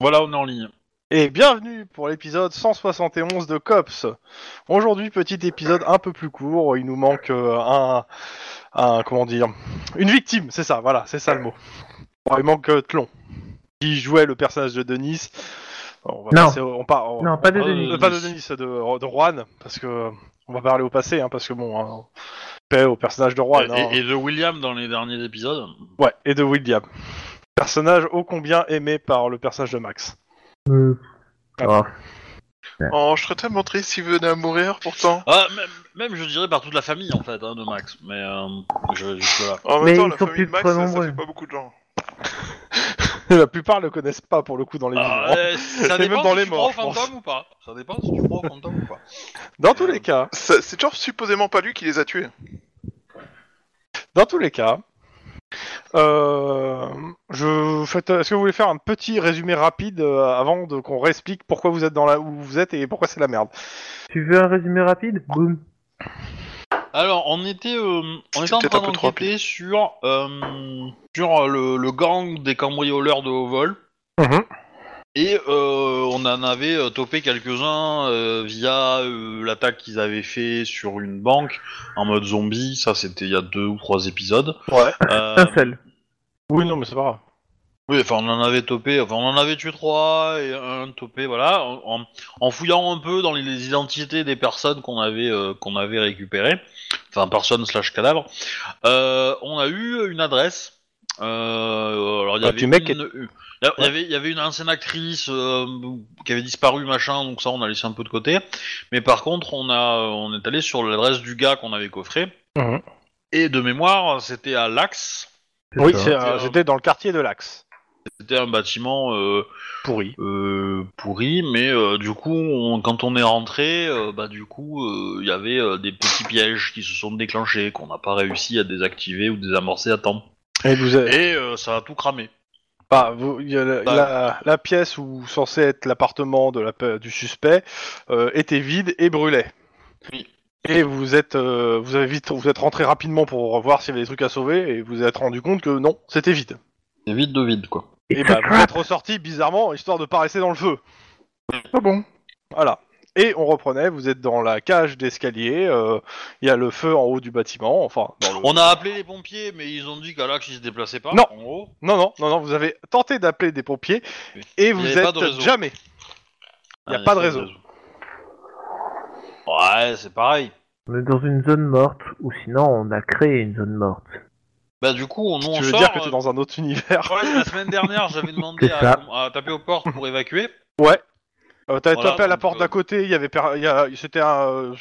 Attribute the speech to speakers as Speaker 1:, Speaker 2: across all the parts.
Speaker 1: Voilà, on est en ligne.
Speaker 2: Et bienvenue pour l'épisode 171 de Cops. Aujourd'hui, petit épisode un peu plus court. Il nous manque euh, un, un- comment dire, une victime. C'est ça. Voilà, c'est ça le mot. Bon, il manque euh, Tlon, qui jouait le personnage de Denis. On va
Speaker 3: Non.
Speaker 2: passer au- on part- on-
Speaker 3: Non, pas de
Speaker 1: Euh,
Speaker 3: Denis.
Speaker 2: euh, pas de Denis, de, de Juan, parce que on va parler au passé, hein, parce que bon, hein, paix au personnage de Juan. hein.
Speaker 1: et, et de William dans les derniers épisodes.
Speaker 2: Ouais, et de William. Personnage ô combien aimé par le personnage de Max.
Speaker 3: Euh,
Speaker 2: Ah.
Speaker 4: Oh, je serais tellement triste s'il venait à mourir pourtant.
Speaker 1: Ah, même, même, je dirais par toute la famille en fait, hein, de Max. Mais euh, je, je- voilà.
Speaker 4: En
Speaker 3: Mais
Speaker 4: même temps,
Speaker 3: ils
Speaker 4: la
Speaker 3: sont
Speaker 4: famille
Speaker 3: plus
Speaker 4: de Max, ça, ça
Speaker 3: nombreux.
Speaker 4: fait pas beaucoup de gens.
Speaker 2: La plupart le connaissent pas pour le coup dans les
Speaker 1: Ah,
Speaker 2: livres. hein.
Speaker 1: euh, ça
Speaker 2: Et
Speaker 1: dépend
Speaker 2: même dans
Speaker 1: si
Speaker 2: les
Speaker 1: tu
Speaker 2: morts,
Speaker 1: crois au
Speaker 2: je
Speaker 1: fantôme ou pas. Ça dépend si tu crois au fantôme ou pas.
Speaker 2: Dans tous les cas,
Speaker 4: Ça- C'est toujours supposément pas lui qui les a tués.
Speaker 2: dans tous les cas, euh, je faites- Est-ce que vous voulez faire un petit résumé rapide euh, avant de qu'on réexplique pourquoi vous êtes dans la où vous êtes et pourquoi c'est la merde
Speaker 3: Tu veux un résumé rapide Boum.
Speaker 1: Alors, on était, euh, on était
Speaker 4: C'était
Speaker 1: en
Speaker 4: peut-être un
Speaker 1: train
Speaker 4: peu trop
Speaker 1: d'enquêter sur, euh, sur euh, le, le gang des cambrioleurs de haut vol.
Speaker 2: Mhm.
Speaker 1: Et euh, on en avait euh, topé quelques-uns euh, via euh, l'attaque qu'ils avaient fait sur une banque en mode zombie. Ça, c'était il y a deux ou trois épisodes.
Speaker 4: Ouais.
Speaker 1: Euh,
Speaker 3: Un seul.
Speaker 2: Oui, non, mais c'est pas grave.
Speaker 1: oui, enfin, on en avait topé, enfin, on en avait tué trois et un topé, voilà, en, en- en fouillant un peu dans les, les identités des personnes qu'on avait, euh, qu'on avait récupérées, enfin, personnes slash cadavres, euh, on a eu une adresse. Euh, alors, il y
Speaker 2: Ah,
Speaker 1: avait
Speaker 2: tu mec-
Speaker 1: une- une- il y a- il y avait- il y avait une ancienne actrice euh, qui avait disparu, machin, donc ça, on a laissé un peu de côté. Mais par contre, on, a, on est allé sur l'adresse du gars qu'on avait coffré.
Speaker 2: Mhm.
Speaker 1: Et de mémoire, c'était à l'Axe.
Speaker 2: Oui,
Speaker 3: ça.
Speaker 2: c'est, euh,
Speaker 1: Euh,
Speaker 2: j'étais dans le quartier de l'Axe.
Speaker 1: C'était un bâtiment euh,
Speaker 2: Pourri.
Speaker 1: euh, pourri, mais euh, du coup, on- quand on est rentré, euh, bah du coup, euh, il y avait euh, des petits pièges qui se sont déclenchés, qu'on n'a pas réussi à désactiver ou désamorcer à temps.
Speaker 2: Et vous avez-
Speaker 1: Et euh, ça a tout cramé.
Speaker 2: Bah, vous- il y a la,
Speaker 1: Bah.
Speaker 2: la- la pièce où censé être l'appartement de la, pe- du suspect euh, était vide et brûlait.
Speaker 1: Oui.
Speaker 2: Et vous êtes, euh, vous avez vite, vous êtes rentré rapidement pour voir s'il y avait des trucs à sauver et vous êtes rendu compte que non, c'était vide.
Speaker 1: C'est vide de vide, quoi.
Speaker 2: Et bah, vous êtes ressorti bizarrement histoire de pas rester dans le feu.
Speaker 3: pas bon.
Speaker 2: Voilà. Et on reprenait. Vous êtes dans la cage d'escalier. euh, Il y a le feu en haut du bâtiment. Enfin, dans le-
Speaker 1: On a appelé les pompiers, mais ils ont dit qu'à l'Axe, ils se déplaçaient pas.
Speaker 2: Non.
Speaker 1: En gros.
Speaker 2: non, non, non, non. Vous avez tenté d'appeler des pompiers et vous
Speaker 1: avait pas de
Speaker 2: êtes
Speaker 1: réseau.
Speaker 2: jamais. Y a pas de réseau.
Speaker 1: Ouais, c'est pareil.
Speaker 3: On est dans une zone morte, ou sinon on a créé une zone morte.
Speaker 1: Bah du coup, on, nous, on
Speaker 2: tu veux
Speaker 1: sort,
Speaker 2: dire que tu
Speaker 1: euh,
Speaker 2: es dans un autre univers
Speaker 1: ouais, la semaine dernière, j'avais demandé
Speaker 3: C'est
Speaker 1: à,
Speaker 3: ça.
Speaker 1: à taper aux portes pour évacuer.
Speaker 2: Ouais. Euh, T'avais
Speaker 1: Voilà,
Speaker 2: tapé à la
Speaker 1: donc,
Speaker 2: porte d'à
Speaker 1: euh,
Speaker 2: côté, il y avait. per- il y a- C'était un. euh,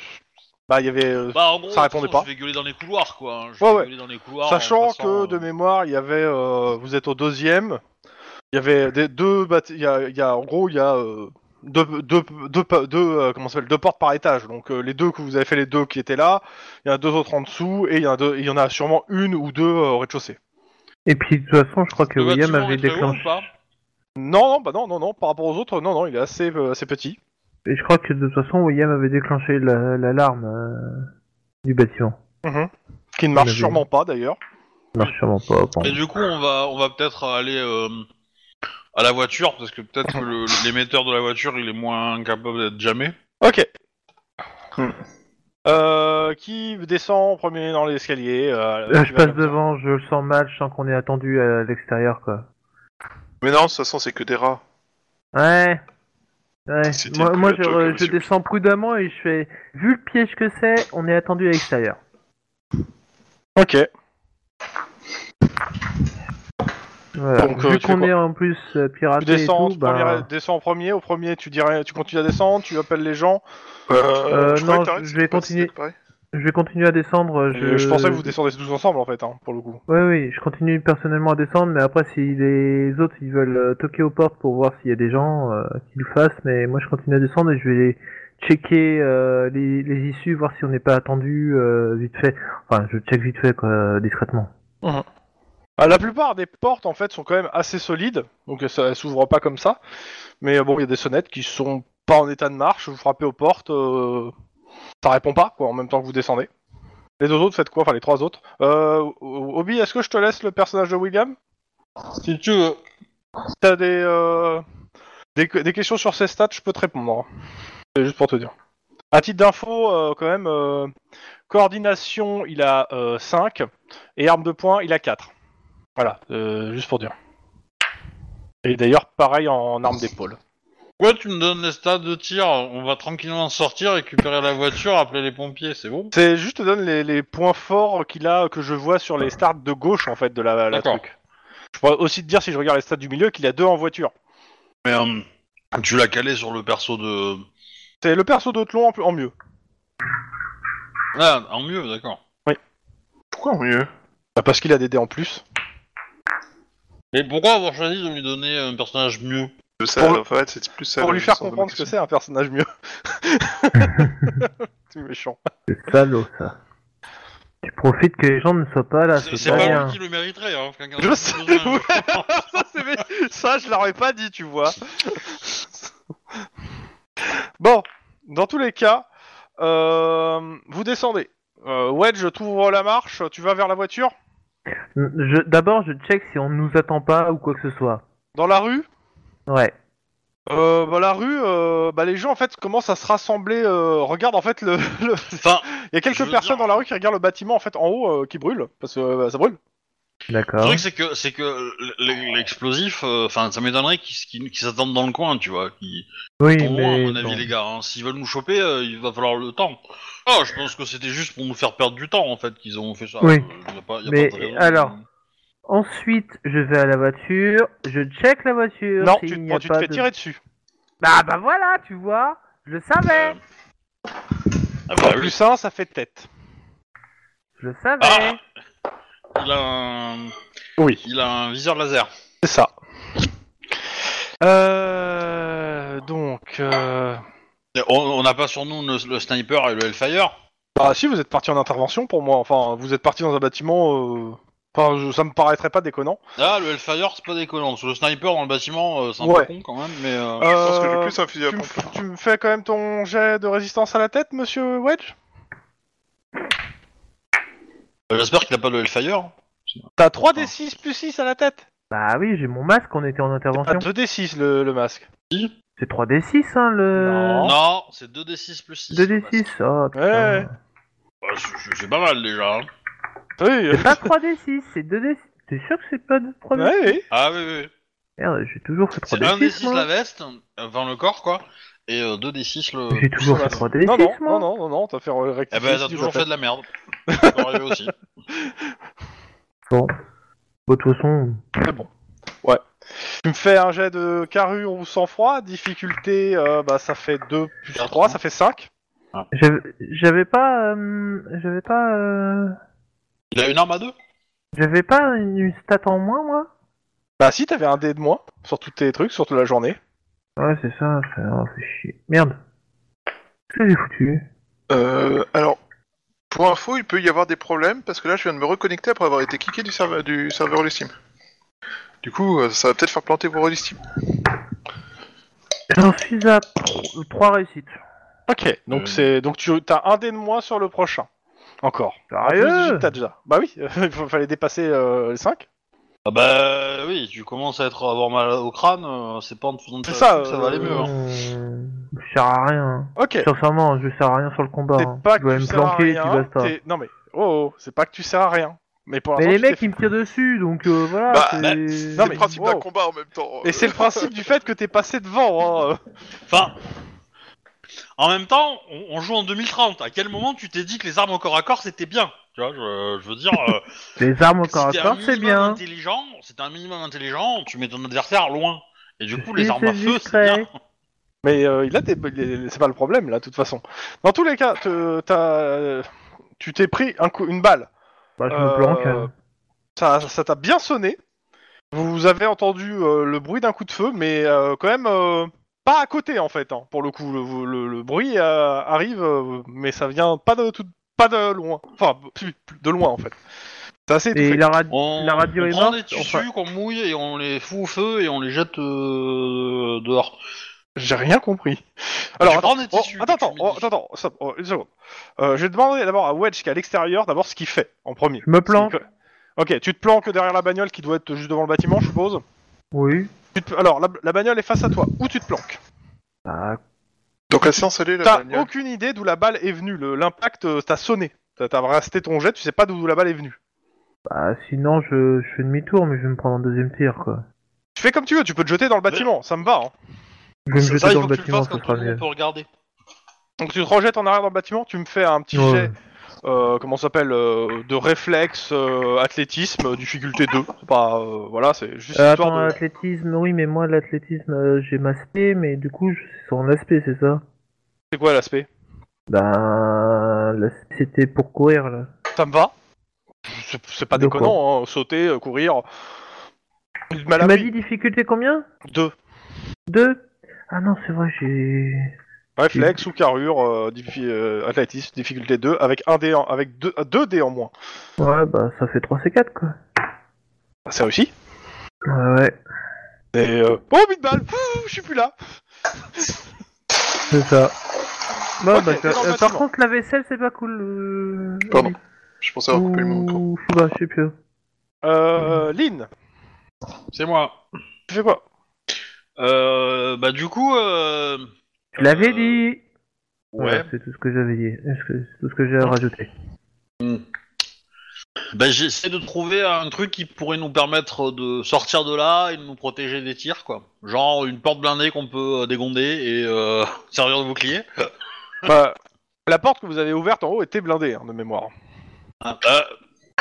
Speaker 2: Bah, il y avait. euh,
Speaker 1: Bah en gros,
Speaker 2: Ça
Speaker 1: de
Speaker 2: répondait
Speaker 1: toute façon,
Speaker 2: pas.
Speaker 1: Je vais gueuler dans les couloirs quoi. hein. Je
Speaker 2: Ouais,
Speaker 1: vais
Speaker 2: ouais.
Speaker 1: gueuler dans les couloirs. en
Speaker 2: sachant
Speaker 1: passant,
Speaker 2: que
Speaker 1: euh,
Speaker 2: de mémoire, il y avait. euh, vous êtes au deuxième. Il y avait des, deux. bâti- Il y a, il y a- en gros, il y a. euh, deux, deux, deux, pa- deux, euh, comment ça s'appelle, deux portes par étage. Donc euh, les deux que vous avez fait, les deux qui étaient là, il y en a deux autres en dessous et il y, en a deux- il y en a sûrement une ou deux euh, au rez-de-chaussée.
Speaker 3: Et puis de toute façon, je crois que
Speaker 1: le
Speaker 3: William
Speaker 1: bâtiment
Speaker 3: avait
Speaker 1: est très haut ou
Speaker 3: déclenché.
Speaker 1: pas
Speaker 2: Non, non, bah non, non, non, par rapport aux autres, non, non, il est assez, euh, assez petit.
Speaker 3: Et je crois que de toute façon, William avait déclenché la- l'alarme euh, du bâtiment.
Speaker 2: Qui ne marche
Speaker 3: l'avait.
Speaker 2: sûrement pas d'ailleurs.
Speaker 3: Ça marche sûrement pas. bon.
Speaker 1: Et du coup, on va, on va peut-être aller euh, à la voiture parce que peut-être que le- l'émetteur de la voiture, il est moins capable d'être jamais.
Speaker 2: Ok.
Speaker 4: Hmm.
Speaker 2: Euh, qui descend en premier dans l'escalier euh,
Speaker 3: Euh,
Speaker 2: qui
Speaker 3: je
Speaker 2: va
Speaker 3: passe
Speaker 2: comme ça.
Speaker 3: devant, je le sens mal, je sens qu'on est attendu à l'extérieur, quoi.
Speaker 4: Mais non, de toute façon, c'est que des rats.
Speaker 3: Ouais. Ouais.
Speaker 4: C'était
Speaker 3: Moi,
Speaker 4: plus
Speaker 3: moi,
Speaker 4: la
Speaker 3: je,
Speaker 4: joke,
Speaker 3: euh, je
Speaker 4: monsieur.
Speaker 3: descends prudemment et je fais. Vu le piège que c'est, on est attendu à l'extérieur.
Speaker 2: Ok.
Speaker 3: Ah, Voilà.
Speaker 2: Donc, euh,
Speaker 3: Vu
Speaker 2: tu fais
Speaker 3: qu'on
Speaker 2: quoi
Speaker 3: est en plus euh,
Speaker 2: Tu
Speaker 3: piraté
Speaker 2: descends,
Speaker 3: et tout,
Speaker 2: tu prends les-
Speaker 3: bah...
Speaker 2: descends en premier. Au premier, tu dirais, tu continues à descendre, tu appelles les gens.
Speaker 3: Euh,
Speaker 4: je
Speaker 3: non,
Speaker 4: croyais que t'arrêtes,
Speaker 3: je
Speaker 4: c'est
Speaker 3: vais
Speaker 4: pas
Speaker 3: continuer.
Speaker 4: si pareil.
Speaker 3: Je vais continuer à descendre.
Speaker 2: Je,
Speaker 1: Euh,
Speaker 3: Je,
Speaker 2: Euh, je pensais que vous descendez tous ensemble en fait, hein, pour le coup.
Speaker 3: Oui, oui, je continue personnellement à descendre, mais après, si les autres ils veulent euh, toquer aux portes pour voir s'il y a des gens, euh, qu'ils le fassent, mais moi je continue à descendre et je vais checker euh, les, les issues, voir si on n'est pas attendu euh, vite fait. Enfin, je check vite fait, quoi, euh, discrètement.
Speaker 2: Ah, la plupart des portes en fait sont quand même assez solides, donc ça elles s'ouvrent pas comme ça. Mais euh, bon, il y a des sonnettes qui sont pas en état de marche. Vous frappez aux portes, euh, ça répond pas quoi. En même temps que vous descendez. Les deux autres, faites quoi Enfin, les trois autres. Euh, Obi, est-ce que je te laisse le personnage de William
Speaker 1: Si tu veux.
Speaker 2: T'as des. euh, Des, que- des questions sur ces stats, je peux te répondre. hein. C'est juste pour te dire. À titre d'info, euh, quand même, euh, coordination, il a 5, et arme de poing, il a 4. Voilà, euh, juste pour dire. Et d'ailleurs, pareil en, arme d'épaule.
Speaker 1: Ouais, tu me donnes les stades de tir, on va tranquillement sortir, récupérer la voiture, appeler les pompiers, c'est bon
Speaker 2: C'est juste te donne les, les points forts qu'il a, que je vois sur les stats de gauche, en fait, de la, la
Speaker 1: D'accord.
Speaker 2: truc. Je pourrais aussi te dire, si je regarde les stats du milieu, qu'il a deux en voiture.
Speaker 1: Mais euh, tu l'as calé sur le perso de...
Speaker 2: C'est le perso d'Otlon en, plus- en mieux.
Speaker 1: Ah, en mieux, d'accord.
Speaker 4: Pourquoi mieux
Speaker 2: Bah, parce qu'il a des dés en plus.
Speaker 1: Mais pourquoi avoir choisi de lui donner un personnage mieux
Speaker 4: Je sais,
Speaker 2: Pour-
Speaker 4: en fait, c'est plus ça.
Speaker 2: Pour
Speaker 4: le
Speaker 2: lui faire
Speaker 4: sens de ma
Speaker 2: comprendre ce que
Speaker 4: question.
Speaker 2: c'est un personnage mieux. c'est méchant.
Speaker 3: C'est salaud, ça. Tu profites que les gens ne soient pas là,
Speaker 1: C'est
Speaker 3: Ah, c'est
Speaker 1: c'est
Speaker 3: pas
Speaker 1: pas
Speaker 3: bien.
Speaker 1: lui qui le mériterait, hein. quelqu'un
Speaker 2: Je
Speaker 1: d'autre
Speaker 2: sais,
Speaker 1: le besoin.
Speaker 2: ça, c'est mé- ça, je l'aurais pas dit, tu vois. bon, dans tous les cas, euh, vous descendez. Euh, Wedge, t'ouvres la marche, tu vas vers la voiture
Speaker 3: Je- D'abord, je check si on nous attend pas ou quoi que ce soit.
Speaker 2: Dans la rue
Speaker 3: Ouais.
Speaker 2: Euh, bah, la rue, euh, bah, les gens en fait commencent à se rassembler. euh, regarde en fait le. le-
Speaker 1: Enfin,
Speaker 2: Il y a
Speaker 1: je
Speaker 2: quelques
Speaker 1: veux
Speaker 2: personnes
Speaker 1: dire-
Speaker 2: dans la rue qui regardent le bâtiment en fait en haut euh, qui brûle parce que euh, ça brûle.
Speaker 1: le
Speaker 3: D'accord.
Speaker 1: truc c'est que c'est que l- l'explosif, euh, enfin ça m'étonnerait qu'ils qu'ils- qu'ils s'attendent dans le coin, tu vois. qu'ils-
Speaker 3: Oui,
Speaker 1: Pour moi, à
Speaker 3: mais
Speaker 1: mon avis,
Speaker 3: bon.
Speaker 1: les gars, hein. s'ils veulent nous choper, euh, il va falloir le temps. Ah, je pense que c'était juste pour nous faire perdre du temps, en fait, qu'ils ont fait ça.
Speaker 3: Oui.
Speaker 1: Euh, y a pas- y a
Speaker 3: Mais,
Speaker 1: pas de raison.
Speaker 3: alors, ensuite, je vais à la voiture, je check la voiture.
Speaker 2: Non,
Speaker 3: s'il
Speaker 2: tu, te-
Speaker 3: n'y a
Speaker 2: tu te
Speaker 3: pas
Speaker 2: fais
Speaker 3: de-
Speaker 2: tirer dessus.
Speaker 3: Bah bah voilà, tu vois, je le savais,
Speaker 1: Euh, Ah bah oui,
Speaker 2: Plus un, ça fait tête.
Speaker 3: je le savais.
Speaker 1: Ah. il a un...
Speaker 2: Oui.
Speaker 1: Il a un viseur laser.
Speaker 2: C'est ça. Euh, donc. euh,
Speaker 1: On- On n'a pas sur nous le, le sniper et le Hellfire
Speaker 2: Ah, si, vous êtes parti en intervention pour moi. Enfin, vous êtes parti dans un bâtiment. euh, Enfin, je- ça me paraîtrait pas déconnant.
Speaker 1: Ah, le Hellfire, c'est pas déconnant. Parce que le sniper dans le bâtiment, euh, c'est un
Speaker 2: Ouais.
Speaker 1: peu con quand même, mais... euh,
Speaker 4: Je pense que j'ai
Speaker 2: Euh,
Speaker 4: plus un fusil à
Speaker 2: tu me
Speaker 4: pompe.
Speaker 2: f- tu me fais quand même ton jet de résistance à la tête, monsieur Wedge
Speaker 1: euh, J'espère qu'il a pas le Hellfire.
Speaker 2: T'as 3d6 plus 6 à la tête
Speaker 3: Bah oui, j'ai mon masque, on était en
Speaker 2: T'as
Speaker 3: intervention.
Speaker 2: 2d6 le, le masque.
Speaker 3: C'est 3D6 hein le...
Speaker 2: Non.
Speaker 1: Non, c'est 2d6 plus Ah, 6.
Speaker 3: 2D6, oh putain.
Speaker 2: Ouais.
Speaker 1: c'est pas mal, déjà. hein.
Speaker 2: Oui, euh,
Speaker 3: C'est pas 3D6, c'est 2D6. T'es sûr que c'est pas de 3D6
Speaker 2: ouais, oui.
Speaker 1: Ah oui, oui, oui.
Speaker 3: Merde, j'ai toujours fait
Speaker 1: C'est 1d6
Speaker 3: 3D6 moi.
Speaker 1: la veste, enfin le corps quoi, et euh, 2d6 le.
Speaker 3: J'ai toujours fait
Speaker 2: Voilà.
Speaker 3: 3D6
Speaker 2: Non, non,
Speaker 3: moi.
Speaker 2: non, non, non, non, t'as fait
Speaker 1: Eh
Speaker 2: rectifier.
Speaker 1: ben
Speaker 2: si
Speaker 1: t'as
Speaker 2: tu
Speaker 1: toujours
Speaker 2: l'as
Speaker 1: fait de la merde. Ça peut arriver aussi.
Speaker 3: Bon. Bon, de toute façon,
Speaker 2: Tu me fais un jet de carrure ou sang-froid, difficulté, euh, bah, ça fait 2 plus
Speaker 1: hein.
Speaker 2: 3, ça fait 5.
Speaker 3: j'avais- j'avais pas... euh, J'avais pas... euh,
Speaker 1: Il a une arme à deux
Speaker 3: J'avais pas une une stat en moins moi
Speaker 2: Bah si, t'avais un dé de moins sur tous tes trucs, sur toute la journée.
Speaker 3: Ouais, c'est ça, ça oh, fait chier. Merde. Qu'est-ce que j'ai foutu
Speaker 4: Euh, alors, pour info, il peut y avoir des problèmes parce que là, je viens de me reconnecter après avoir été kické du serveur du serveur Steam. Du coup, euh, ça va peut-être faire planter vos Steam.
Speaker 3: J'en suis à 3 réussites.
Speaker 2: Ok, donc
Speaker 1: Euh.
Speaker 2: c'est donc tu t'as un dé de moins sur le prochain. Encore.
Speaker 3: Sérieux
Speaker 2: Plus 18, t'as déjà. Bah oui, il fa- fallait dépasser euh, les 5.
Speaker 1: Ah bah oui, tu commences à être à avoir mal au crâne, euh, c'est pas en te faisant de
Speaker 2: C'est
Speaker 1: ta
Speaker 2: ça,
Speaker 1: soupe que ça va
Speaker 2: euh,
Speaker 1: aller mieux. hein.
Speaker 3: Euh, Je sers à rien.
Speaker 2: Ok.
Speaker 3: Sincèrement, je sers à rien sur le combat.
Speaker 2: C'est
Speaker 3: hein.
Speaker 2: pas
Speaker 3: je dois
Speaker 2: que
Speaker 3: me
Speaker 2: tu sers à
Speaker 3: planquer et puis
Speaker 2: rien.
Speaker 3: basta.
Speaker 2: t'es- Non mais oh, oh, c'est pas que tu sers à rien. Mais pour
Speaker 3: Mais
Speaker 2: l'instant,
Speaker 3: les
Speaker 2: tu t'es
Speaker 3: mecs, ils me tirent dessus, donc euh, voilà.
Speaker 4: Bah,
Speaker 3: c'est-
Speaker 1: bah,
Speaker 4: C'est
Speaker 2: Non,
Speaker 4: le
Speaker 2: mais-
Speaker 4: principe d'un
Speaker 2: wow.
Speaker 4: combat en même temps. Euh,
Speaker 2: fait- Et c'est le principe du fait que t'es passé devant. Hein.
Speaker 1: Enfin. En même temps, on, on joue en 2030. À quel moment tu t'es dit que les armes au corps à corps c'était bien Tu vois, je, je veux dire. euh,
Speaker 3: Les armes au corps à
Speaker 1: c'était un
Speaker 3: corps, c'est
Speaker 1: minimum
Speaker 3: bien.
Speaker 1: intelligent, c'était un minimum intelligent, tu mets ton adversaire loin. Et du coup,
Speaker 3: Si,
Speaker 1: les armes à
Speaker 3: c'est
Speaker 1: feu,
Speaker 3: discret.
Speaker 1: c'est bien.
Speaker 2: Mais euh, il a des- il est- c'est pas le problème là, de toute façon. Dans tous les cas, te- t'as- tu t'es pris un coup, une balle.
Speaker 3: Bah, je
Speaker 2: Euh,
Speaker 3: me planque. hein.
Speaker 2: Ça ça t'a bien sonné. Vous avez entendu euh, le bruit d'un coup de feu, mais euh, quand même euh, pas à côté en fait. hein, pour le coup, le, le- le bruit euh, arrive, euh, mais ça vient pas de tout, pas de loin. Enfin, plus- plus de loin en fait. C'est assez
Speaker 3: Et
Speaker 2: étouffé.
Speaker 3: la, ra-
Speaker 1: On,
Speaker 3: la radio
Speaker 1: on
Speaker 3: est
Speaker 1: prend
Speaker 3: morte.
Speaker 1: des tissus
Speaker 3: enfin,
Speaker 1: qu'on mouille et on les fout au feu et on les jette euh, dehors.
Speaker 2: J'ai rien compris.
Speaker 1: Tu
Speaker 2: Alors
Speaker 1: prends
Speaker 2: attends,
Speaker 1: des
Speaker 2: oh,
Speaker 1: tissus
Speaker 2: attends,
Speaker 1: que tu
Speaker 2: attends, oh,
Speaker 1: humidifies.
Speaker 2: attends, attends, stop, oh, une seconde. Euh, je vais demander d'abord à Wedge qui est à l'extérieur d'abord ce qu'il fait en premier.
Speaker 3: je me planque.
Speaker 2: Ok, tu te planques derrière la bagnole qui doit être juste devant le bâtiment, je suppose.
Speaker 3: Oui.
Speaker 2: Tu te- Alors, la, la bagnole est face à toi. Où tu te planques
Speaker 3: Bah,
Speaker 4: Donc la séance, elle est la
Speaker 2: T'as
Speaker 4: bagnole.
Speaker 2: aucune idée d'où la balle est venue. Le- L'impact euh, t'a sonné. T'as t'as resté ton jet, tu sais pas d'où la balle est venue.
Speaker 3: bah, sinon, je, je fais demi-tour, mais je vais me prendre un deuxième tir, quoi.
Speaker 2: Tu fais comme tu veux, tu peux te jeter dans le bâtiment, ça me va. hein.
Speaker 3: Je vais me
Speaker 1: Ça,
Speaker 3: jeter
Speaker 1: il
Speaker 3: dans
Speaker 1: faut
Speaker 3: le
Speaker 1: que tu le
Speaker 3: bâtiment,
Speaker 1: fasses
Speaker 3: ce
Speaker 1: quand tout
Speaker 3: sera
Speaker 1: le monde
Speaker 3: mieux.
Speaker 1: peut regarder.
Speaker 2: Donc tu te rejettes en arrière dans le bâtiment, tu me fais un petit
Speaker 3: Ouais.
Speaker 2: jet, euh, comment ça s'appelle, euh, de réflexe, euh, athlétisme, euh, difficulté 2. C'est Pas, euh, voilà, c'est juste
Speaker 3: Euh,
Speaker 2: histoire
Speaker 3: attends,
Speaker 2: de...
Speaker 3: l'athlétisme, oui, mais moi, l'athlétisme, euh, j'ai ma spé, mais du coup, je- c'est son aspect, c'est ça
Speaker 2: C'est quoi l'aspect
Speaker 3: Ben, la- c'était pour courir, là.
Speaker 2: Ça me va C'est- C'est pas
Speaker 3: De
Speaker 2: déconnant, hein, sauter, euh, courir... Ah,
Speaker 3: tu m'as dit difficulté combien
Speaker 2: 2.
Speaker 3: Deux Ah non, c'est vrai, j'ai...
Speaker 2: Réflexe ou carrure, euh, diffi- euh, athlétisme, difficulté 2, avec un dé en- avec deux, euh, deux dés en moins.
Speaker 3: Ouais, bah, ça fait 3C4, quoi.
Speaker 2: Bah, C'est réussi.
Speaker 3: Ouais, ouais,
Speaker 2: Et euh... Oh, but de balle Pouh, Je suis plus là
Speaker 3: c'est ça. Bon,
Speaker 2: Ok,
Speaker 3: bah,
Speaker 2: t'es dans le
Speaker 3: euh, par
Speaker 2: bâtiment.
Speaker 3: contre, la vaisselle, c'est pas cool. euh,
Speaker 4: Pardon. Je pensais avoir coupé mon micro.
Speaker 3: Ou... Je sais pas, je sais plus.
Speaker 2: Euh, Lynn,
Speaker 1: C'est moi.
Speaker 2: tu fais quoi
Speaker 1: Euh, bah du coup, euh,
Speaker 3: Tu l'avais
Speaker 1: Euh,
Speaker 3: dit
Speaker 1: ouais.
Speaker 3: Voilà, C'est tout ce que j'avais dit. C'est ce que- c'est tout ce que j'ai à rajouter.
Speaker 1: Bah j'essaie de trouver un truc qui pourrait nous permettre de sortir de là et de nous protéger des tirs, quoi. Genre une porte blindée qu'on peut euh, dégonder et euh, servir de bouclier.
Speaker 2: Bah, La porte que vous avez ouverte en haut était blindée, hein, de mémoire.
Speaker 1: Euh,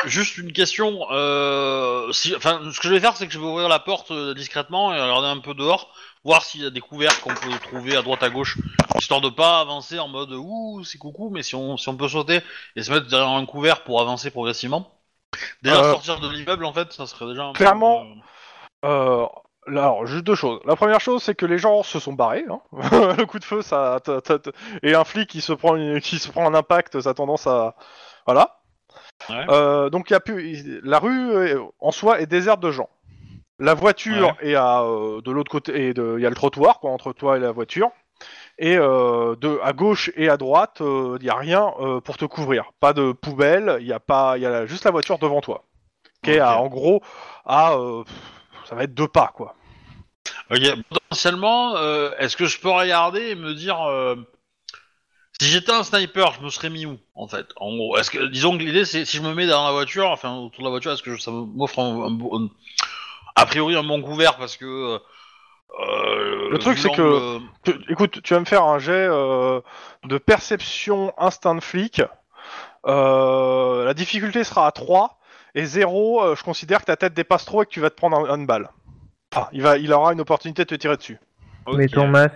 Speaker 1: juste une question. euh, si, enfin, ce que je vais faire, c'est que je vais ouvrir la porte euh, discrètement et regarder un peu dehors, voir s'il y a des couverts qu'on peut trouver à droite à gauche, histoire de pas avancer en mode ouh c'est coucou, mais si on, si on peut sauter et se mettre derrière un couvert pour avancer progressivement. Déjà
Speaker 2: Euh,
Speaker 1: sortir de l'immeuble en fait, ça serait déjà un peu,
Speaker 2: Clairement,
Speaker 1: euh,
Speaker 2: Euh, là, alors, juste deux choses. La première chose, c'est que les gens se sont barrés. hein. le coup de feu, ça, t'as- t'as- t'as- et un flic qui se prend, une- qui se prend un impact, ça a tendance à, voilà.
Speaker 1: Ouais.
Speaker 2: Euh, donc il y a plus, la rue euh, en soi est déserte de gens. La voiture est à euh, de l'autre côté, et de- il y a le trottoir quoi entre toi et la voiture. Et euh, de à gauche et à droite, il n'y a rien euh, pour te couvrir. Pas de poubelle, il y a pas, il y a la- juste la voiture devant toi, qui est à,
Speaker 1: Ok.
Speaker 2: en gros à euh, ça va être deux pas, quoi.
Speaker 1: Ok, Potentiellement, euh, est-ce que je peux regarder et me dire euh, si j'étais un sniper, je me serais mis où en fait En gros, est-ce que disons que l'idée c'est si je me mets dans la voiture, enfin autour de la voiture, est-ce que je- ça m'offre un, un bon- un- a priori un bon couvert parce que euh,
Speaker 2: Le truc,
Speaker 1: vu
Speaker 2: c'est que-
Speaker 1: l'angle-
Speaker 2: Tu- écoute, tu vas me faire un jet euh, de perception instinct de flic. Euh, la difficulté sera à 3 et 0, euh, je considère que ta tête dépasse trop et que tu vas te prendre un, une balle. Enfin, il, va, il aura une opportunité de te tirer dessus.
Speaker 1: euh, Ok.
Speaker 3: Mais ton masque.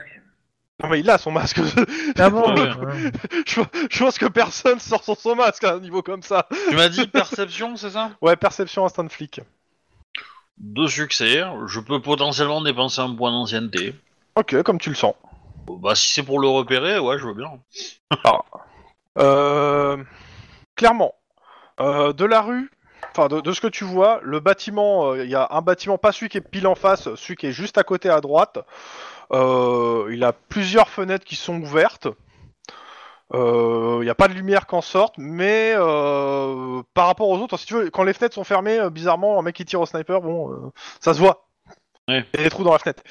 Speaker 2: Non mais il a son masque.
Speaker 3: Ah bon
Speaker 1: Ouais.
Speaker 3: hein.
Speaker 2: je, je pense que personne sort son, son masque à un niveau comme ça.
Speaker 1: Tu m'as dit perception, c'est ça
Speaker 2: Ouais, perception instinct de flic.
Speaker 1: Deux succès. Je peux potentiellement dépenser un point d'ancienneté.
Speaker 2: Ok, comme tu le sens.
Speaker 1: Bah si c'est pour le repérer, ouais, je veux bien.
Speaker 2: Euh, clairement, euh, de la rue, enfin de, de ce que tu vois, le bâtiment, euh, il y a un bâtiment, pas celui qui est pile en face, celui qui est juste à côté à droite. Euh, il a plusieurs fenêtres qui sont ouvertes. Euh, Il n'y a pas de lumière qu'en sorte, mais euh, par rapport aux autres, si tu veux, quand les fenêtres sont fermées, euh, bizarrement, un mec qui tire au sniper, bon, euh, ça se voit. Il
Speaker 1: Ouais.
Speaker 2: y a des trous dans la fenêtre.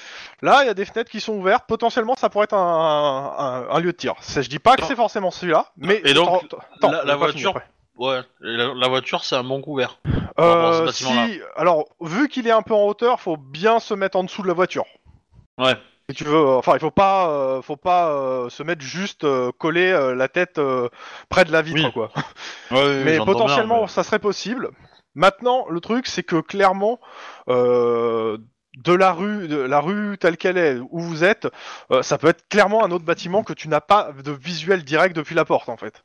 Speaker 2: Là, il y a des fenêtres qui sont ouvertes. Potentiellement, ça pourrait être un, un- un lieu de tir. C'est- Je dis pas que c'est forcément celui-là, mais
Speaker 1: Et donc,
Speaker 2: Attends, attends,
Speaker 1: la- la
Speaker 2: j'ai pas
Speaker 1: voiture-
Speaker 2: fini après.
Speaker 1: Ouais, et la, la voiture c'est un bon couvert.
Speaker 2: Euh,
Speaker 1: rapport à ce bâtiment-là.
Speaker 2: si, alors, vu qu'il est un peu en hauteur, faut bien se mettre en dessous de la voiture.
Speaker 1: Ouais.
Speaker 2: Si tu veux, euh, enfin, il faut pas, euh, faut pas euh, se mettre juste euh, coller euh, la tête euh, près de la vitre,
Speaker 1: Oui.
Speaker 2: quoi.
Speaker 1: Ouais,
Speaker 2: mais
Speaker 1: j'entends bien,
Speaker 2: potentiellement,
Speaker 1: mais-
Speaker 2: ça serait possible. Maintenant, le truc, c'est que clairement, euh, de la rue, de la rue telle qu'elle est, où vous êtes, euh, ça peut être clairement un autre bâtiment que tu n'as pas de visuel direct depuis la porte, en fait.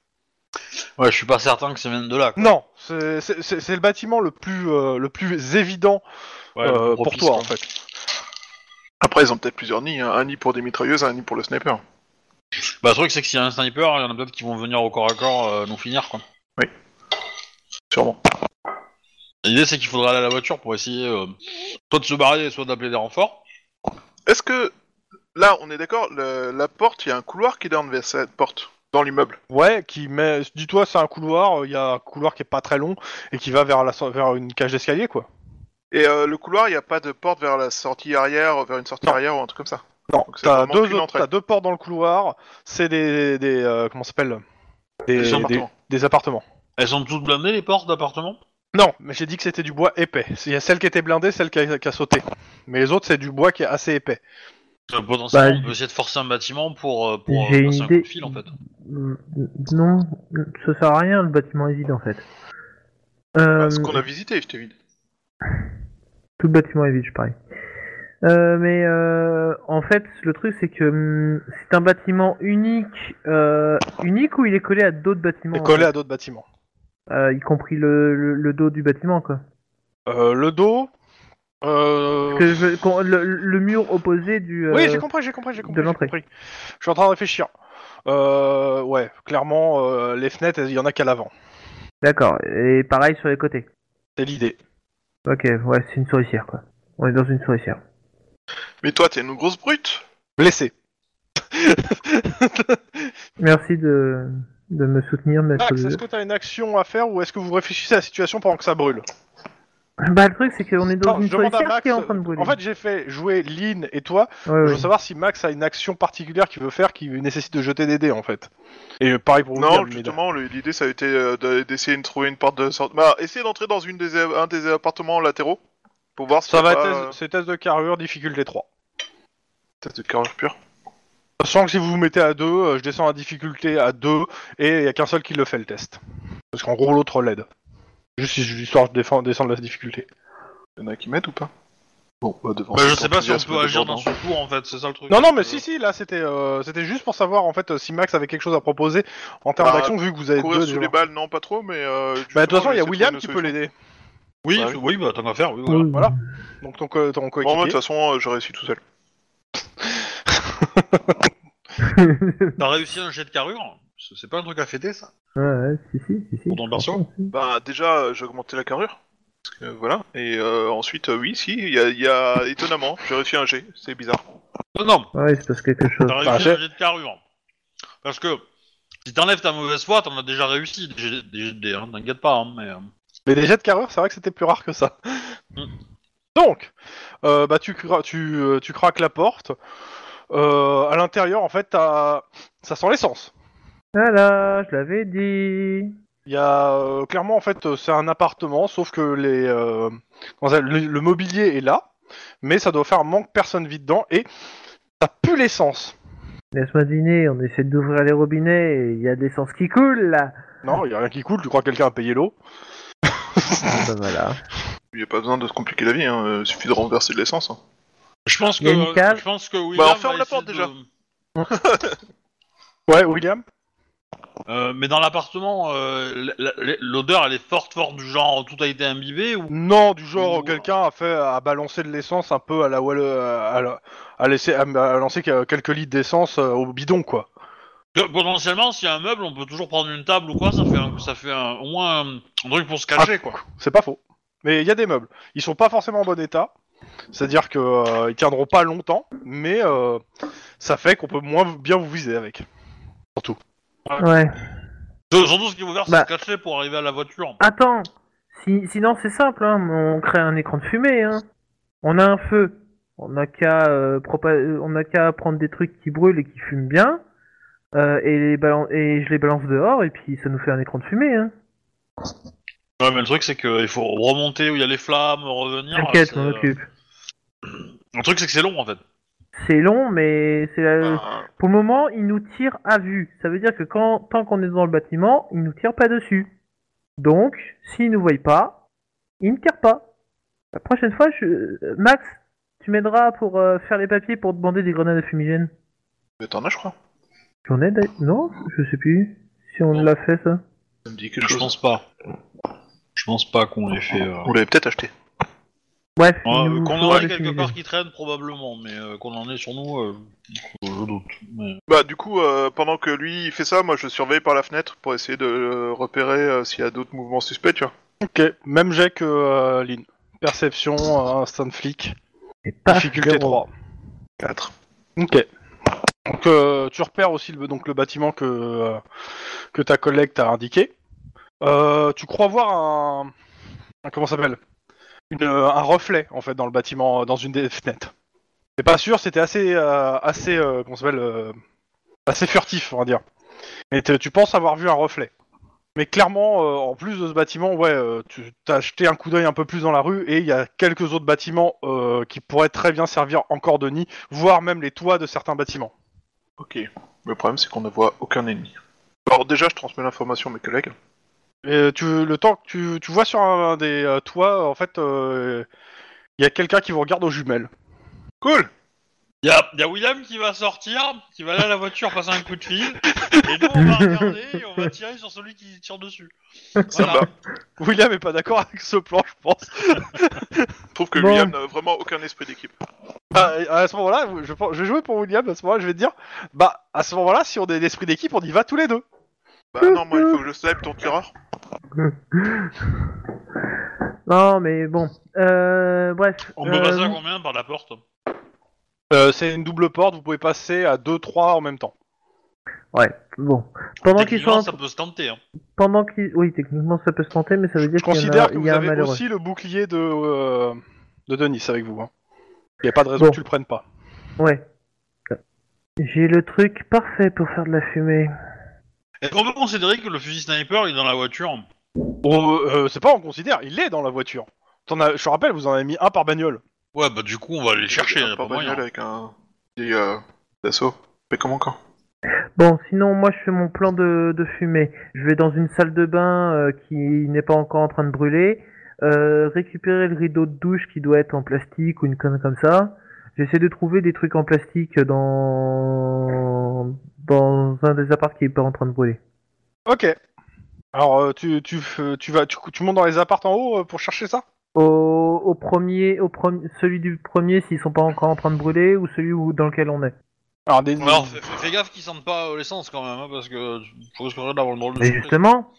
Speaker 1: Ouais, je suis pas certain que ça vienne de là. quoi.
Speaker 2: Non, c'est c'est- c'est- c'est le bâtiment le plus, euh, le plus évident
Speaker 1: Ouais,
Speaker 2: euh, pour
Speaker 1: propice,
Speaker 2: toi,
Speaker 1: quoi.
Speaker 2: en fait.
Speaker 4: Après, ils ont peut-être plusieurs nids. hein. Un nid pour des mitrailleuses, un nid pour le sniper.
Speaker 1: Bah, le truc, c'est que s'il y a un sniper, il y en a d'autres qui vont venir au corps à corps euh, nous finir, quoi.
Speaker 4: Sûrement.
Speaker 1: L'idée, c'est qu'il faudra aller à la voiture pour essayer euh, soit de se barrer, soit d'appeler des renforts.
Speaker 4: Est-ce que. Là, on est d'accord, le- la porte, il y a un couloir qui donne vers cette porte, dans l'immeuble.
Speaker 2: Ouais, qui met. euh, Dis-toi, c'est un couloir. Il y a un couloir qui est pas très long et qui va vers la vers une cage d'escalier, quoi.
Speaker 4: Et euh, le couloir, il n'y a pas de porte vers la sortie arrière, euh, vers une sortie
Speaker 2: Non.
Speaker 4: arrière ou un truc comme ça.
Speaker 2: Non,
Speaker 4: Donc, c'est
Speaker 2: t'as
Speaker 4: vraiment
Speaker 2: deux,
Speaker 4: qu'une entrée.
Speaker 2: t'as deux portes dans le couloir, c'est des. des euh, comment ça s'appelle des,
Speaker 4: Des appartements.
Speaker 2: des appartements.
Speaker 1: Elles sont toutes blindées, les portes d'appartement
Speaker 2: Non, mais j'ai dit que c'était du bois épais. Il y a celle qui était blindée, celle qui a, qui a sauté. Mais les autres, c'est du bois qui est assez épais.
Speaker 1: Parce que Euh, Potentiellement,
Speaker 3: Bah,
Speaker 1: on peut essayer de forcer un bâtiment pour, euh, pour euh,
Speaker 3: J'ai une
Speaker 1: passer un coup
Speaker 3: idée.
Speaker 1: de fil, en fait.
Speaker 3: Euh, Non, ça sert à rien, le bâtiment est vide en fait. Euh,
Speaker 4: Bah, ce qu'on a visité, je t'ai vu.
Speaker 3: Tout le bâtiment est vide, je parie. Euh, mais euh, en fait, le truc c'est que hum, c'est un bâtiment unique, euh, unique ou il est collé à d'autres bâtiments
Speaker 2: Et
Speaker 3: en
Speaker 2: collé
Speaker 3: fait
Speaker 2: à d'autres bâtiments.
Speaker 3: Euh, y compris le, le, le dos du bâtiment quoi.
Speaker 2: Euh, le dos. euh,
Speaker 3: Que je- qu'on- le, le mur opposé du.
Speaker 2: Oui,
Speaker 3: euh,
Speaker 2: j'ai compris, j'ai compris, j'ai compris, j'ai
Speaker 3: l'entrée.
Speaker 2: compris. Je suis en train de réfléchir. Euh, ouais, clairement, euh, les fenêtres, il y en a qu'à l'avant.
Speaker 3: D'accord. Et pareil sur les côtés.
Speaker 2: C'est l'idée.
Speaker 3: Ok, ouais, c'est une souricière quoi. On est dans une souricière.
Speaker 4: Mais toi, t'es une grosse brute
Speaker 2: Blessé.
Speaker 3: Merci de, de me soutenir, maître.
Speaker 2: Max,
Speaker 3: de-
Speaker 2: est-ce que t'as une action à faire ou est-ce que vous réfléchissez à la situation pendant que ça brûle
Speaker 3: Bah le truc c'est qu'on est dans
Speaker 2: Non,
Speaker 3: une
Speaker 2: je demande à
Speaker 3: souricière
Speaker 2: Max.
Speaker 3: qui est en train de brûler. Euh,
Speaker 2: En fait, j'ai fait jouer Lynn et toi.
Speaker 3: Ouais, ouais.
Speaker 2: Je veux savoir si Max a une action particulière qu'il veut faire qui nécessite de jeter des dés en fait. Et euh, pareil pour vous.
Speaker 4: Non,
Speaker 2: dire, mais-
Speaker 4: justement, le- l'idée, ça a été euh, de- d'essayer de trouver une porte de sortie. Bah, essayer d'entrer dans une des, un des appartements latéraux pour voir si
Speaker 2: Ça
Speaker 4: y a
Speaker 2: va
Speaker 4: pas,
Speaker 2: être c'est test de carrure, difficulté 3.
Speaker 4: euh, test de carrure pure.
Speaker 2: Sachant que si vous vous mettez à 2, je descends la difficulté à 2 et il n'y a qu'un seul qui le fait le test. Parce qu'en gros l'autre l'aide. Juste si- histoire de défendre- descendre la difficulté.
Speaker 4: Il y en a qui m'aident ou pas Bon, bah, devant
Speaker 1: Bah, je
Speaker 4: cet
Speaker 1: sais pas si on
Speaker 4: enthousiasme
Speaker 1: peut
Speaker 4: de
Speaker 1: agir
Speaker 4: Bordeaux.
Speaker 1: d'un seul coup, en fait, c'est ça le truc.
Speaker 2: Non non mais
Speaker 1: Euh,
Speaker 2: si si là c'était euh, c'était juste pour savoir en fait euh, si Max avait quelque chose à proposer en termes
Speaker 4: Bah,
Speaker 2: d'action vu que vous avez
Speaker 4: Courir
Speaker 2: deux.
Speaker 4: sous
Speaker 2: déjà.
Speaker 4: les balles, non, pas trop, mais. euh,
Speaker 2: Bah de toute
Speaker 4: justement,
Speaker 2: façon il y a
Speaker 4: essayer de
Speaker 2: William
Speaker 4: trouver
Speaker 2: qui
Speaker 4: une
Speaker 2: peut l'aider.
Speaker 1: Oui,
Speaker 4: Bah
Speaker 1: c'est- oui, bah tant qu'à faire, oui, voilà.
Speaker 3: Oui.
Speaker 2: voilà. Donc ton co- ton
Speaker 4: Bon, moi, de
Speaker 2: coéquipier.
Speaker 4: toute façon, euh, je réussis tout seul.
Speaker 1: T'as réussi un jet de carrure C'est c'est pas un truc à fêter, ça
Speaker 3: Ouais, ouais, si, si, si, si.
Speaker 1: Pour dans le berceau
Speaker 4: Bah, déjà, euh, j'ai augmenté la carrure. Parce que, voilà. Et euh, ensuite, euh, oui, si, il y a, il y a- étonnamment, j'ai réussi un G, c'est bizarre.
Speaker 1: Non, non,
Speaker 3: Ouais, il se passe quelque chose.
Speaker 1: t'as
Speaker 2: Bah,
Speaker 1: réussi
Speaker 2: c'est-
Speaker 1: un jet de carrure. Parce que, si t'enlèves ta mauvaise foi, t'en as déjà réussi, des jets des jets de dés, hein, t'inquiète pas, hein, mais... euh,
Speaker 2: Mais des jets de carrure, c'est vrai que c'était plus rare que ça.
Speaker 1: Mm.
Speaker 2: Donc, euh, bah, tu, cra- tu, euh, tu craques la porte. Euh, à l'intérieur, en fait, t'as- ça sent l'essence.
Speaker 3: Voilà, Ah je l'avais dit.
Speaker 2: Il y a euh, clairement, en fait, euh, c'est un appartement, sauf que les, euh, comment ça, le, le mobilier est là, mais ça doit faire un manque personne vide dedans et ça pue l'essence.
Speaker 3: Laisse-moi deviner, on essaie d'ouvrir les robinets et il y a de l'essence qui coule là.
Speaker 2: Non, il y a rien qui coule. Tu crois que quelqu'un a payé l'eau
Speaker 3: Ah, bah voilà.
Speaker 4: Il n'y a pas besoin de se compliquer la vie, hein, euh, suffit de renverser de l'essence. hein.
Speaker 1: Je pense
Speaker 3: Il y
Speaker 1: que...
Speaker 3: a une cave.
Speaker 1: Je pense que William
Speaker 4: Bah, ferme
Speaker 1: va
Speaker 4: la porte,
Speaker 1: essayer de-
Speaker 2: Ouais, William.
Speaker 1: Euh, mais dans l'appartement, euh, l- l- l'odeur, elle est forte, forte, du genre, tout a été imbibé, ou...
Speaker 2: Non, du genre
Speaker 1: Ou-
Speaker 2: quelqu'un a fait a balancé de l'essence un peu à la Wall- euh, à, la- à laisser à, à lancer que- quelques litres d'essence euh, au bidon quoi.
Speaker 1: Que Potentiellement, s'il y a un meuble, on peut toujours prendre une table ou quoi, ça fait, un- ça fait un- au moins un, un truc pour se cacher,
Speaker 3: Ah.
Speaker 1: quoi.
Speaker 2: C'est pas faux. Mais il y a des meubles, ils sont pas forcément en bon état. C'est-à-dire que euh, ils tiendront pas longtemps, mais euh, ça fait qu'on peut moins bien vous viser avec.
Speaker 3: Ouais.
Speaker 1: Sur- Surtout ce qu'il faut faire, c'est
Speaker 3: Bah.
Speaker 1: se cacher pour arriver à la voiture.
Speaker 3: Attends, si, sinon c'est simple, hein, on crée un écran de fumée. Hein. On a un feu, on n'a qu'à euh, propa- euh, on n'a qu'à prendre des trucs qui brûlent et qui fument bien, euh, et, les balan- et je les balance dehors et puis ça nous fait un écran de fumée. Hein.
Speaker 1: Ouais, mais le truc, c'est qu'il faut remonter où il y a les flammes, revenir.
Speaker 3: T'inquiète,
Speaker 1: c'est,
Speaker 3: je m'en
Speaker 1: euh,
Speaker 3: occupe.
Speaker 1: Le truc, c'est que c'est long, en fait.
Speaker 3: C'est long, mais c'est
Speaker 2: Mm.
Speaker 3: la-
Speaker 4: Bah,
Speaker 3: pour le moment, ils nous tirent à vue. Ça veut dire que quand, tant qu'on est dans le bâtiment, ils nous tirent pas dessus. Donc, s'ils nous voient pas, ils ne tirent pas. La prochaine fois, je... euh, Max, tu m'aideras pour euh, faire les papiers pour demander des grenades à fumigène.
Speaker 4: mais T'en as, je crois.
Speaker 3: J'en ai d'ailleurs- Non, je sais plus si on l'a fait ça.
Speaker 4: Ça me dit quelque chose.
Speaker 1: pas. Je pense pas qu'on l'ait fait. euh,
Speaker 4: On l'avait peut-être acheté.
Speaker 3: Bref, ils nous
Speaker 1: qu'on
Speaker 3: feront
Speaker 1: en
Speaker 3: des
Speaker 1: ait quelque
Speaker 3: fumigènes.
Speaker 1: part qui traîne, probablement, mais euh, qu'on en ait sur nous, euh, je doute. Mais...
Speaker 4: Bah, du coup, euh, pendant que lui il fait ça, moi je surveille par la fenêtre pour essayer de euh, repérer euh, s'il y a d'autres mouvements suspects, tu vois.
Speaker 2: Ok, même jet que euh, Lynn. Perception, euh, instinct flic,
Speaker 3: Et paf,
Speaker 2: difficulté
Speaker 3: zéro.
Speaker 2: 3.
Speaker 4: 4.
Speaker 2: Ok. Donc euh, tu repères aussi le, donc, le bâtiment que, euh, que ta collègue t'a indiqué. Euh, tu crois voir un, un- comment ça s'appelle une, euh, un reflet en fait dans le bâtiment, euh, dans une des fenêtres. C'est pas sûr, c'était assez, euh, assez, euh, comment ça s'appelle, euh, assez furtif, on va dire. Mais te- tu penses avoir vu un reflet. Mais clairement, euh, en plus de ce bâtiment, ouais, euh, tu t'as jeté un coup d'œil un peu plus dans la rue et il y a quelques autres bâtiments euh, qui pourraient très bien servir encore de nid, voire même les toits de certains bâtiments.
Speaker 4: Ok. Le problème, c'est qu'on ne voit aucun ennemi. Alors, déjà, je transmets l'information à mes collègues.
Speaker 2: Et tu, le temps que tu, tu vois sur un, des euh, toits, en fait, euh, il y a quelqu'un qui vous regarde aux jumelles.
Speaker 4: Cool
Speaker 1: Il y a, y a William qui va sortir, qui va aller à la voiture passer un coup de fil, et nous on va regarder et on va tirer sur celui qui tire dessus. Voilà.
Speaker 2: William est pas d'accord avec ce plan, je pense.
Speaker 4: Je trouve que
Speaker 3: Bon.
Speaker 4: William n'a vraiment aucun esprit d'équipe.
Speaker 2: Ah, et à ce moment-là, je, pense- je vais jouer pour William. À ce moment-là, je vais te dire, bah, à ce moment-là, si on est l'esprit d'équipe, on y va tous les deux.
Speaker 4: Bah non, moi, il faut que je snipe ton tireur.
Speaker 3: Non, mais bon. Euh, bref.
Speaker 1: On peut passer à
Speaker 3: euh,
Speaker 1: combien par la porte
Speaker 2: Euh, c'est une double porte, vous pouvez passer à 2-3 en même temps.
Speaker 3: Ouais, bon. Pendant qu'ils sont,
Speaker 1: Techniquement,
Speaker 3: en-
Speaker 1: ça peut se tenter. hein.
Speaker 3: pendant qu'ils, oui, techniquement ça peut se tenter, mais ça veut dire
Speaker 2: Je
Speaker 3: qu'il y, en
Speaker 2: considère
Speaker 3: a-
Speaker 2: que
Speaker 3: il
Speaker 2: vous
Speaker 3: y a un
Speaker 2: avez
Speaker 3: malheureux.
Speaker 2: aussi le bouclier de, euh, de Denis avec vous. hein. Il n'y a pas de raison
Speaker 3: Bon.
Speaker 2: que tu le prennes pas.
Speaker 3: Ouais. J'ai le truc parfait pour faire de la fumée.
Speaker 1: Est-ce qu'on peut considérer que le fusil sniper il est dans la voiture
Speaker 2: Bon, euh, euh, c'est pas on considère, il est dans la voiture. T'en as- je te rappelle, vous en avez mis un par bagnole.
Speaker 1: Ouais, bah du coup on va aller le chercher, y
Speaker 4: un
Speaker 1: a pas moyen.
Speaker 4: porte-bagnole avec un petit euh, d'assaut. Mais comment quand
Speaker 3: Bon, sinon moi je fais mon plan de, de fumée. Je vais dans une salle de bain euh, qui n'est pas encore en train de brûler, euh, récupérer le rideau de douche qui doit être en plastique ou une conne comme ça. J'essaie de trouver des trucs en plastique dans dans un des apparts qui est pas en train de brûler.
Speaker 2: Ok. Alors, euh, tu, tu, f- tu, vas, tu, tu montes dans les appartes en haut euh, pour chercher ça
Speaker 3: Au, au premier, au premier, celui du premier s'ils sont pas encore en train de brûler ou celui où, dans lequel on est.
Speaker 2: Alors, des-
Speaker 1: Alors fais, fais- fais gaffe qu'ils sentent pas euh, l'essence quand même, hein, parce que tu tu risquerais d'avoir le drôle de
Speaker 3: Mais
Speaker 1: surprise.
Speaker 3: justement,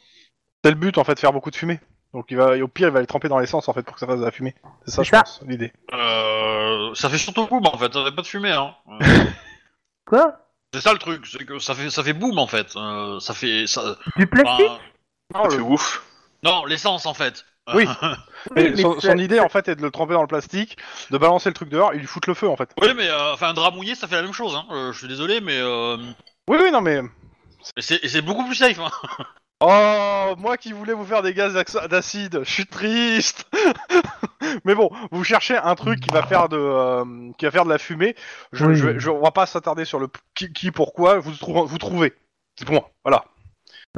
Speaker 2: C'est le but en fait, faire beaucoup de fumée. Donc il va, au pire, il va les tremper dans l'essence en fait pour que ça fasse de la fumée. C'est ça,
Speaker 3: C'est
Speaker 2: je
Speaker 3: ça.
Speaker 2: pense, l'idée.
Speaker 1: Euh, ça fait surtout boum en fait, ça fait pas de fumée. Hein. Euh,
Speaker 3: quoi
Speaker 1: c'est ça le truc, c'est que ça fait ça fait boum en fait. Euh, ça fait ça.
Speaker 3: Du plastique
Speaker 1: bah,
Speaker 4: Ça
Speaker 2: Oh,
Speaker 4: fait Ah, ouf.
Speaker 1: non l'essence en fait.
Speaker 2: Oui.
Speaker 3: Oui,
Speaker 2: Et
Speaker 3: mais
Speaker 2: Bah, son,
Speaker 3: c'est-
Speaker 2: son idée en fait est de le tremper dans le plastique, de balancer le truc dehors, il lui fout le feu en fait.
Speaker 1: Oui, mais euh, enfin, un drap mouillé, ça fait la même chose. Hein. Euh, je suis désolé, mais euh,
Speaker 2: Oui, oui, non mais.
Speaker 1: et c'est et c'est beaucoup plus safe. Hein.
Speaker 2: Oh, moi qui voulais vous faire des gaz d'ac- d'acide, je suis triste. mais bon, vous cherchez un truc qui va faire de, euh, qui va faire de la fumée. Je,
Speaker 3: Oui.
Speaker 2: je- je- on va pas s'attarder sur le p- qui, qui, pourquoi. Vous trouvez, vous trouvez. C'est pour moi. Voilà.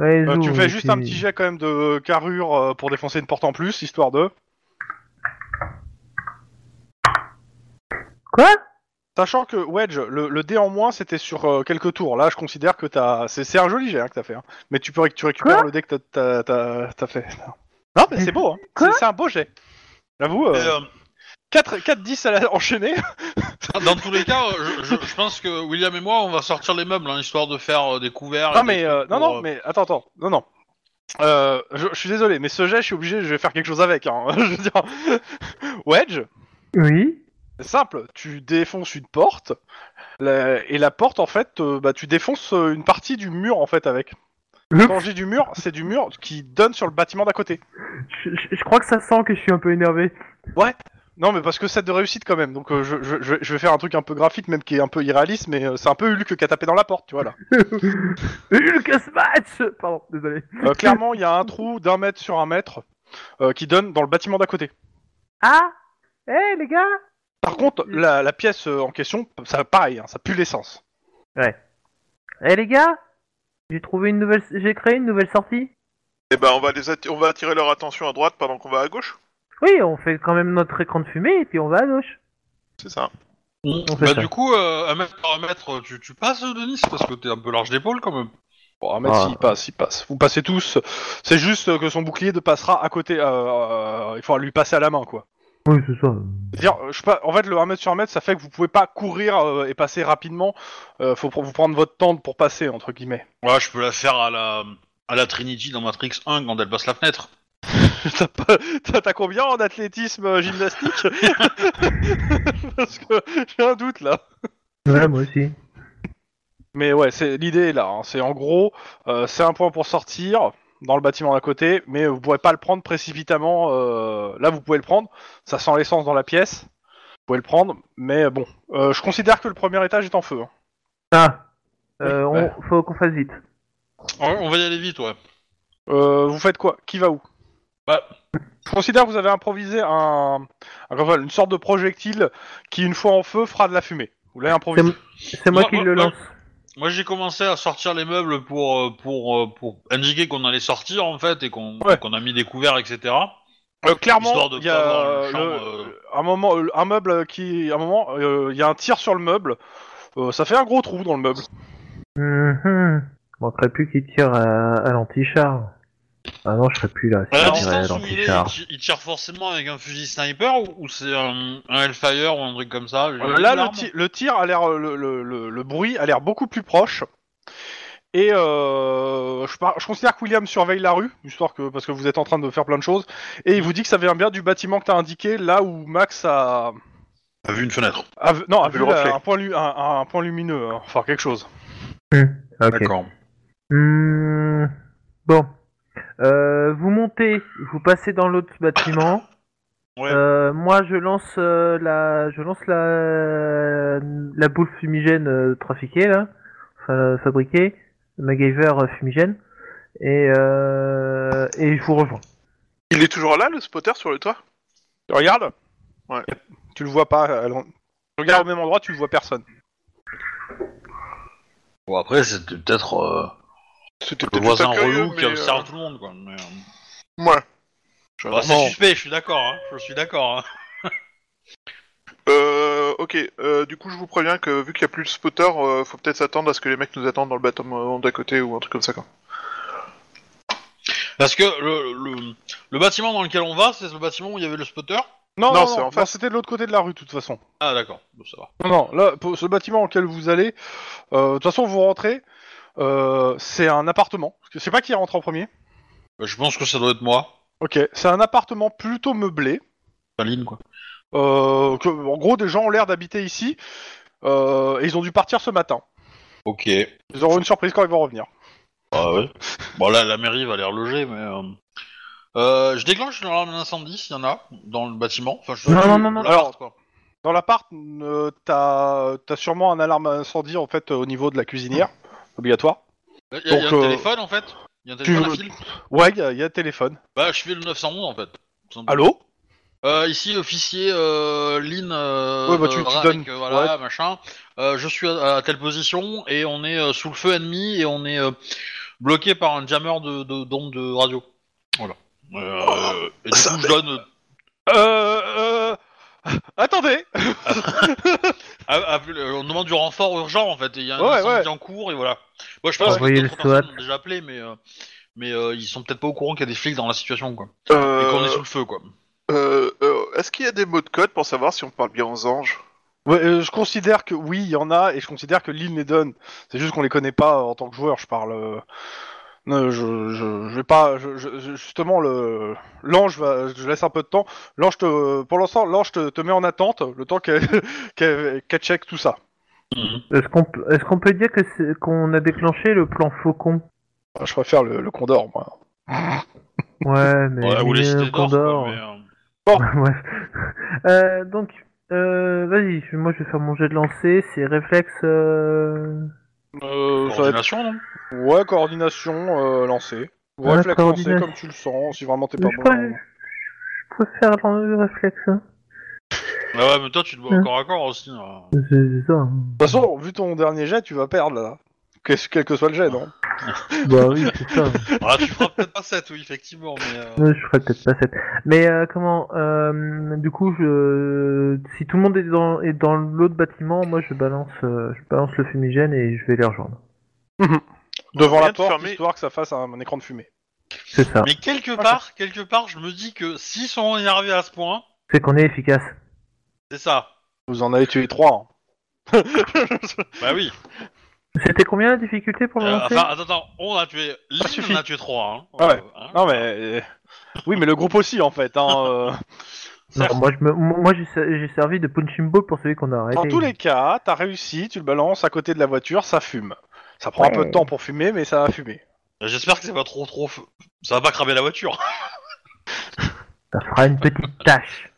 Speaker 3: Ouais,
Speaker 2: Euh, tu
Speaker 3: joue,
Speaker 2: fais juste un
Speaker 3: puis-
Speaker 2: petit jet quand même de carrure euh, pour défoncer une porte en plus, histoire de.
Speaker 3: Quoi
Speaker 2: Sachant que Wedge, le, le dé en moins c'était sur euh, quelques tours. Là, je considère que t'as. C'est c'est un joli jet hein, que t'as fait. hein. Mais tu peux réc- tu récupères
Speaker 3: Quoi
Speaker 2: le dé que t'as- t'as- t'as t'as fait. Non, mais c'est beau. Hein.
Speaker 3: Quoi
Speaker 2: C'est- C'est un beau jet. J'avoue,
Speaker 1: Et, euh,
Speaker 2: 4-10 à la enchaînée.
Speaker 1: dans tous les cas, euh, je, je- je pense que William et moi, on va sortir les meubles, hein, histoire de faire euh, des couverts.
Speaker 2: non,
Speaker 1: et
Speaker 2: mais.
Speaker 1: des
Speaker 2: euh,
Speaker 1: trucs
Speaker 2: non,
Speaker 1: pour,
Speaker 2: non,
Speaker 1: euh,
Speaker 2: mais attends, attends. Non, non. Euh, je, je suis désolé, mais ce jet, je suis obligé, je vais faire quelque chose avec. Hein. je veux dire. Wedge,
Speaker 3: Oui.
Speaker 2: C'est simple, tu défonces une porte, la- et la porte, en fait, euh, bah, tu défonces euh, une partie du mur, en fait, avec.
Speaker 3: Oups.
Speaker 2: Quand j'ai du mur, c'est du mur qui donne sur le bâtiment d'à côté.
Speaker 3: Je, je- je crois que ça sent que je suis un peu énervé.
Speaker 2: Non, mais parce que 7 de réussite, quand même, donc euh, je, je- je- je vais faire un truc un peu graphique, même qui est un peu irréaliste, mais euh, c'est un peu Hulk qui a tapé dans la porte, tu vois, là.
Speaker 3: Hulk Smash Pardon, désolé.
Speaker 2: Euh, clairement, il y a un trou d'un mètre sur un mètre euh, qui donne dans le bâtiment d'à côté.
Speaker 3: Ah Eh les gars
Speaker 2: Par contre, la, la pièce euh, en question, ça pareil, hein, ça pue l'essence.
Speaker 3: Eh les gars J'ai trouvé une nouvelle... J'ai créé une nouvelle sortie
Speaker 4: Eh ben, on va, les atti- on va attirer leur attention à droite pendant qu'on va à gauche.
Speaker 3: Oui, on fait quand même notre écran de fumée et puis on va à gauche.
Speaker 4: C'est ça.
Speaker 3: On fait
Speaker 1: Bah,
Speaker 3: ça.
Speaker 1: du coup, euh, un mètre par un mètre, tu, tu passes, Denis, parce que t'es un peu large d'épaule quand même.
Speaker 2: Bon, un mètre,
Speaker 3: Ah.
Speaker 2: s'il passe, il passe. Vous passez tous. C'est juste euh, que son bouclier de passera à côté. euh, euh, il faudra lui passer à la main, quoi.
Speaker 3: Oui, c'est ça.
Speaker 2: C'est-à-dire, euh, je sais pas, en fait, le 1 mètre sur 1 mètre, ça fait que vous pouvez pas courir euh, et passer rapidement. Euh, faut pr- vous prendre votre temps pour passer, entre guillemets.
Speaker 1: Ouais, je peux la faire à la à la Trinity dans Matrix 1 quand elle passe la fenêtre.
Speaker 2: T'as pas- t'as- t'as combien en athlétisme euh, gymnastique Parce que j'ai un doute, là.
Speaker 3: Ouais, moi aussi.
Speaker 2: Mais ouais, c'est l'idée est là. hein. C'est en gros, euh, c'est un point pour sortir. dans le bâtiment d'à côté, mais vous pourrez pas le prendre précipitamment. euh, Là, vous pouvez le prendre. Ça sent l'essence dans la pièce. Vous pouvez le prendre, mais bon, Euh, je considère que le premier étage est en feu. hein.
Speaker 3: Ah, euh, on-
Speaker 2: bah.
Speaker 1: ouais.
Speaker 3: faut qu'on fasse vite.
Speaker 1: On, on va y aller vite, ouais.
Speaker 2: Euh, vous faites quoi Qui va où
Speaker 1: Bah.
Speaker 2: Je considère que vous avez improvisé un, un- comment ça, une sorte de projectile qui, une fois en feu, fera de la fumée. Vous l'avez improvisé.
Speaker 3: C'est moi
Speaker 1: Moi-
Speaker 3: qui
Speaker 1: moi-
Speaker 3: le
Speaker 1: moi-
Speaker 3: lance.
Speaker 1: Moi, j'ai commencé à sortir les meubles pour, euh, pour, euh, pour indiquer qu'on allait sortir, en fait, et qu'on
Speaker 2: Ouais.
Speaker 1: qu'on a mis des couverts, etc.
Speaker 2: Euh, clairement,
Speaker 1: Histoire de
Speaker 2: il y a
Speaker 1: pas avoir
Speaker 2: euh,
Speaker 1: une
Speaker 2: le-
Speaker 1: chambre, euh.
Speaker 2: un moment, euh, un meuble qui, un moment, euh, il y a un tir sur le meuble. Euh, ça fait un gros trou dans le meuble.
Speaker 3: Mhm. Bon, je serais plus qu'il tire à, à l'antichar. Ah non, je serais plus là.
Speaker 1: À la
Speaker 3: je tirerais
Speaker 1: distance où il est, il ti- il tire forcément avec un fusil sniper ou, ou c'est un, un Hellfire ou un truc comme ça J'ai
Speaker 2: Euh,
Speaker 1: une
Speaker 2: là, le,
Speaker 1: arme.
Speaker 2: ti- le tir a l'air, euh, le, le- le- le bruit a l'air beaucoup plus proche. Et euh, je, par- je considère que William surveille la rue, histoire que parce que vous êtes en train de faire plein de choses, et il vous dit que ça vient bien du bâtiment que t'as indiqué, là où Max a,
Speaker 1: a vu une fenêtre.
Speaker 2: a vu- non a
Speaker 4: Vu
Speaker 2: vu,
Speaker 4: le
Speaker 2: la-
Speaker 4: reflet.
Speaker 2: un point, lu- un- un point lumineux, hein, enfin quelque chose.
Speaker 3: Ok. Hmm, Bon. Euh, vous montez, vous passez dans l'autre bâtiment.
Speaker 1: Ouais.
Speaker 3: Euh, moi, je lance euh, la, je lance la, la boule fumigène euh, trafiquée là, enfin, euh, fabriquée, MacGyver euh, fumigène, et euh, et je vous rejoins.
Speaker 4: Il est toujours là, le spotter sur le toit
Speaker 2: Tu regardes
Speaker 4: Ouais.
Speaker 2: Tu le vois pas. à l'en- Tu regardes au même endroit, tu le vois personne.
Speaker 1: Bon, après, c'était peut-être euh,
Speaker 4: C'était
Speaker 1: le
Speaker 4: peut-être
Speaker 1: voisin
Speaker 4: pas curieux,
Speaker 1: relou qui
Speaker 4: mais,
Speaker 1: observe
Speaker 4: euh,
Speaker 1: tout le monde, quoi. mais, euh,
Speaker 4: Ouais.
Speaker 1: bah, c'est
Speaker 2: Bon.
Speaker 1: suspect, je suis d'accord, hein. Je suis d'accord, hein.
Speaker 4: Euh, ok, euh, du coup je vous préviens que vu qu'il n'y a plus de spotter, euh, faut peut-être s'attendre à ce que les mecs nous attendent dans le bâtiment d'à côté ou un truc comme ça. Quoi.
Speaker 1: Parce que le, le, le bâtiment dans lequel on va, c'est le bâtiment où il y avait le spotter
Speaker 2: Non,
Speaker 4: Non,
Speaker 2: non,
Speaker 4: c'est
Speaker 2: non,
Speaker 4: en
Speaker 2: non,
Speaker 4: face.
Speaker 2: c'était de l'autre côté de la rue, de toute façon.
Speaker 1: Ah, d'accord, bon, ça va.
Speaker 2: Non, non, là, pour ce bâtiment dans lequel vous allez, euh, de toute façon, vous rentrez, euh, c'est un appartement. Je sais pas qui rentre en premier.
Speaker 1: Bah, je pense que ça doit être moi.
Speaker 2: Ok, c'est un appartement plutôt meublé.
Speaker 1: Enfin, Lynn, quoi.
Speaker 2: euh, que, en gros, des gens ont l'air d'habiter ici. euh, et ils ont dû partir ce matin.
Speaker 1: Ok.
Speaker 2: Ils auront une surprise quand ils vont revenir.
Speaker 1: Ah ouais. Bon là, la mairie va les reloger, mais. euh, euh, je déclenche une alarme d'incendie s'il y en a dans le bâtiment. Enfin, je...
Speaker 3: Non, non, non, non.
Speaker 1: L'appart, quoi.
Speaker 2: Dans l'appart, euh, t'as as sûrement un alarme à incendie en fait euh, au niveau de la cuisinière, obligatoire.
Speaker 1: Il y a, il y a
Speaker 2: Donc,
Speaker 1: un
Speaker 2: euh,
Speaker 1: téléphone en fait. Il y a un téléphone
Speaker 2: tu-
Speaker 1: à fil.
Speaker 2: Ouais, il y, a- y a le téléphone.
Speaker 1: Bah, je fais le 911 en fait. tout simplement.
Speaker 2: Allô
Speaker 1: Euh, ici, officier euh, Lynn. Euh,
Speaker 2: Ouais, bah, tu-
Speaker 1: euh,
Speaker 2: tu
Speaker 1: avec,
Speaker 2: donnes-
Speaker 1: euh, voilà, machin. Euh, je suis à, à telle position et on est euh, sous le feu ennemi et on est euh, bloqué par un jammer de de, d'ondes de radio. Voilà. Euh, et du
Speaker 4: Ça-
Speaker 1: coup, je donne
Speaker 2: Euh... euh, Attendez
Speaker 1: Ah, ah, euh, on demande du renfort urgent en fait. et Il y a un
Speaker 2: Ouais,
Speaker 1: incendie
Speaker 2: ouais.
Speaker 1: en cours et voilà. Moi je pense que
Speaker 3: Envoyez le
Speaker 1: d'autres personnes
Speaker 3: SWAT.
Speaker 1: ont déjà appelé, mais euh, mais euh, ils sont peut-être pas au courant qu'il y a des flics dans la situation quoi. Et qu'on est
Speaker 4: Euh,
Speaker 1: sous le feu quoi.
Speaker 4: euh, euh, Est-ce qu'il y a des mots de code pour savoir si on parle bien aux anges
Speaker 2: Ouais, euh, Je considère que oui, il y en a, et je considère que l'île les donne. C'est juste qu'on les connaît pas euh, en tant que joueur, je parle... euh, non, je, je, je vais pas... je- je- je- justement, le l'ange, va- je laisse un peu de temps. L'ange, te, pour l'instant, l'ange te, te met en attente, le temps qu'elle qu'elle- qu'elle check tout ça.
Speaker 3: Est-ce qu'on peut- est-ce qu'on peut dire que c'est- qu'on a déclenché le plan faucon
Speaker 2: Enfin, Je préfère le, le condor, moi.
Speaker 3: Ouais, mais
Speaker 1: Ouais, ou les
Speaker 3: mais, euh,
Speaker 1: cités d'or.
Speaker 3: Condor.
Speaker 1: quoi, mais, euh,
Speaker 3: Bref. Euh, donc, euh, vas-y, je- moi je vais faire mon jet de lancer, c'est réflexe. euh,
Speaker 2: Euh, ça va être-
Speaker 1: coordination, non
Speaker 2: Ouais, coordination, euh, lancé.
Speaker 3: Ouais,
Speaker 2: Réflexe lancé
Speaker 3: coordination.
Speaker 2: comme tu le sens, si vraiment t'es pas
Speaker 3: Je,
Speaker 2: bon.
Speaker 3: préfère, je préfère le réflexe. hein.
Speaker 1: Ah ouais, mais toi tu te vois
Speaker 3: Ouais.
Speaker 1: encore à corps aussi. hein.
Speaker 3: C'est- c'est ça. hein.
Speaker 2: De toute façon, vu ton dernier jet, tu vas perdre là. Qu'est-ce- Quel que soit le jet, non
Speaker 3: Bah oui, c'est ça.
Speaker 1: Ah, tu feras peut-être pas 7, oui, effectivement, mais. euh,
Speaker 3: Ouais, je ferais peut-être pas cette. Mais euh, comment euh, Du coup, je... si tout le monde est dans, est dans l'autre bâtiment, moi je balance, euh, je balance le fumigène et je vais les rejoindre.
Speaker 2: Devant
Speaker 4: Rien
Speaker 2: la
Speaker 4: de
Speaker 2: porte,
Speaker 4: fermé.
Speaker 2: histoire que ça fasse un, un écran de fumée.
Speaker 3: C'est ça.
Speaker 1: Mais quelque part, quelque part, je me dis que s'ils sont énervés à ce point,
Speaker 3: C'est qu'on est efficace.
Speaker 1: c'est ça.
Speaker 2: Vous en avez tué trois. hein.
Speaker 1: Bah oui.
Speaker 3: C'était combien la difficulté pour le
Speaker 1: Euh,
Speaker 3: lancer
Speaker 1: enfin, attends, attends, on a tué. Lynn,
Speaker 2: suffit.
Speaker 1: on a tué 3. Hein.
Speaker 2: Ah ouais.
Speaker 1: Euh, hein.
Speaker 2: Non mais... euh, Oui, mais le groupe aussi, en fait. Hein, euh.
Speaker 3: Non, moi, je me... moi j'ai ser- j'ai servi de punching ball pour celui qu'on a arrêté.
Speaker 2: Dans tous les cas, t'as réussi, tu le balances à côté de la voiture, ça fume. Ça prend un peu de temps pour fumer, mais ça va fumer.
Speaker 1: J'espère que c'est pas trop trop f- Ça va pas cramer la voiture.
Speaker 3: Ça fera une petite tâche.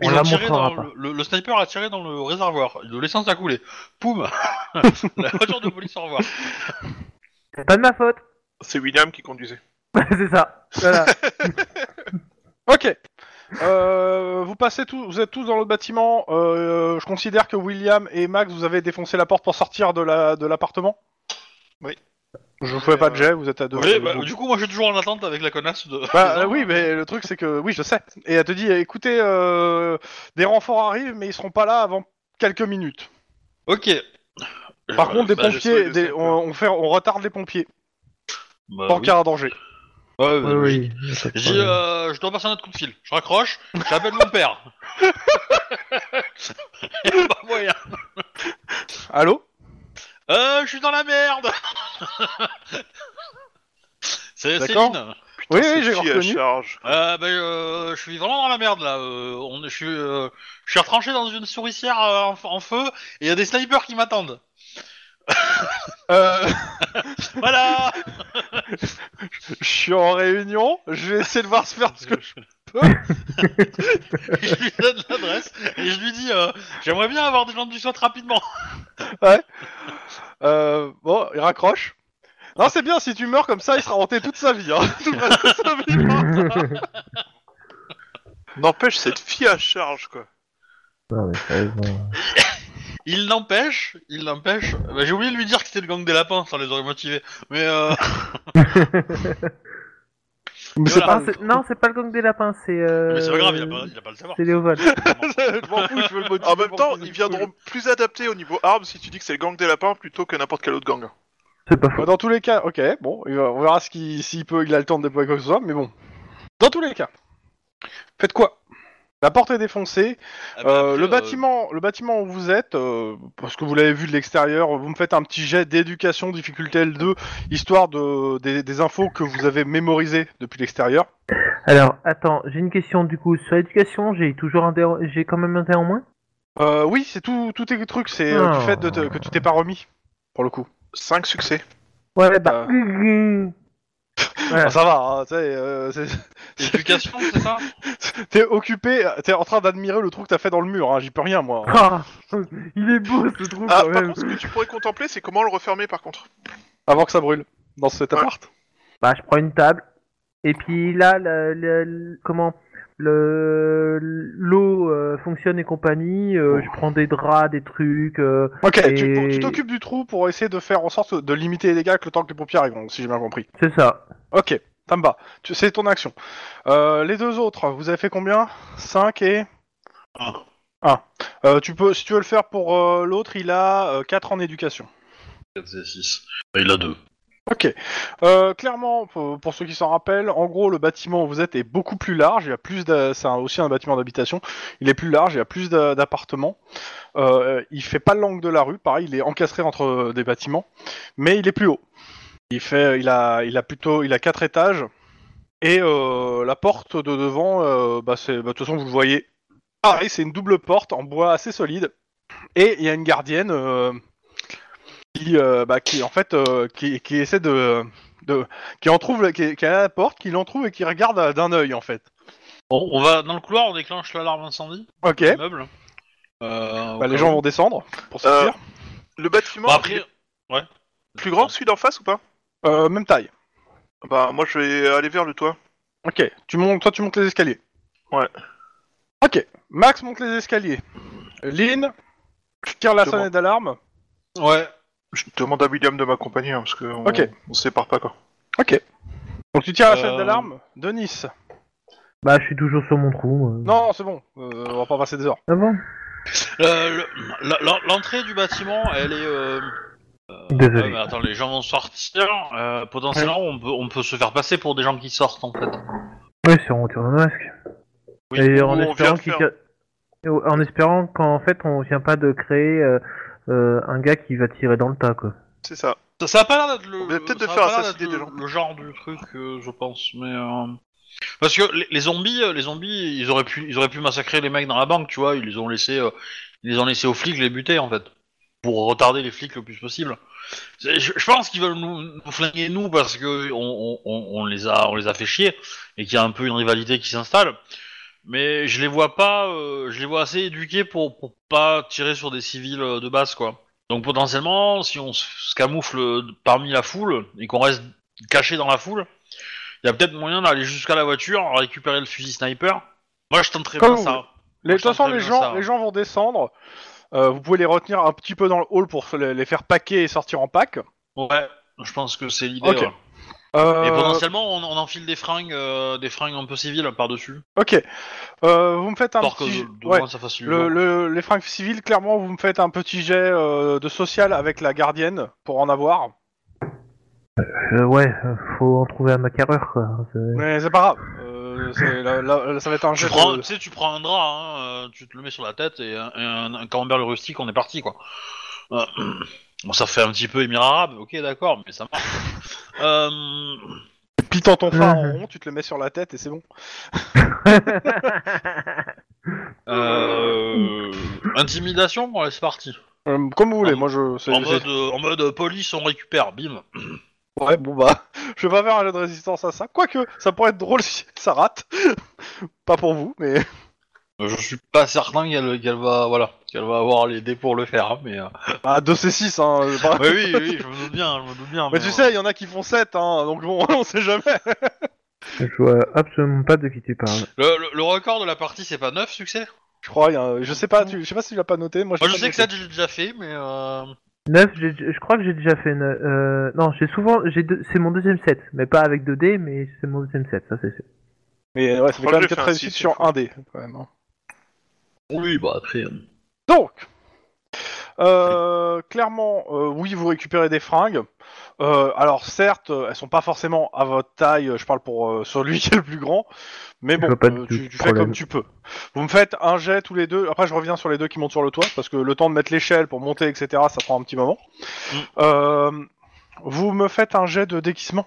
Speaker 3: On
Speaker 1: Ils
Speaker 3: la
Speaker 1: ont tiré
Speaker 3: montrera
Speaker 1: dans
Speaker 3: pas.
Speaker 1: Le, le sniper a tiré dans le réservoir. De l'essence a coulé. Poum La voiture de police, au revoir.
Speaker 3: C'est pas de ma faute.
Speaker 4: C'est William qui conduisait.
Speaker 3: c'est ça. Voilà.
Speaker 2: Ok. Euh, vous passez tous, vous êtes tous dans le bâtiment. Euh, je considère que William et Max, vous avez défoncé la porte pour sortir de la de l'appartement.
Speaker 4: Oui.
Speaker 2: Je vous fais pas de jet, vous êtes à deux.
Speaker 1: Oui,
Speaker 2: deux-
Speaker 1: bah,
Speaker 2: deux-
Speaker 1: du coup, moi, je suis toujours en attente avec la connasse de.
Speaker 2: Bah, euh, oui, mais le truc c'est que oui, je sais. Et elle te dit, écoutez, euh, des renforts arrivent, mais ils seront pas là avant quelques minutes.
Speaker 1: Ok.
Speaker 2: Par contre, des
Speaker 4: bah, je sais,
Speaker 2: pompiers,
Speaker 4: je
Speaker 2: des-
Speaker 4: sais.
Speaker 2: on, on fait, on retarde les pompiers.
Speaker 1: Bah,
Speaker 2: Tant
Speaker 1: oui.
Speaker 2: qu'il y a un danger.
Speaker 1: Ouais,
Speaker 3: oui,
Speaker 1: ouais,
Speaker 3: oui.
Speaker 1: Je dis, euh, je dois passer un autre coup de fil. Je raccroche, j'appelle mon père. Y a pas moyen.
Speaker 2: Allô
Speaker 1: Euh, je suis dans la merde. C'est
Speaker 2: D'accord.
Speaker 1: Céline.
Speaker 2: Oui,
Speaker 4: C'est
Speaker 2: oui, j'ai
Speaker 4: qui à
Speaker 2: reconnu.
Speaker 4: charge
Speaker 1: Euh, ben, euh, je suis vraiment dans la merde là. Euh, on, je, suis, euh, je suis retranché dans une souricière euh, en, en feu et il y a des snipers qui m'attendent.
Speaker 2: Euh,
Speaker 1: Voilà.
Speaker 2: je suis en réunion. Je vais essayer de voir se faire ce que
Speaker 1: je lui donne l'adresse et je lui dis, euh, j'aimerais bien avoir des gens du SWAT rapidement.
Speaker 2: Euh, bon, il raccroche. Non, c'est bien, si tu meurs comme ça, il sera hanté toute sa vie. Hein. Tout le reste de sa vie.
Speaker 4: N'empêche cette fille à charge, quoi.
Speaker 3: Non, mais sérieusement.
Speaker 1: Il l'empêche, il l'empêche. Bah, J'ai oublié de lui dire que c'était le gang des lapins, ça les aurait motivés. Mais euh,
Speaker 2: Mais
Speaker 1: c'est
Speaker 3: Non, c'est- Non, c'est pas le gang des lapins, c'est. Euh...
Speaker 1: mais c'est pas grave, il a pas, il a pas le savoir.
Speaker 3: C'est Léoval.
Speaker 2: Je m'en fous, je veux le motiver
Speaker 4: En même
Speaker 2: pour
Speaker 4: temps,
Speaker 2: qu'il-
Speaker 4: ils viendront plus adaptés au niveau armes si tu dis que c'est le gang des lapins plutôt que n'importe quel autre gang.
Speaker 3: C'est pas
Speaker 2: Bah,
Speaker 3: faux.
Speaker 2: Dans tous les cas, ok, bon, il va- on verra ce qu'il- s'il peut, il a le temps de déployer quoi que ce soit, mais bon. Dans tous les cas, faites quoi La porte est défoncée,
Speaker 1: Ah bah,
Speaker 2: Euh,
Speaker 1: après,
Speaker 2: le,
Speaker 1: euh,
Speaker 2: bâtiment, le bâtiment où vous êtes, euh, parce que vous l'avez vu de l'extérieur, vous me faites un petit jet d'éducation, difficulté L2, histoire de, des, des infos que vous avez mémorisées depuis l'extérieur.
Speaker 3: Alors, attends, j'ai une question du coup. Sur l'éducation, j'ai toujours un dé... j'ai quand même un dé en moins
Speaker 2: Euh, oui, c'est tout, tout tes trucs, c'est euh, du
Speaker 3: Oh.
Speaker 2: fait de te- que tu t'es pas remis, pour le coup.
Speaker 4: 5 succès.
Speaker 3: Ouais, bah. hum, hum.
Speaker 2: Ah,
Speaker 3: Voilà.
Speaker 2: ça va, hein, tu sais, euh, c'est-
Speaker 1: Éducation, c'est ça
Speaker 2: t'es occupé, t'es en train d'admirer le trou que t'as fait dans le mur, hein, j'y peux rien moi.
Speaker 3: Ah, il est beau ce
Speaker 2: bah
Speaker 3: trou
Speaker 4: Ah,
Speaker 3: quand
Speaker 4: par
Speaker 3: même.
Speaker 4: contre, ce que tu pourrais contempler, c'est comment le refermer, par contre.
Speaker 2: Avant que ça brûle, dans cet
Speaker 4: Ouais.
Speaker 2: appart.
Speaker 3: Bah, je prends une table. Et puis là, le, le- le- comment le l'eau euh, fonctionne et compagnie.
Speaker 4: Oh.
Speaker 3: euh, Je prends des draps, des trucs. euh,
Speaker 2: Ok,
Speaker 3: Et-
Speaker 2: tu tu t'occupes du trou pour essayer de faire en sorte de limiter les dégâts que le temps que les pompiers arriveront, si j'ai bien compris.
Speaker 3: c'est ça.
Speaker 2: Ok, Tamba, tu- c'est ton action. Euh, les deux autres, vous avez fait combien 5 et
Speaker 1: Un.
Speaker 2: 1. tu peux, si tu veux le faire pour euh, l'autre, il a 4 en éducation.
Speaker 1: 4 et 6. Bah, Il a 2.
Speaker 2: Ok. Euh, clairement, pour, pour ceux qui s'en rappellent, en gros, le bâtiment où vous êtes est beaucoup plus large. Il y a plus, d'a- c'est un- aussi un bâtiment d'habitation. Il est plus large. Il y a plus d'a- d'appartements. Euh, il fait pas l'angle de la rue. Pareil, il est encastré entre euh, des bâtiments, mais il est plus haut. Il fait, il a, il a plutôt, il a quatre étages. Et euh, la porte de devant, euh, bah, c'est, bah, de toute façon, vous le voyez. Pareil, c'est une double porte en bois assez solide. Et il y a une gardienne. euh, qui, euh, bah, qui en fait euh, qui, qui essaie de, de qui en trouve qui, qui est à la porte, qui l'en trouve et qui regarde euh, d'un œil en fait.
Speaker 1: Bon, on va dans le couloir, on déclenche l'alarme incendie.
Speaker 2: Ok.
Speaker 1: du meuble. Euh,
Speaker 2: Bah,
Speaker 1: au
Speaker 2: les
Speaker 1: cas
Speaker 2: gens
Speaker 1: où.
Speaker 2: vont descendre pour sortir.
Speaker 4: Le bâtiment,
Speaker 1: Bon,
Speaker 4: il
Speaker 1: après.
Speaker 4: est
Speaker 1: Ouais.
Speaker 4: plus grand que celui d'en face ou pas
Speaker 2: Euh, même taille.
Speaker 4: Bah, moi, je vais aller vers le toit.
Speaker 2: Ok. Tu montes, toi tu montes les escaliers.
Speaker 4: Ouais.
Speaker 2: Ok. Max monte les escaliers. Lynn tire la
Speaker 4: C'est bon.
Speaker 2: sonnette d'alarme.
Speaker 1: Ouais.
Speaker 4: Je demande à William de m'accompagner, hein, parce que on,
Speaker 2: Ok.
Speaker 4: on se sépare pas, quoi.
Speaker 2: Donc tu tires la
Speaker 1: Euh.
Speaker 2: sonnette d'alarme. Denis.
Speaker 3: Bah, je suis toujours sur mon trou. moi.
Speaker 2: Non, c'est bon. Euh, on va pas passer des heures.
Speaker 3: Ah bon
Speaker 1: Euh, le- la- la- L'entrée du bâtiment, elle est. euh, euh,
Speaker 3: Désolé.
Speaker 4: ah bah.
Speaker 1: ouais, mais attends, les gens vont sortir. euh, potentiellement, on peut, on peut se faire passer pour des gens qui sortent en fait.
Speaker 3: Oui, c'est en tirant le masque.
Speaker 1: Oui,
Speaker 3: et
Speaker 4: ou
Speaker 3: en
Speaker 4: on vient
Speaker 3: espérant
Speaker 4: de
Speaker 3: qu'il
Speaker 4: faire.
Speaker 3: tire- en espérant qu'en fait on vient pas de créer euh, euh, un gars qui va tirer dans le tas quoi.
Speaker 4: C'est ça.
Speaker 1: Ça, ça a pas l'air d'être le.
Speaker 4: On vient peut-être
Speaker 1: ça
Speaker 4: de
Speaker 1: a
Speaker 4: faire
Speaker 1: pas l'air
Speaker 4: assassiner
Speaker 1: d'être
Speaker 4: des
Speaker 1: le-
Speaker 4: gens.
Speaker 1: Le genre du truc, euh, je pense, mais. euh, Parce que les, les zombies, euh, les zombies, ils auraient pu, ils auraient pu massacrer les mecs dans la banque, tu vois. Ils les ont laissés, euh, ils les ont laissés aux flics les buter en fait. pour retarder les flics le plus possible. C'est- Je, je pense qu'ils veulent nous, nous flinguer nous parce que on, on- on- on les a on les a fait chier et qu'il y a un peu une rivalité qui s'installe. Mais je les vois pas, euh, je les vois assez éduqués pour pour pas tirer sur des civils euh, de base quoi. Donc potentiellement, si on se se camoufle parmi la foule et qu'on reste caché dans la foule, il y a peut-être moyen d'aller jusqu'à la voiture, récupérer le fusil sniper. Moi, je tenterais
Speaker 2: Comme
Speaker 1: pas
Speaker 2: vous
Speaker 1: ça.
Speaker 2: Les- De
Speaker 1: je
Speaker 2: toute façon,
Speaker 1: tenterais
Speaker 2: les
Speaker 1: bien
Speaker 2: gens,
Speaker 1: ça.
Speaker 2: les gens vont descendre. Euh, vous pouvez les retenir un petit peu dans le hall pour se- les les faire paquer et sortir en pack.
Speaker 1: Ouais, je pense que c'est l'idée.
Speaker 2: Ok.
Speaker 1: ouais.
Speaker 2: Euh,
Speaker 1: Et potentiellement, on, on enfile des fringues, euh, des fringues un peu civiles par-dessus.
Speaker 2: ok. Euh, vous me faites un
Speaker 1: Pour que
Speaker 2: petit.
Speaker 1: de,
Speaker 2: jet-
Speaker 1: de
Speaker 2: ouais.
Speaker 1: moins ça fasse le...
Speaker 2: Le, le- les fringues civiles, clairement, vous me faites un petit jet euh, de social avec la gardienne pour en avoir.
Speaker 3: Euh, ouais, euh, faut en trouver à ma carreur, quoi. C'est-
Speaker 2: Mais c'est pas grave. Euh, c'est- là- là- ça va être un
Speaker 1: Tu
Speaker 2: jet.
Speaker 1: prends,
Speaker 2: de-
Speaker 1: tu sais, tu prends un drap, hein, euh, tu te le mets sur la tête et un, et un- un camembert le rustique, on est parti quoi. Euh, bon, ça fait un petit peu émirat arabe, ok, d'accord, mais ça marche. quoi. Euh,
Speaker 2: Pitant ton phare en
Speaker 3: Mhm.
Speaker 2: rond, tu te le mets sur la tête et c'est bon.
Speaker 1: euh, intimidation, ouais, c'est parti.
Speaker 2: Euh, comme vous voulez,
Speaker 1: En-
Speaker 2: moi je. c'est-
Speaker 1: En
Speaker 2: c'est-
Speaker 1: mode, euh, en mode euh, police, on récupère, bim.
Speaker 2: Ouais, bon bah, je vais pas faire un jeu de résistance à ça. Quoique, ça pourrait être drôle si ça rate. pas pour vous, mais.
Speaker 1: Euh, Je suis pas certain qu'elle qu'elle va, voilà, qu'elle va avoir les dés pour le faire, hein, mais. euh,
Speaker 2: Ah, 2 C6, hein. euh, bah.
Speaker 1: Ouais, oui, oui, je me doute bien, je me doute bien.
Speaker 2: Mais tu
Speaker 1: euh,
Speaker 2: sais, il y en a qui font 7, hein, donc bon, on sait jamais.
Speaker 3: Je vois absolument pas de qui tu parles.
Speaker 1: Le, le- le record de la partie, c'est pas 9 succès
Speaker 2: Je crois, il y a un- je sais pas, tu... je sais pas si tu l'as pas noté. Moi,
Speaker 1: Moi,
Speaker 2: j'ai
Speaker 1: je
Speaker 2: pas
Speaker 1: sais que
Speaker 2: noté.
Speaker 1: 7, j'ai déjà fait, mais... Euh...
Speaker 3: 9, je crois que j'ai déjà fait. neuf- euh, non, j'ai souvent. j'ai deux- C'est mon deuxième set. Mais pas avec 2D, mais c'est mon deuxième set, ça c'est sûr.
Speaker 2: Mais ouais, ça fait
Speaker 4: Moi,
Speaker 2: quand
Speaker 4: je
Speaker 2: même
Speaker 4: l'ai fait
Speaker 2: 4
Speaker 4: un
Speaker 2: réussites
Speaker 4: 6,
Speaker 2: sur
Speaker 4: c'est
Speaker 2: 1 dé, quand même. hein.
Speaker 1: Oui, bah après...
Speaker 2: Donc, euh, clairement, euh, oui, vous récupérez des fringues. Euh, alors, certes, euh, elles sont pas forcément à votre taille. euh, Je parle pour euh, celui qui est le plus grand, mais
Speaker 3: Je
Speaker 2: bon,
Speaker 3: vois pas
Speaker 2: euh,
Speaker 3: du tout
Speaker 2: tu,
Speaker 3: le
Speaker 2: tu fais
Speaker 3: problème.
Speaker 2: comme tu peux. Vous me faites un jet tous les deux. Après, je reviens sur les deux qui montent sur le toit parce que le temps de mettre l'échelle pour monter, etc., ça prend un petit moment.
Speaker 1: Mm.
Speaker 2: Euh, vous me faites un jet de déguisement.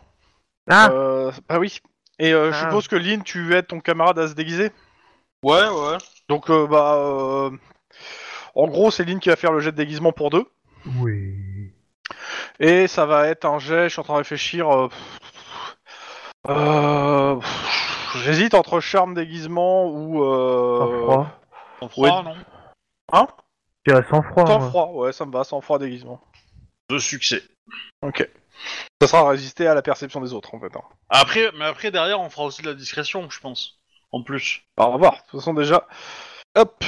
Speaker 3: Ah
Speaker 2: Euh, bah oui. Et euh, je
Speaker 3: Ah.
Speaker 2: suppose que Lynn, tu aides ton camarade à se déguiser.
Speaker 1: Ouais, ouais.
Speaker 2: Donc, euh, bah. euh, En gros, c'est Lynn qui va faire le jet de déguisement pour deux.
Speaker 3: Oui.
Speaker 2: Et ça va être un jet, je suis en train de réfléchir. euh, euh, J'hésite entre charme déguisement ou.
Speaker 3: Sans
Speaker 2: Euh...
Speaker 3: froid.
Speaker 1: On froid,
Speaker 2: Ouais.
Speaker 1: non
Speaker 2: Hein
Speaker 3: Je dirais sans froid.
Speaker 2: Sans
Speaker 3: moi.
Speaker 2: froid, ouais, ça me va, sans froid déguisement.
Speaker 1: Deux succès.
Speaker 2: Ok. Ça sera résister à la perception des autres en fait. hein.
Speaker 1: Après, mais après, derrière, on fera aussi de la discrétion, je pense. En plus.
Speaker 2: Alors, on va voir. De toute façon, déjà. Hop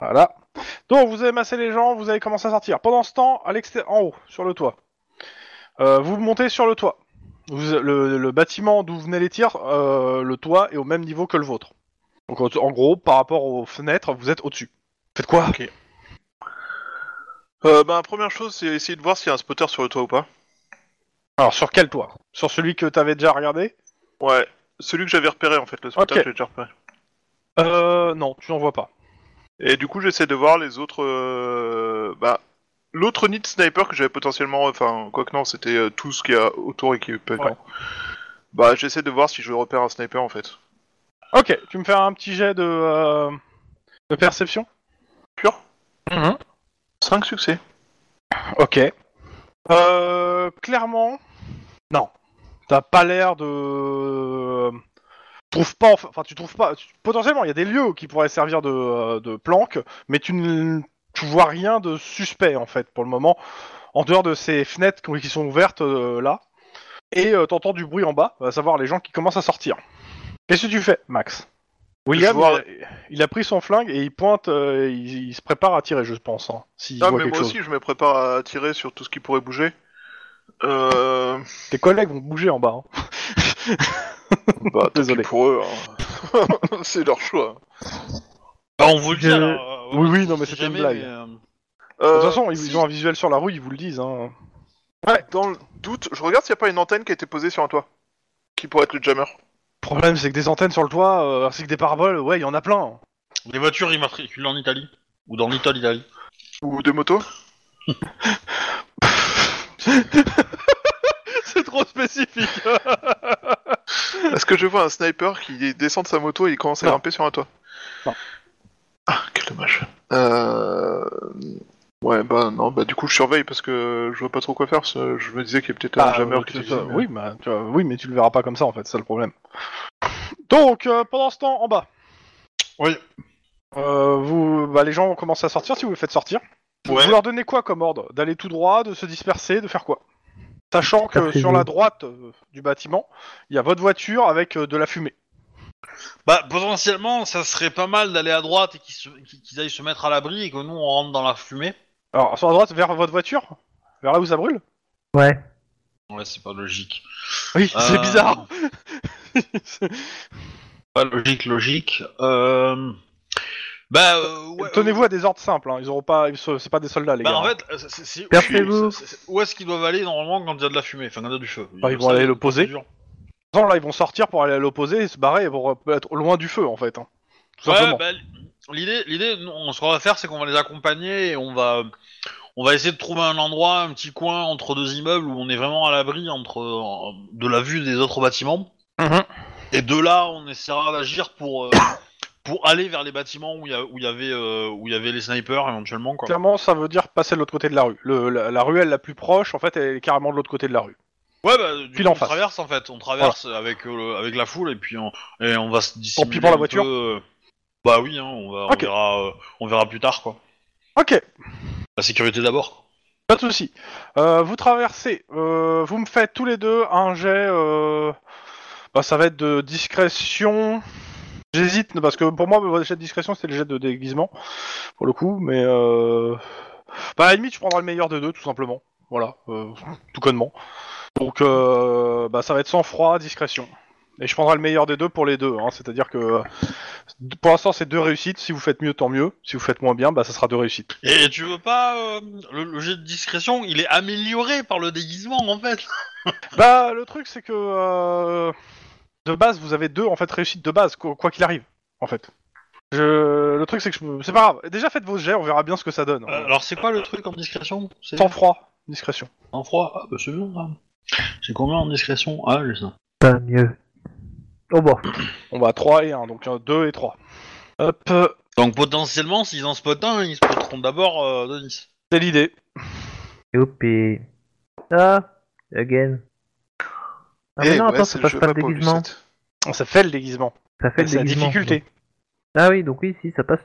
Speaker 2: Voilà. Donc, vous avez massé les gens, vous avez commencé à sortir. Pendant ce temps, à l'extérieur, en haut, sur le toit. Euh, vous montez sur le toit. Vous- le, le bâtiment d'où venaient les tirs, euh, le toit est au même niveau que le vôtre. Donc, en, en gros, par rapport aux fenêtres, vous êtes au-dessus. Faites quoi
Speaker 4: Ok. Euh, ben, première chose, c'est essayer de voir s'il y a un spotter sur le toit ou pas.
Speaker 2: Alors, sur quel toit Sur celui que t'avais déjà regardé
Speaker 4: Ouais, celui que j'avais repéré en fait, le spotter
Speaker 2: Ok.
Speaker 4: que j'avais déjà repéré.
Speaker 2: Euh, non, tu n'en vois pas.
Speaker 4: Et du coup, j'essaie de voir les autres. euh, Bah, l'autre nid de sniper que j'avais potentiellement. Enfin, quoi que non, c'était euh, tout ce qu'il y a autour et qui est pas
Speaker 2: Ouais.
Speaker 4: Bah, j'essaie de voir si je repère un sniper en fait.
Speaker 2: Ok, tu me fais un petit jet de, euh, de perception
Speaker 4: Pur
Speaker 2: Mm-hmm.
Speaker 4: 5 succès.
Speaker 2: Ok. Euh, clairement, non. T'as pas l'air de. Tu Trouves pas, enfin, tu trouves pas. tu- Potentiellement, il y a des lieux qui pourraient servir de, euh, de planque, mais tu ne tu vois rien de suspect en fait pour le moment, en dehors de ces fenêtres qui- qui sont ouvertes euh, là. Et euh, t'entends du bruit en bas, à savoir les gens qui commencent à sortir. Qu'est-ce que tu fais, Max William,
Speaker 4: Je vois-
Speaker 2: il, a, il a pris son flingue et il pointe, euh, il, il se prépare à tirer, je pense. Hein, s'il
Speaker 4: Ah,
Speaker 2: voit
Speaker 4: mais
Speaker 2: quelque
Speaker 4: moi
Speaker 2: chose.
Speaker 4: aussi, je me prépare à tirer sur tout ce qui pourrait bouger. Euh.
Speaker 2: Tes collègues vont bouger en bas. hein.
Speaker 4: Bah, tant pis
Speaker 2: Désolé.
Speaker 4: pour eux, hein. c'est leur choix.
Speaker 1: Bah, on vous le dit,
Speaker 3: Je-
Speaker 1: alors, euh,
Speaker 2: Oui,
Speaker 1: on
Speaker 2: oui,
Speaker 1: sait
Speaker 2: non, mais c'était une
Speaker 1: jamais,
Speaker 2: blague.
Speaker 1: mais, euh,
Speaker 2: De
Speaker 4: Euh,
Speaker 2: toute façon, ils,
Speaker 4: si,
Speaker 2: ils ont un visuel sur la rue, ils vous le disent. Hein.
Speaker 4: Dans le doute, je regarde s'il n'y a pas une antenne qui a été posée sur un toit. Qui pourrait être le jammer.
Speaker 2: Le problème, c'est que des antennes sur le toit, euh, ainsi que des paraboles, ouais, il y en a plein.
Speaker 1: Les voitures immatriculées en Italie. Ou dans l'Italie, Italie.
Speaker 4: Ou deux motos.
Speaker 2: c'est trop spécifique.
Speaker 4: Est-ce que je vois un sniper qui descend de sa moto et il commence à
Speaker 2: Non.
Speaker 4: grimper sur un toit
Speaker 2: Non.
Speaker 4: Ah, quel dommage. Euh... Ouais, bah non, bah du coup je surveille parce que je vois pas trop quoi faire. parce que Je me disais qu'il y a peut-être un
Speaker 2: Ah,
Speaker 4: jammer
Speaker 2: euh,
Speaker 4: qui
Speaker 2: tu-
Speaker 4: utilisait, mais-
Speaker 2: oui, bah, tu vois, oui, mais tu le verras pas comme ça en fait, c'est ça le problème. Donc, euh, pendant ce temps, en bas.
Speaker 1: Oui.
Speaker 2: Euh, vous, bah, les gens commencent à sortir si vous les faites sortir. Vous leur donnez quoi comme ordre D'aller tout droit, de se disperser, de faire quoi Sachant que
Speaker 3: Dispersez-vous.
Speaker 2: sur la droite euh, du bâtiment, il y a votre voiture avec euh, de la fumée.
Speaker 1: Bah, potentiellement, ça serait pas mal d'aller à droite et qu'ils se- qu'ils- qu'ils aillent se mettre à l'abri et que nous, on rentre dans la fumée.
Speaker 2: Alors, sur la droite, vers votre voiture Vers là où ça brûle
Speaker 3: Ouais.
Speaker 1: Ouais, c'est pas logique.
Speaker 2: Oui, c'est
Speaker 1: Euh,
Speaker 2: bizarre.
Speaker 1: Pas logique, logique. Euh... Bah, euh, ouais,
Speaker 2: Tenez-vous à des ordres simples, hein, ils auront pas, ils sont- c'est pas des soldats les
Speaker 1: Bah,
Speaker 2: gars.
Speaker 1: en fait, euh, c'est- c'est-
Speaker 3: Perchez-vous.
Speaker 1: c'est- c'est- où est-ce qu'ils doivent aller normalement quand il y a de la fumée Enfin, quand il y a du feu.
Speaker 2: Bah, ils vont
Speaker 1: Ça,
Speaker 2: aller le poser.
Speaker 1: c'est dur.
Speaker 2: De toute façon, là, ils vont sortir pour aller à l'opposé et se barrer et vont être loin du feu en fait. hein. Tout
Speaker 1: Ouais,
Speaker 2: simplement.
Speaker 1: bah, l'idée, l'idée, nous, on- ce qu'on va faire, c'est qu'on va les accompagner et on va, on va essayer de trouver un endroit, un petit coin entre deux immeubles où on est vraiment à l'abri entre euh, de la vue des autres bâtiments.
Speaker 2: Mhm.
Speaker 1: Et de là, on essaiera d'agir pour euh, pour aller vers les bâtiments où il y a- où il y avait euh, où il y avait les snipers éventuellement quoi.
Speaker 2: Clairement, ça veut dire passer de l'autre côté de la rue. Le- la, la ruelle la plus proche, en fait, elle est carrément de l'autre côté de la rue.
Speaker 1: Ouais, bah, du
Speaker 2: Pile
Speaker 1: coup,
Speaker 2: en
Speaker 1: on
Speaker 2: face.
Speaker 1: traverse en fait, on traverse avec euh, le- avec la foule et puis on et on va se dissimuler.
Speaker 2: pis pour la
Speaker 1: un
Speaker 2: voiture.
Speaker 1: peu, euh. Bah oui, hein, on va,
Speaker 2: Ok.
Speaker 1: on verra, euh, on verra plus tard quoi.
Speaker 2: Ok,
Speaker 1: La sécurité d'abord.
Speaker 2: pas de souci. Euh, vous traversez. euh, vous me faites tous les deux un jet. euh, bah, ça va être de discrétion. J'hésite parce que pour moi, le jet de discrétion, c'est le jet de déguisement pour le coup. Mais euh... bah, à la limite, je prendrai le meilleur des deux, tout simplement. Voilà, euh, tout connement. Donc, euh, bah, ça va être sans froid, discrétion. Et je prendrai le meilleur des deux pour les deux. hein. C'est-à-dire que euh, pour l'instant, c'est deux réussites. Si vous faites mieux, tant mieux. Si vous faites moins bien, bah, ça sera deux réussites.
Speaker 1: Et tu veux pas euh, le, le jet de discrétion, il est amélioré par le déguisement en fait.
Speaker 2: Bah, le truc, c'est que euh, de base, vous avez deux en fait réussites de base, quoi quoi qu'il arrive, en fait. Je... Le truc, c'est que je... c'est pas grave. Déjà, faites vos jets, on verra bien ce que ça donne.
Speaker 1: Euh, alors c'est quoi le truc en discrétion C'est
Speaker 2: Sans froid, discrétion.
Speaker 1: en froid. Ah bah c'est bien. ça. C'est combien en discrétion Ah j'ai ça.
Speaker 3: Pas mieux. Oh bon.
Speaker 2: On va à 3 et 1, donc 2 et 3. Hop, euh,
Speaker 1: Donc potentiellement s'ils en spotent un, ils spoteront d'abord euh, Denis.
Speaker 2: c'est l'idée.
Speaker 3: Youpi. Ah, again. Ah, mais
Speaker 4: Eh,
Speaker 3: non,
Speaker 4: ouais,
Speaker 3: attends,
Speaker 4: c'est
Speaker 3: ça
Speaker 4: le
Speaker 3: passe
Speaker 4: jeu
Speaker 3: pas le
Speaker 4: pas pour lui,
Speaker 3: déguisement.
Speaker 4: cette.
Speaker 2: Ça fait le déguisement.
Speaker 3: Ça fait le
Speaker 2: C'est la
Speaker 3: déguisement.
Speaker 2: difficulté.
Speaker 3: Ah oui, donc oui, si, ça passe.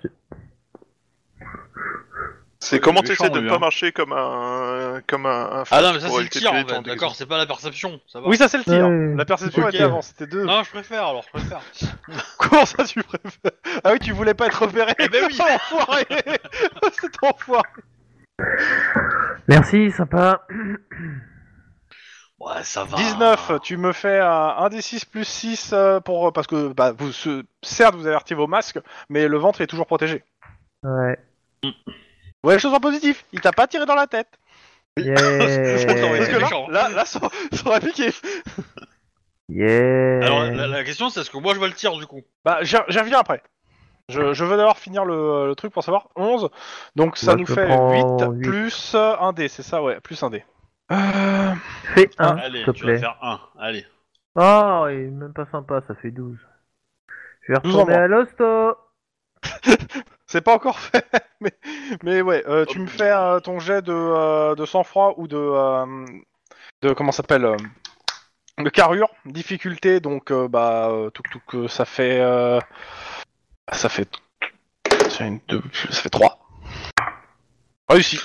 Speaker 4: C'est
Speaker 1: Ouais,
Speaker 4: comment
Speaker 1: il est
Speaker 4: t'essaies
Speaker 1: méchant,
Speaker 4: de ne
Speaker 1: lui,
Speaker 4: pas
Speaker 1: hein.
Speaker 4: marcher comme un comme un, un
Speaker 1: Ah
Speaker 4: flic
Speaker 1: non mais ça
Speaker 4: pour
Speaker 1: c'est le
Speaker 4: éviter de
Speaker 1: tir
Speaker 4: tuer
Speaker 1: en fait.
Speaker 4: ton déguisement.
Speaker 1: D'accord, c'est pas la perception. Ça va.
Speaker 2: Oui, ça c'est le tir.
Speaker 3: Ouais.
Speaker 2: La perception
Speaker 3: Ok.
Speaker 2: était avant, c'était 2.
Speaker 1: Non, je préfère alors, je préfère.
Speaker 2: Comment ça tu préfères Ah oui, tu voulais pas être repéré
Speaker 1: Eh ben oui.
Speaker 2: enfoiré C'est enfoiré
Speaker 3: Merci, sympa.
Speaker 1: Ouais, ça va.
Speaker 2: 19, tu me fais un, un des 6 plus 6 pour, parce que bah, vous, ce- certes vous avez retiré vos masques, mais le ventre est toujours protégé.
Speaker 3: Ouais.
Speaker 2: Ouais, les choses en positif, il t'a pas tiré dans la tête. Parce que
Speaker 3: Yeah.
Speaker 2: là,
Speaker 1: Méchant.
Speaker 2: là, là, ça, ça aurait piqué.
Speaker 3: yeah.
Speaker 1: Alors la, la question c'est est-ce que moi je vois le tir du coup
Speaker 2: Bah, j'y j'y reviens après. Je, je veux d'abord finir le, le truc pour savoir 11. Donc ça
Speaker 3: Moi,
Speaker 2: nous
Speaker 3: je
Speaker 2: fait
Speaker 3: prends
Speaker 2: 8,
Speaker 3: huit.
Speaker 2: plus 1 dé, c'est ça, ouais, plus 1 dé. Euh,
Speaker 3: Fais un,
Speaker 1: Allez,
Speaker 3: s'il te
Speaker 1: tu vas
Speaker 3: plaît.
Speaker 1: faire un. Allez.
Speaker 3: Ah, il est même pas sympa, ça fait 12. Je vais
Speaker 2: 12 en
Speaker 3: retourner
Speaker 2: moins.
Speaker 3: à l'hosto.
Speaker 2: C'est pas encore fait, mais, mais ouais, euh, tu
Speaker 1: Hop.
Speaker 2: me fais euh, ton jet de, euh, de sang-froid ou de. euh, de comment ça s'appelle euh, De carrure. Difficulté, donc euh, bah. euh, Tout, tout, que ça fait. euh, ça fait. c'est une deux- ça fait 3. Réussi.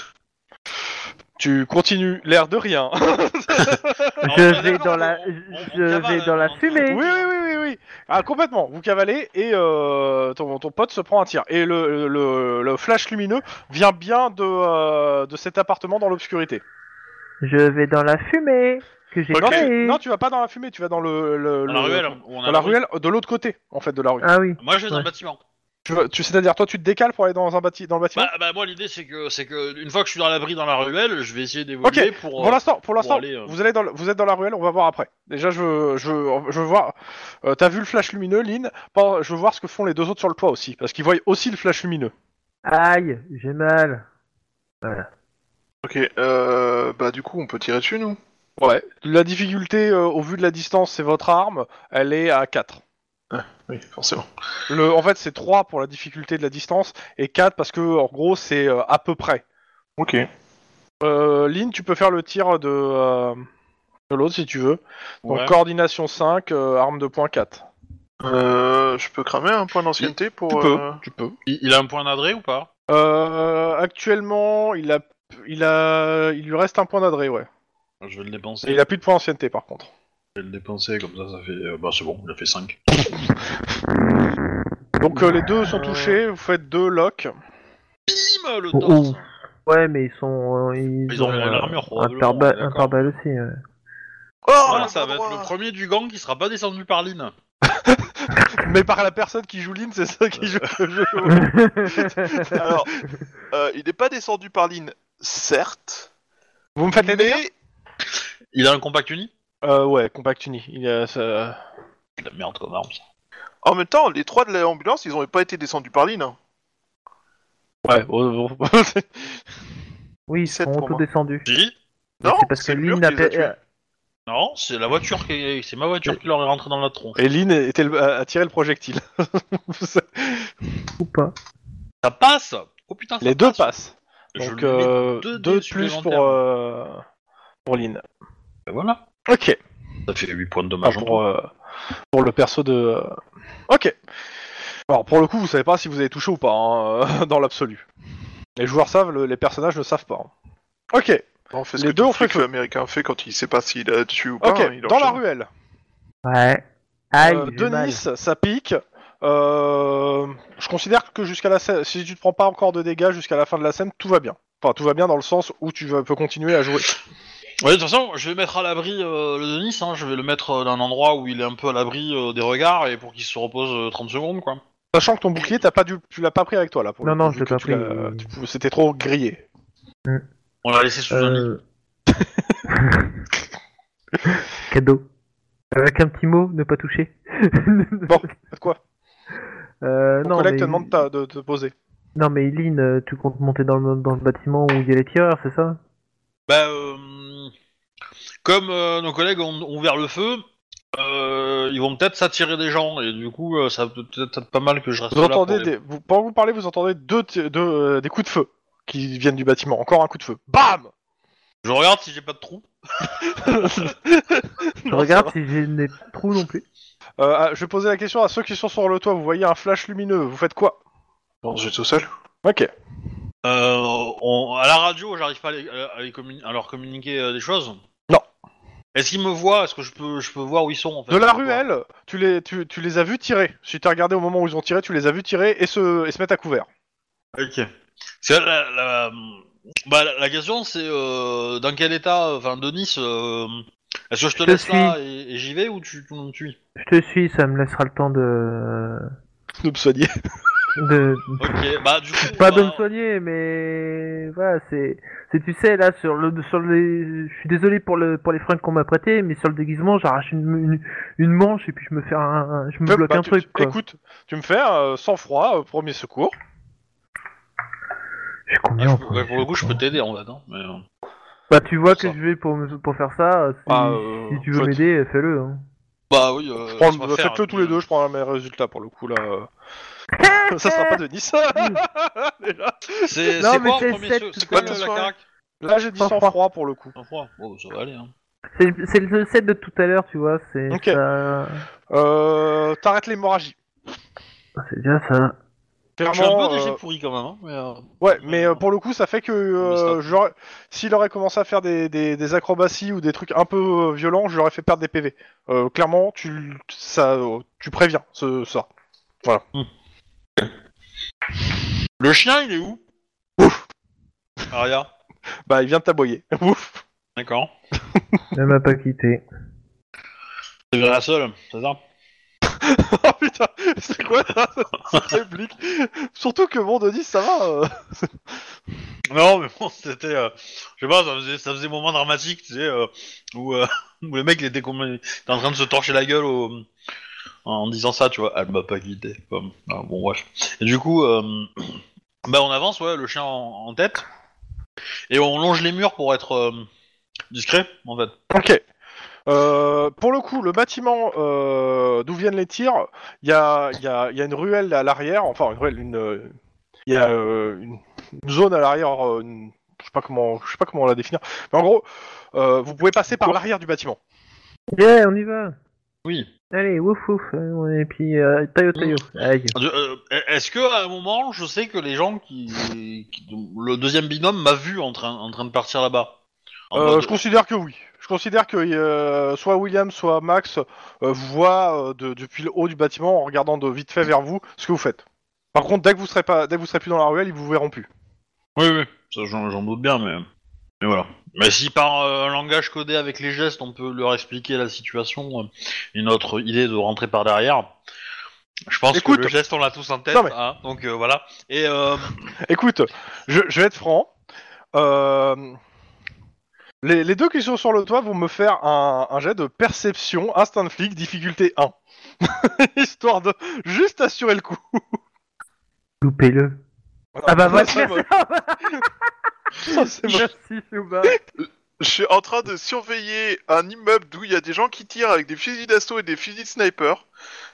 Speaker 2: Tu continues l'air de rien.
Speaker 1: Alors, on
Speaker 3: Je
Speaker 1: est
Speaker 3: vais
Speaker 1: d'accord
Speaker 3: dans la,
Speaker 1: qu'on- on- on
Speaker 3: je vais
Speaker 1: cavale,
Speaker 3: dans la
Speaker 1: hein, on-
Speaker 2: oui,
Speaker 3: fumée.
Speaker 2: oui, oui, oui, oui. Ah, complètement. Vous cavalez et euh, ton, ton pote se prend un tir. Et le, le, le flash lumineux vient bien de, euh, de cet appartement dans l'obscurité.
Speaker 3: Je vais dans la fumée que j'ai
Speaker 2: Non,
Speaker 3: créée.
Speaker 2: tu, non, tu vas pas dans la fumée, tu vas dans le, le-
Speaker 1: Dans
Speaker 2: le-
Speaker 1: la ruelle, on a
Speaker 2: dans la ruelle de l'autre côté, en fait, de la rue.
Speaker 3: Ah oui.
Speaker 1: Moi je vais dans le
Speaker 3: Ouais.
Speaker 1: bâtiment.
Speaker 2: Tu, vas- tu- C'est-à-dire, toi, tu te décales pour aller dans, un bâti, dans le bâtiment
Speaker 1: Bah, bah, moi l'idée c'est que c'est que une fois que je suis dans l'abri dans la ruelle, je vais essayer d'évoluer pour.
Speaker 2: Pour
Speaker 1: euh,
Speaker 2: l'instant, pour l'instant,
Speaker 1: aller, euh.
Speaker 2: vous, allez dans le- vous êtes dans la ruelle, on va voir après. Déjà, je veux, je veux, je veux voir. euh, T'as vu le flash lumineux, Lynn Bon, Je veux voir ce que font les deux autres sur le toit aussi, parce qu'ils voient aussi le flash lumineux.
Speaker 3: Aïe, j'ai mal.
Speaker 4: Ok, euh, bah du coup on peut tirer dessus nous.
Speaker 2: Ouais. La difficulté, euh, au vu de la distance, c'est votre arme. Elle est à 4.
Speaker 4: Oui, forcément.
Speaker 2: Le, en fait, c'est 3 pour la difficulté de la distance et 4 parce que, en gros, c'est euh, à peu près.
Speaker 4: Ok.
Speaker 2: Euh, Lynn, tu peux faire le tir de, euh, de l'autre si tu veux. Donc
Speaker 1: Ouais.
Speaker 2: coordination 5, euh, arme de point 4.
Speaker 4: Euh, je peux cramer un point d'ancienneté pour.
Speaker 2: Tu peux,
Speaker 4: euh,
Speaker 2: tu peux.
Speaker 1: Il, il a un point d'adresse ou pas
Speaker 2: Euh, actuellement, il a, il a, il lui reste un point d'adresse, ouais.
Speaker 1: Je vais le
Speaker 2: Et
Speaker 1: dépenser.
Speaker 2: il a plus de points d'ancienneté par contre.
Speaker 1: Je vais le dépenser, comme ça, ça fait. euh, bah, c'est bon, il a fait 5.
Speaker 2: Donc euh, les deux sont
Speaker 3: Euh.
Speaker 2: touchés. Vous faites deux locks.
Speaker 1: Bim Le
Speaker 3: Oh,
Speaker 1: torse
Speaker 3: Ouais, mais ils sont. euh, ils,
Speaker 1: Ils ont
Speaker 3: euh,
Speaker 1: une armure,
Speaker 3: un
Speaker 1: probablement,
Speaker 3: pare-balles-
Speaker 1: on est
Speaker 3: un
Speaker 1: d'accord.
Speaker 3: pare-balles aussi. ouais.
Speaker 4: Oh,
Speaker 1: Voilà,
Speaker 4: le
Speaker 1: ça va
Speaker 4: bras
Speaker 1: être
Speaker 4: droit
Speaker 1: le premier du gang qui sera pas descendu par Lynn.
Speaker 2: Mais par la personne qui joue Lynn, c'est ça qui joue le jeu.
Speaker 4: Alors, euh, il n'est pas descendu par ligne, certes.
Speaker 2: Vous me faites les dégâts
Speaker 4: mais
Speaker 1: Il a un compact uni
Speaker 2: euh, Ouais, compact uni. Il a, ça-
Speaker 1: La merde comme arme, ça.
Speaker 4: en même temps, les trois de l'ambulance, ils n'ont pas été descendus par ligne. hein.
Speaker 2: Ouais. bon, bon, c'est-
Speaker 3: Oui, ils
Speaker 4: 17
Speaker 3: sont
Speaker 4: pour moi.
Speaker 3: auto-descendus.
Speaker 1: Si
Speaker 3: Mais
Speaker 4: Non,
Speaker 3: c'est parce que
Speaker 4: c'est le mur
Speaker 3: Lynn
Speaker 4: qui les a tués.
Speaker 3: a
Speaker 1: Non, c'est la voiture qui est... C'est ma voiture qui leur est rentrée dans la tronche.
Speaker 2: Et Lynn était le- a, a tiré le projectile.
Speaker 3: ou pas.
Speaker 1: Ça passe Oh putain, ça
Speaker 2: les deux passent.
Speaker 1: Je
Speaker 2: Donc
Speaker 1: lui mets
Speaker 2: euh,
Speaker 1: deux dés
Speaker 2: deux, de plus pour
Speaker 1: supplémentaires.
Speaker 2: euh, pour Lynn.
Speaker 1: Ben voilà.
Speaker 2: Ok.
Speaker 1: Ça fait 8 points de
Speaker 2: Ah,
Speaker 1: dommage. en tout.
Speaker 2: pour, euh, pour le perso de. euh, Ok. Alors pour le coup, vous savez pas si vous avez touché ou pas hein, dans l'absolu. Les joueurs savent, le- les personnages ne savent pas. hein. Ok.
Speaker 4: On fait ce
Speaker 2: Les
Speaker 4: que
Speaker 2: deux
Speaker 4: tout
Speaker 2: ont fait
Speaker 4: flic américain fait quand il sait pas s'il a tué ou pas.
Speaker 2: Ok.
Speaker 4: hein, il
Speaker 2: dans la
Speaker 4: enchaîne.
Speaker 2: ruelle.
Speaker 3: Ouais. Aïe,
Speaker 2: Euh,
Speaker 3: j'ai Ah, mal.
Speaker 2: Denis, ça pique. Euh, je considère que jusqu'à la scène, si tu te prends pas encore de dégâts jusqu'à la fin de la scène, tout va bien. Enfin, tout va bien dans le sens où tu vas- peux continuer à jouer.
Speaker 1: Ouais, de toute façon, je vais mettre à l'abri euh, le Denis, hein. je vais le mettre euh, dans un endroit où il est un peu à l'abri euh, des regards et pour qu'il se repose euh, 30 secondes, quoi.
Speaker 2: Sachant que ton bouclier, t'as pas dû, tu l'as pas pris avec toi là. Pour
Speaker 3: Non,
Speaker 2: le
Speaker 3: non,
Speaker 2: coup,
Speaker 3: je
Speaker 2: vu
Speaker 3: l'ai
Speaker 2: que
Speaker 3: pas
Speaker 2: tu
Speaker 3: pris.
Speaker 2: l'as- tu pouvais- C'était trop grillé.
Speaker 1: On l'a laissé sous un lit.
Speaker 3: Euh, Cadeau. Avec un petit mot, ne pas toucher.
Speaker 2: Bon, quoi
Speaker 3: Euh,
Speaker 2: Ton
Speaker 3: non,
Speaker 2: collègue
Speaker 3: mais...
Speaker 2: te demande ta- de te poser.
Speaker 3: non, mais Lynn, euh, tu comptes monter dans le, dans le bâtiment où il y a les tireurs, c'est ça
Speaker 1: Bah, euh, comme euh, nos collègues ont, ont ouvert le feu, euh, ils vont peut-être s'attirer des gens et du coup, euh, ça peut peut-être être pas mal que je reste
Speaker 2: Vous
Speaker 1: là. pour
Speaker 2: entendez
Speaker 1: les-
Speaker 2: des... vous, pendant que vous parlez, vous entendez deux, ti- deux, euh, des coups de feu qui viennent du bâtiment. Encore un coup de feu. Bam
Speaker 1: Je regarde si j'ai pas de trou.
Speaker 3: Je
Speaker 2: Non,
Speaker 3: regarde si j'ai des trous non plus.
Speaker 2: Euh, ah, je vais poser la question à ceux qui sont sur le toit. Vous voyez un flash lumineux. Vous faites quoi
Speaker 4: Bon, je suis tout seul.
Speaker 2: Ok.
Speaker 1: Euh, on- à la radio, j'arrive pas à, les- à les communi- à leur communiquer euh, des choses.
Speaker 2: Non.
Speaker 1: Est-ce qu'ils me voient Est-ce que je peux, je peux voir où ils sont en fait
Speaker 2: De la ruelle, tu les, tu, tu les as vus tirer. Si t'as regardé au moment où ils ont tiré, tu les as vus tirer et se, et se mettre à couvert.
Speaker 1: Ok. C'est la, la- bah, la- la question, c'est euh, dans quel état, euh, enfin, Denis, euh, est-ce que je te
Speaker 3: Je
Speaker 1: laisse là et, et j'y vais ou tu, tu me suis
Speaker 3: Je te suis, ça me laissera le temps de...
Speaker 2: De me soigner.
Speaker 3: de...
Speaker 1: Ok, bah du coup.
Speaker 3: Pas
Speaker 1: bah,
Speaker 3: de me soigner, mais voilà, c'est, c'est tu sais là sur le sur les, je suis désolé pour le pour les fringues qu'on m'a prêtées, mais sur le déguisement j'arrache une, une, une manche et puis je me fais un, un- je me bloque
Speaker 2: Bah,
Speaker 3: un
Speaker 2: tu-
Speaker 3: truc. Quoi.
Speaker 2: Écoute, tu me fais euh, sans froid, euh, premier secours.
Speaker 3: je suis
Speaker 1: ah, je
Speaker 3: combien
Speaker 1: peux-
Speaker 3: quoi
Speaker 1: ouais, pour le coup, je peux t'aider en fait. hein, mais, euh,
Speaker 3: Bah tu vois que
Speaker 1: ça.
Speaker 3: je vais pour me- pour faire ça. euh, Si,
Speaker 2: Ah, euh,
Speaker 3: si tu veux
Speaker 2: faites-
Speaker 3: m'aider, fais-le. hein.
Speaker 1: Bah oui. euh,
Speaker 2: Prends-
Speaker 1: ça va faire,
Speaker 2: Faites-le tous les deux, je prends mes résultats pour le coup là.
Speaker 3: Ah,
Speaker 2: euh. ça sera pas de Nice. Déjà.
Speaker 1: C'est
Speaker 3: Non,
Speaker 1: c'est
Speaker 3: mais
Speaker 1: quoi en
Speaker 3: c'est
Speaker 1: premier
Speaker 3: sept,
Speaker 1: jeu C'est
Speaker 3: c'est
Speaker 1: quoi
Speaker 4: pas
Speaker 1: le-
Speaker 4: tout
Speaker 1: la
Speaker 4: soir.
Speaker 1: carac
Speaker 2: Là j'ai dit
Speaker 3: Sans
Speaker 2: sans
Speaker 3: froid.
Speaker 2: froid pour le coup.
Speaker 1: Sans froid. Bon, ça va aller. Hein.
Speaker 3: C'est c'est le set de tout à l'heure, tu vois. C'est
Speaker 2: Ok.
Speaker 3: ça.
Speaker 2: Euh, T'arrêtes l'hémorragie.
Speaker 3: C'est bien ça.
Speaker 1: Je suis un
Speaker 2: Clairement,
Speaker 1: peu déjà
Speaker 2: euh,
Speaker 1: pourri quand même. Hein, mais, euh,
Speaker 2: Ouais, mais euh, pour le coup, ça fait que euh,
Speaker 1: Mais stop.
Speaker 2: j'aurais- s'il aurait commencé à faire des, des, des acrobaties ou des trucs un peu euh, violents, je l'aurais fait perdre des PV. Euh, clairement, tu, ça, euh, tu préviens ce, ça.
Speaker 1: Le chien, il est où Ah, Ouf Aria.
Speaker 2: Bah, il vient de t'aboyer. Ouf.
Speaker 1: D'accord.
Speaker 3: Ne m'a pas quitté.
Speaker 1: C'est bien la seule, c'est ça
Speaker 2: oh putain, c'est quoi ça cette réplique Surtout que bon, Denis, ça va. euh.
Speaker 1: Non, mais bon, c'était. euh, je sais pas, ça faisait, ça faisait moment dramatique, tu sais, euh, où, euh, où le mec il était, comme- il était en train de se torcher la gueule au- en disant ça, tu vois. Elle m'a pas guidé. Comme, ah, bon, bref. Et du coup, euh, bah, on avance, ouais, le chien en, en tête. Et on longe les murs pour être euh, discret, en fait.
Speaker 2: Ok. Euh, pour le coup, le bâtiment euh, d'où viennent les tirs, il y a, il y a- il y a une ruelle à l'arrière, enfin une ruelle, une, euh, il y a euh, une, une zone à l'arrière, euh, une- sais pas comment, je sais pas comment la définir. Mais en gros, euh, vous pouvez passer par l'arrière du bâtiment.
Speaker 3: Yeah, on y va.
Speaker 1: Oui.
Speaker 3: Allez, wouf wouf. euh, Et puis, euh, taillot taillot. Aïe.
Speaker 1: De- euh, Est-ce que à un moment, je sais que les gens qui, qui- le deuxième binôme m'a vu en train en train de partir là-bas. En
Speaker 2: Euh,
Speaker 1: mode-
Speaker 2: Je considère que oui. Je considère que euh, soit William, soit Max euh, vous voient euh, de- depuis le haut du bâtiment en regardant de vite fait vers vous ce que vous faites. Par contre, dès que vous serez pas, dès que vous serez plus dans la ruelle, ils vous verront plus.
Speaker 1: Oui, oui. Ça, j'en j'en doute bien, mais mais voilà. Mais si par euh, un langage codé avec les gestes, on peut leur expliquer la situation, euh, et notre idée de rentrer par derrière. Je pense
Speaker 2: Écoute.
Speaker 1: que le geste, on l'a tous en tête.
Speaker 2: Non, mais-
Speaker 1: hein, donc euh, voilà. Et euh,
Speaker 2: Écoute, je, je vais être franc. Euh, les, les deux qui sont sur le toit vont me faire un, un jet de perception, instinct de flic, difficulté 1. Histoire de juste assurer le coup.
Speaker 3: Loupez-le. Ah bah voilà.
Speaker 4: Ça, moi,
Speaker 2: Ça, c'est moche.
Speaker 3: Merci, Souba.
Speaker 4: Je suis en train de surveiller un immeuble d'où il y a des gens qui tirent avec des fusils d'assaut et des fusils de sniper.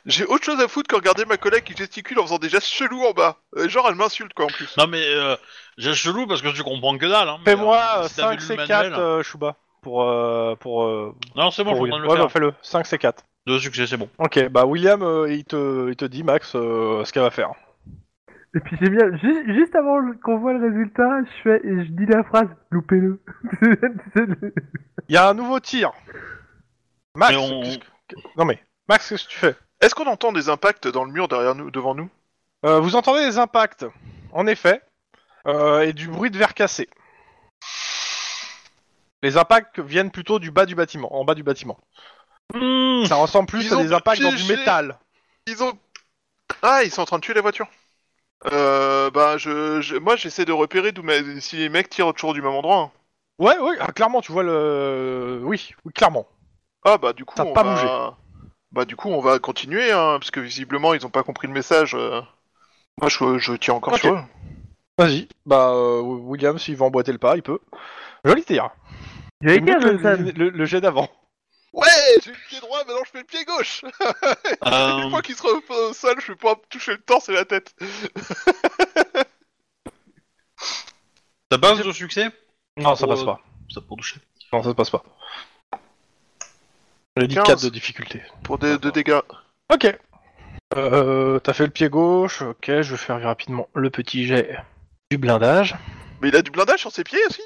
Speaker 4: J'ai autre chose à foutre que regarder ma collègue qui gesticule en faisant des gestes chelous en bas. Euh, Genre, elle m'insulte quoi en plus.
Speaker 1: non, mais euh, geste chelou parce que tu comprends que dalle. Hein, mais,
Speaker 2: Fais-moi
Speaker 1: euh, si t'as vu
Speaker 2: 5
Speaker 1: le
Speaker 2: C4,
Speaker 1: manuel-
Speaker 2: euh, Shuba. Pour. euh, pour, euh,
Speaker 1: Non, c'est bon,
Speaker 2: pour
Speaker 1: je suis en train
Speaker 2: William.
Speaker 1: de le
Speaker 2: Ouais,
Speaker 1: faire.
Speaker 2: non, fais-le. 5 C4.
Speaker 1: Deux succès, c'est bon.
Speaker 2: Ok, bah William, euh, il, te, il te dit, Max, euh, ce qu'elle va faire.
Speaker 3: Et puis j'aime bien, juste, juste avant le- qu'on voit le résultat, je, fais, je dis la phrase loupez-le. C'est le-
Speaker 2: Il y a un nouveau tir. Max, Ah,
Speaker 1: Mais on-
Speaker 2: qu'est-ce que- non mais, Max, qu'est-ce que tu fais
Speaker 4: Est-ce qu'on entend des impacts dans le mur derrière nous, devant nous
Speaker 2: Euh, Vous entendez des impacts, en effet, euh, et du bruit de verre cassé. Les impacts viennent plutôt du bas du bâtiment, en bas du bâtiment. Ça ressemble plus
Speaker 4: Ils
Speaker 2: à
Speaker 4: ont
Speaker 2: des impacts dans du
Speaker 4: piégé.
Speaker 2: métal.
Speaker 4: Ils ont. Ah, ils sont en train de tuer la voiture. Euh, bah, je, je- moi j'essaie de repérer d'où ma- si les mecs tirent toujours du même endroit. hein.
Speaker 2: Ouais, ouais, ah, clairement, tu vois le... Oui, oui, clairement.
Speaker 4: Ah bah du coup
Speaker 2: Ça a
Speaker 4: on
Speaker 2: pas
Speaker 4: va...
Speaker 2: bougé.
Speaker 4: Bah du coup on va continuer hein, parce que visiblement ils ont pas compris le message. euh. Moi je, je tiens encore
Speaker 2: Ok.
Speaker 4: sur eux.
Speaker 2: Vas-y, bah euh, William, s'il veut emboîter le pas, il peut. Joli tir.
Speaker 3: J'allais
Speaker 2: Mieux
Speaker 3: dire,
Speaker 2: que
Speaker 3: Johnson.
Speaker 2: le, le- le jet d'avant.
Speaker 4: Ouais, j'ai le pied droit, maintenant je fais le pied gauche.
Speaker 1: euh,
Speaker 4: Une fois qu'il se repose au sol, je vais pouvoir toucher le torse et la tête.
Speaker 1: ça passe de succès
Speaker 2: Non, ça
Speaker 1: Pour,
Speaker 2: passe
Speaker 1: euh,
Speaker 2: pas.
Speaker 1: Ça pour toucher.
Speaker 2: Non, ça se passe pas. J'ai dit
Speaker 4: 15.
Speaker 2: 4 de difficulté.
Speaker 4: Pour des, deux dégâts.
Speaker 2: Ok. Euh, T'as fait le pied gauche, ok, je vais faire rapidement le petit jet du blindage.
Speaker 4: Mais il a du blindage sur ses pieds aussi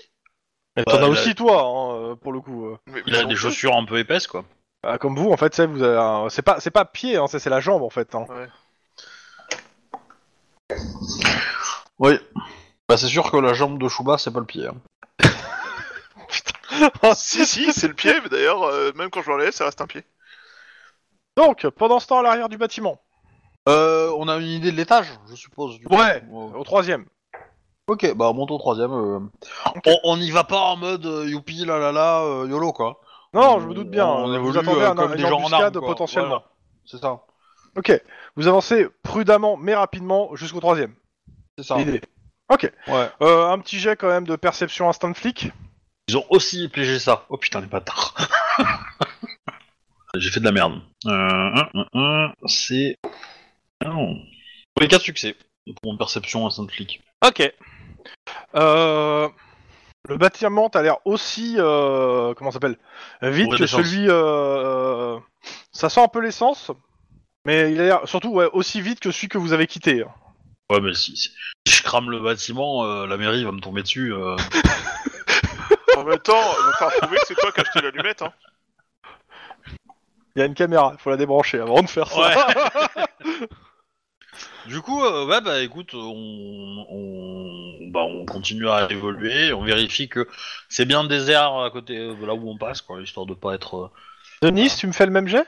Speaker 2: Et
Speaker 1: Bah,
Speaker 2: T'en as
Speaker 1: là-
Speaker 2: aussi toi, hein, euh, pour le coup. euh.
Speaker 4: Mais-
Speaker 1: Il a
Speaker 4: mais
Speaker 1: des
Speaker 4: non.
Speaker 1: chaussures un peu épaisses, quoi.
Speaker 2: Ah, comme vous, en fait, c'est vous avez un- c'est pas c'est pas pied, hein, c'est c'est la jambe en fait. hein.
Speaker 1: Oui. Bah, c'est sûr que la jambe de Chouba, c'est pas le pied.
Speaker 4: Si, si, c'est le pied, mais d'ailleurs, euh, même quand je l'enlève, ça reste un pied.
Speaker 2: Donc, pendant ce temps, à l'arrière du bâtiment,
Speaker 1: Euh, on a une idée de l'étage, je suppose. du coup.
Speaker 2: Ouais.
Speaker 1: Euh,
Speaker 2: au troisième.
Speaker 1: Ok, bah, on monte au troisième. euh. On- On n'y va pas en mode euh, youpi, la la la, euh, yolo, quoi.
Speaker 2: Non, non, je me doute bien.
Speaker 1: On
Speaker 2: euh,
Speaker 1: évolue
Speaker 2: vous attendez
Speaker 1: euh,
Speaker 2: un,
Speaker 1: comme
Speaker 2: une
Speaker 1: des gens en
Speaker 2: embuscade
Speaker 1: armes, quoi.
Speaker 2: potentiellement.
Speaker 1: Voilà. C'est ça.
Speaker 2: Ok, vous avancez prudemment mais rapidement jusqu'au troisième.
Speaker 1: C'est ça.
Speaker 2: L'idée. Ok.
Speaker 1: Ouais.
Speaker 2: Euh, un petit jet quand même de perception instinct de flic.
Speaker 1: Ils ont aussi piégé ça. Oh putain, les bâtards. J'ai fait de la merde. Euh, un, un, un, c'est. Ah Non. Pour les 4 succès. Pour mon perception hein, instant flic.
Speaker 2: Ok. Euh, le bâtiment a l'air aussi euh, comment ça s'appelle vide
Speaker 1: Bourré
Speaker 2: que
Speaker 1: d'essence.
Speaker 2: celui. euh, ça sent un peu l'essence, mais il a l'air surtout ouais, aussi vide que celui que vous avez quitté. hein.
Speaker 1: Ouais, mais si, si je crame le bâtiment, euh, la mairie va me tomber dessus. euh.
Speaker 4: En même temps, on va faire prouver que c'est toi qui as acheté l'allumette. Hein.
Speaker 2: Il y a une caméra, il faut la débrancher avant de faire ça.
Speaker 1: Du coup, euh, ouais, bah écoute, on, on, bah, on continue à évoluer, on vérifie que c'est bien désert à côté euh, de là où on passe, quoi, histoire de pas être. euh,
Speaker 2: Denis, tu me fais le même jet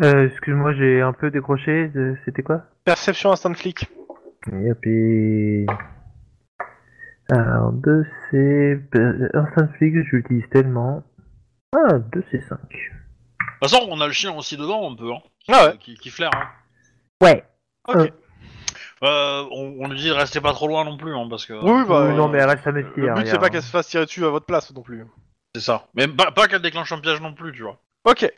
Speaker 3: Euh, Excuse-moi, j'ai un peu décroché. euh, C'était quoi
Speaker 2: Perception instinct de flic.
Speaker 3: Et puis. Alors, 2 c'est. euh, Instant Flick, je l'utilise tellement. Ah, 2 c'est 5.
Speaker 1: De toute façon, on a le chien aussi devant, un peu, hein,
Speaker 2: Ah ouais.
Speaker 1: qui, qui flaire. hein.
Speaker 3: Ouais.
Speaker 2: Ok.
Speaker 1: Euh, on, on lui dit de rester pas trop loin non plus, hein, parce que.
Speaker 2: Oui, oui, bah,
Speaker 3: non,
Speaker 2: euh,
Speaker 3: mais elle reste à mes pieds.
Speaker 2: Le but c'est
Speaker 3: regarde.
Speaker 2: pas qu'elle se fasse tirer dessus à votre place non plus.
Speaker 1: C'est ça. Mais pas, pas qu'elle déclenche un piège non plus, tu vois.
Speaker 2: Ok.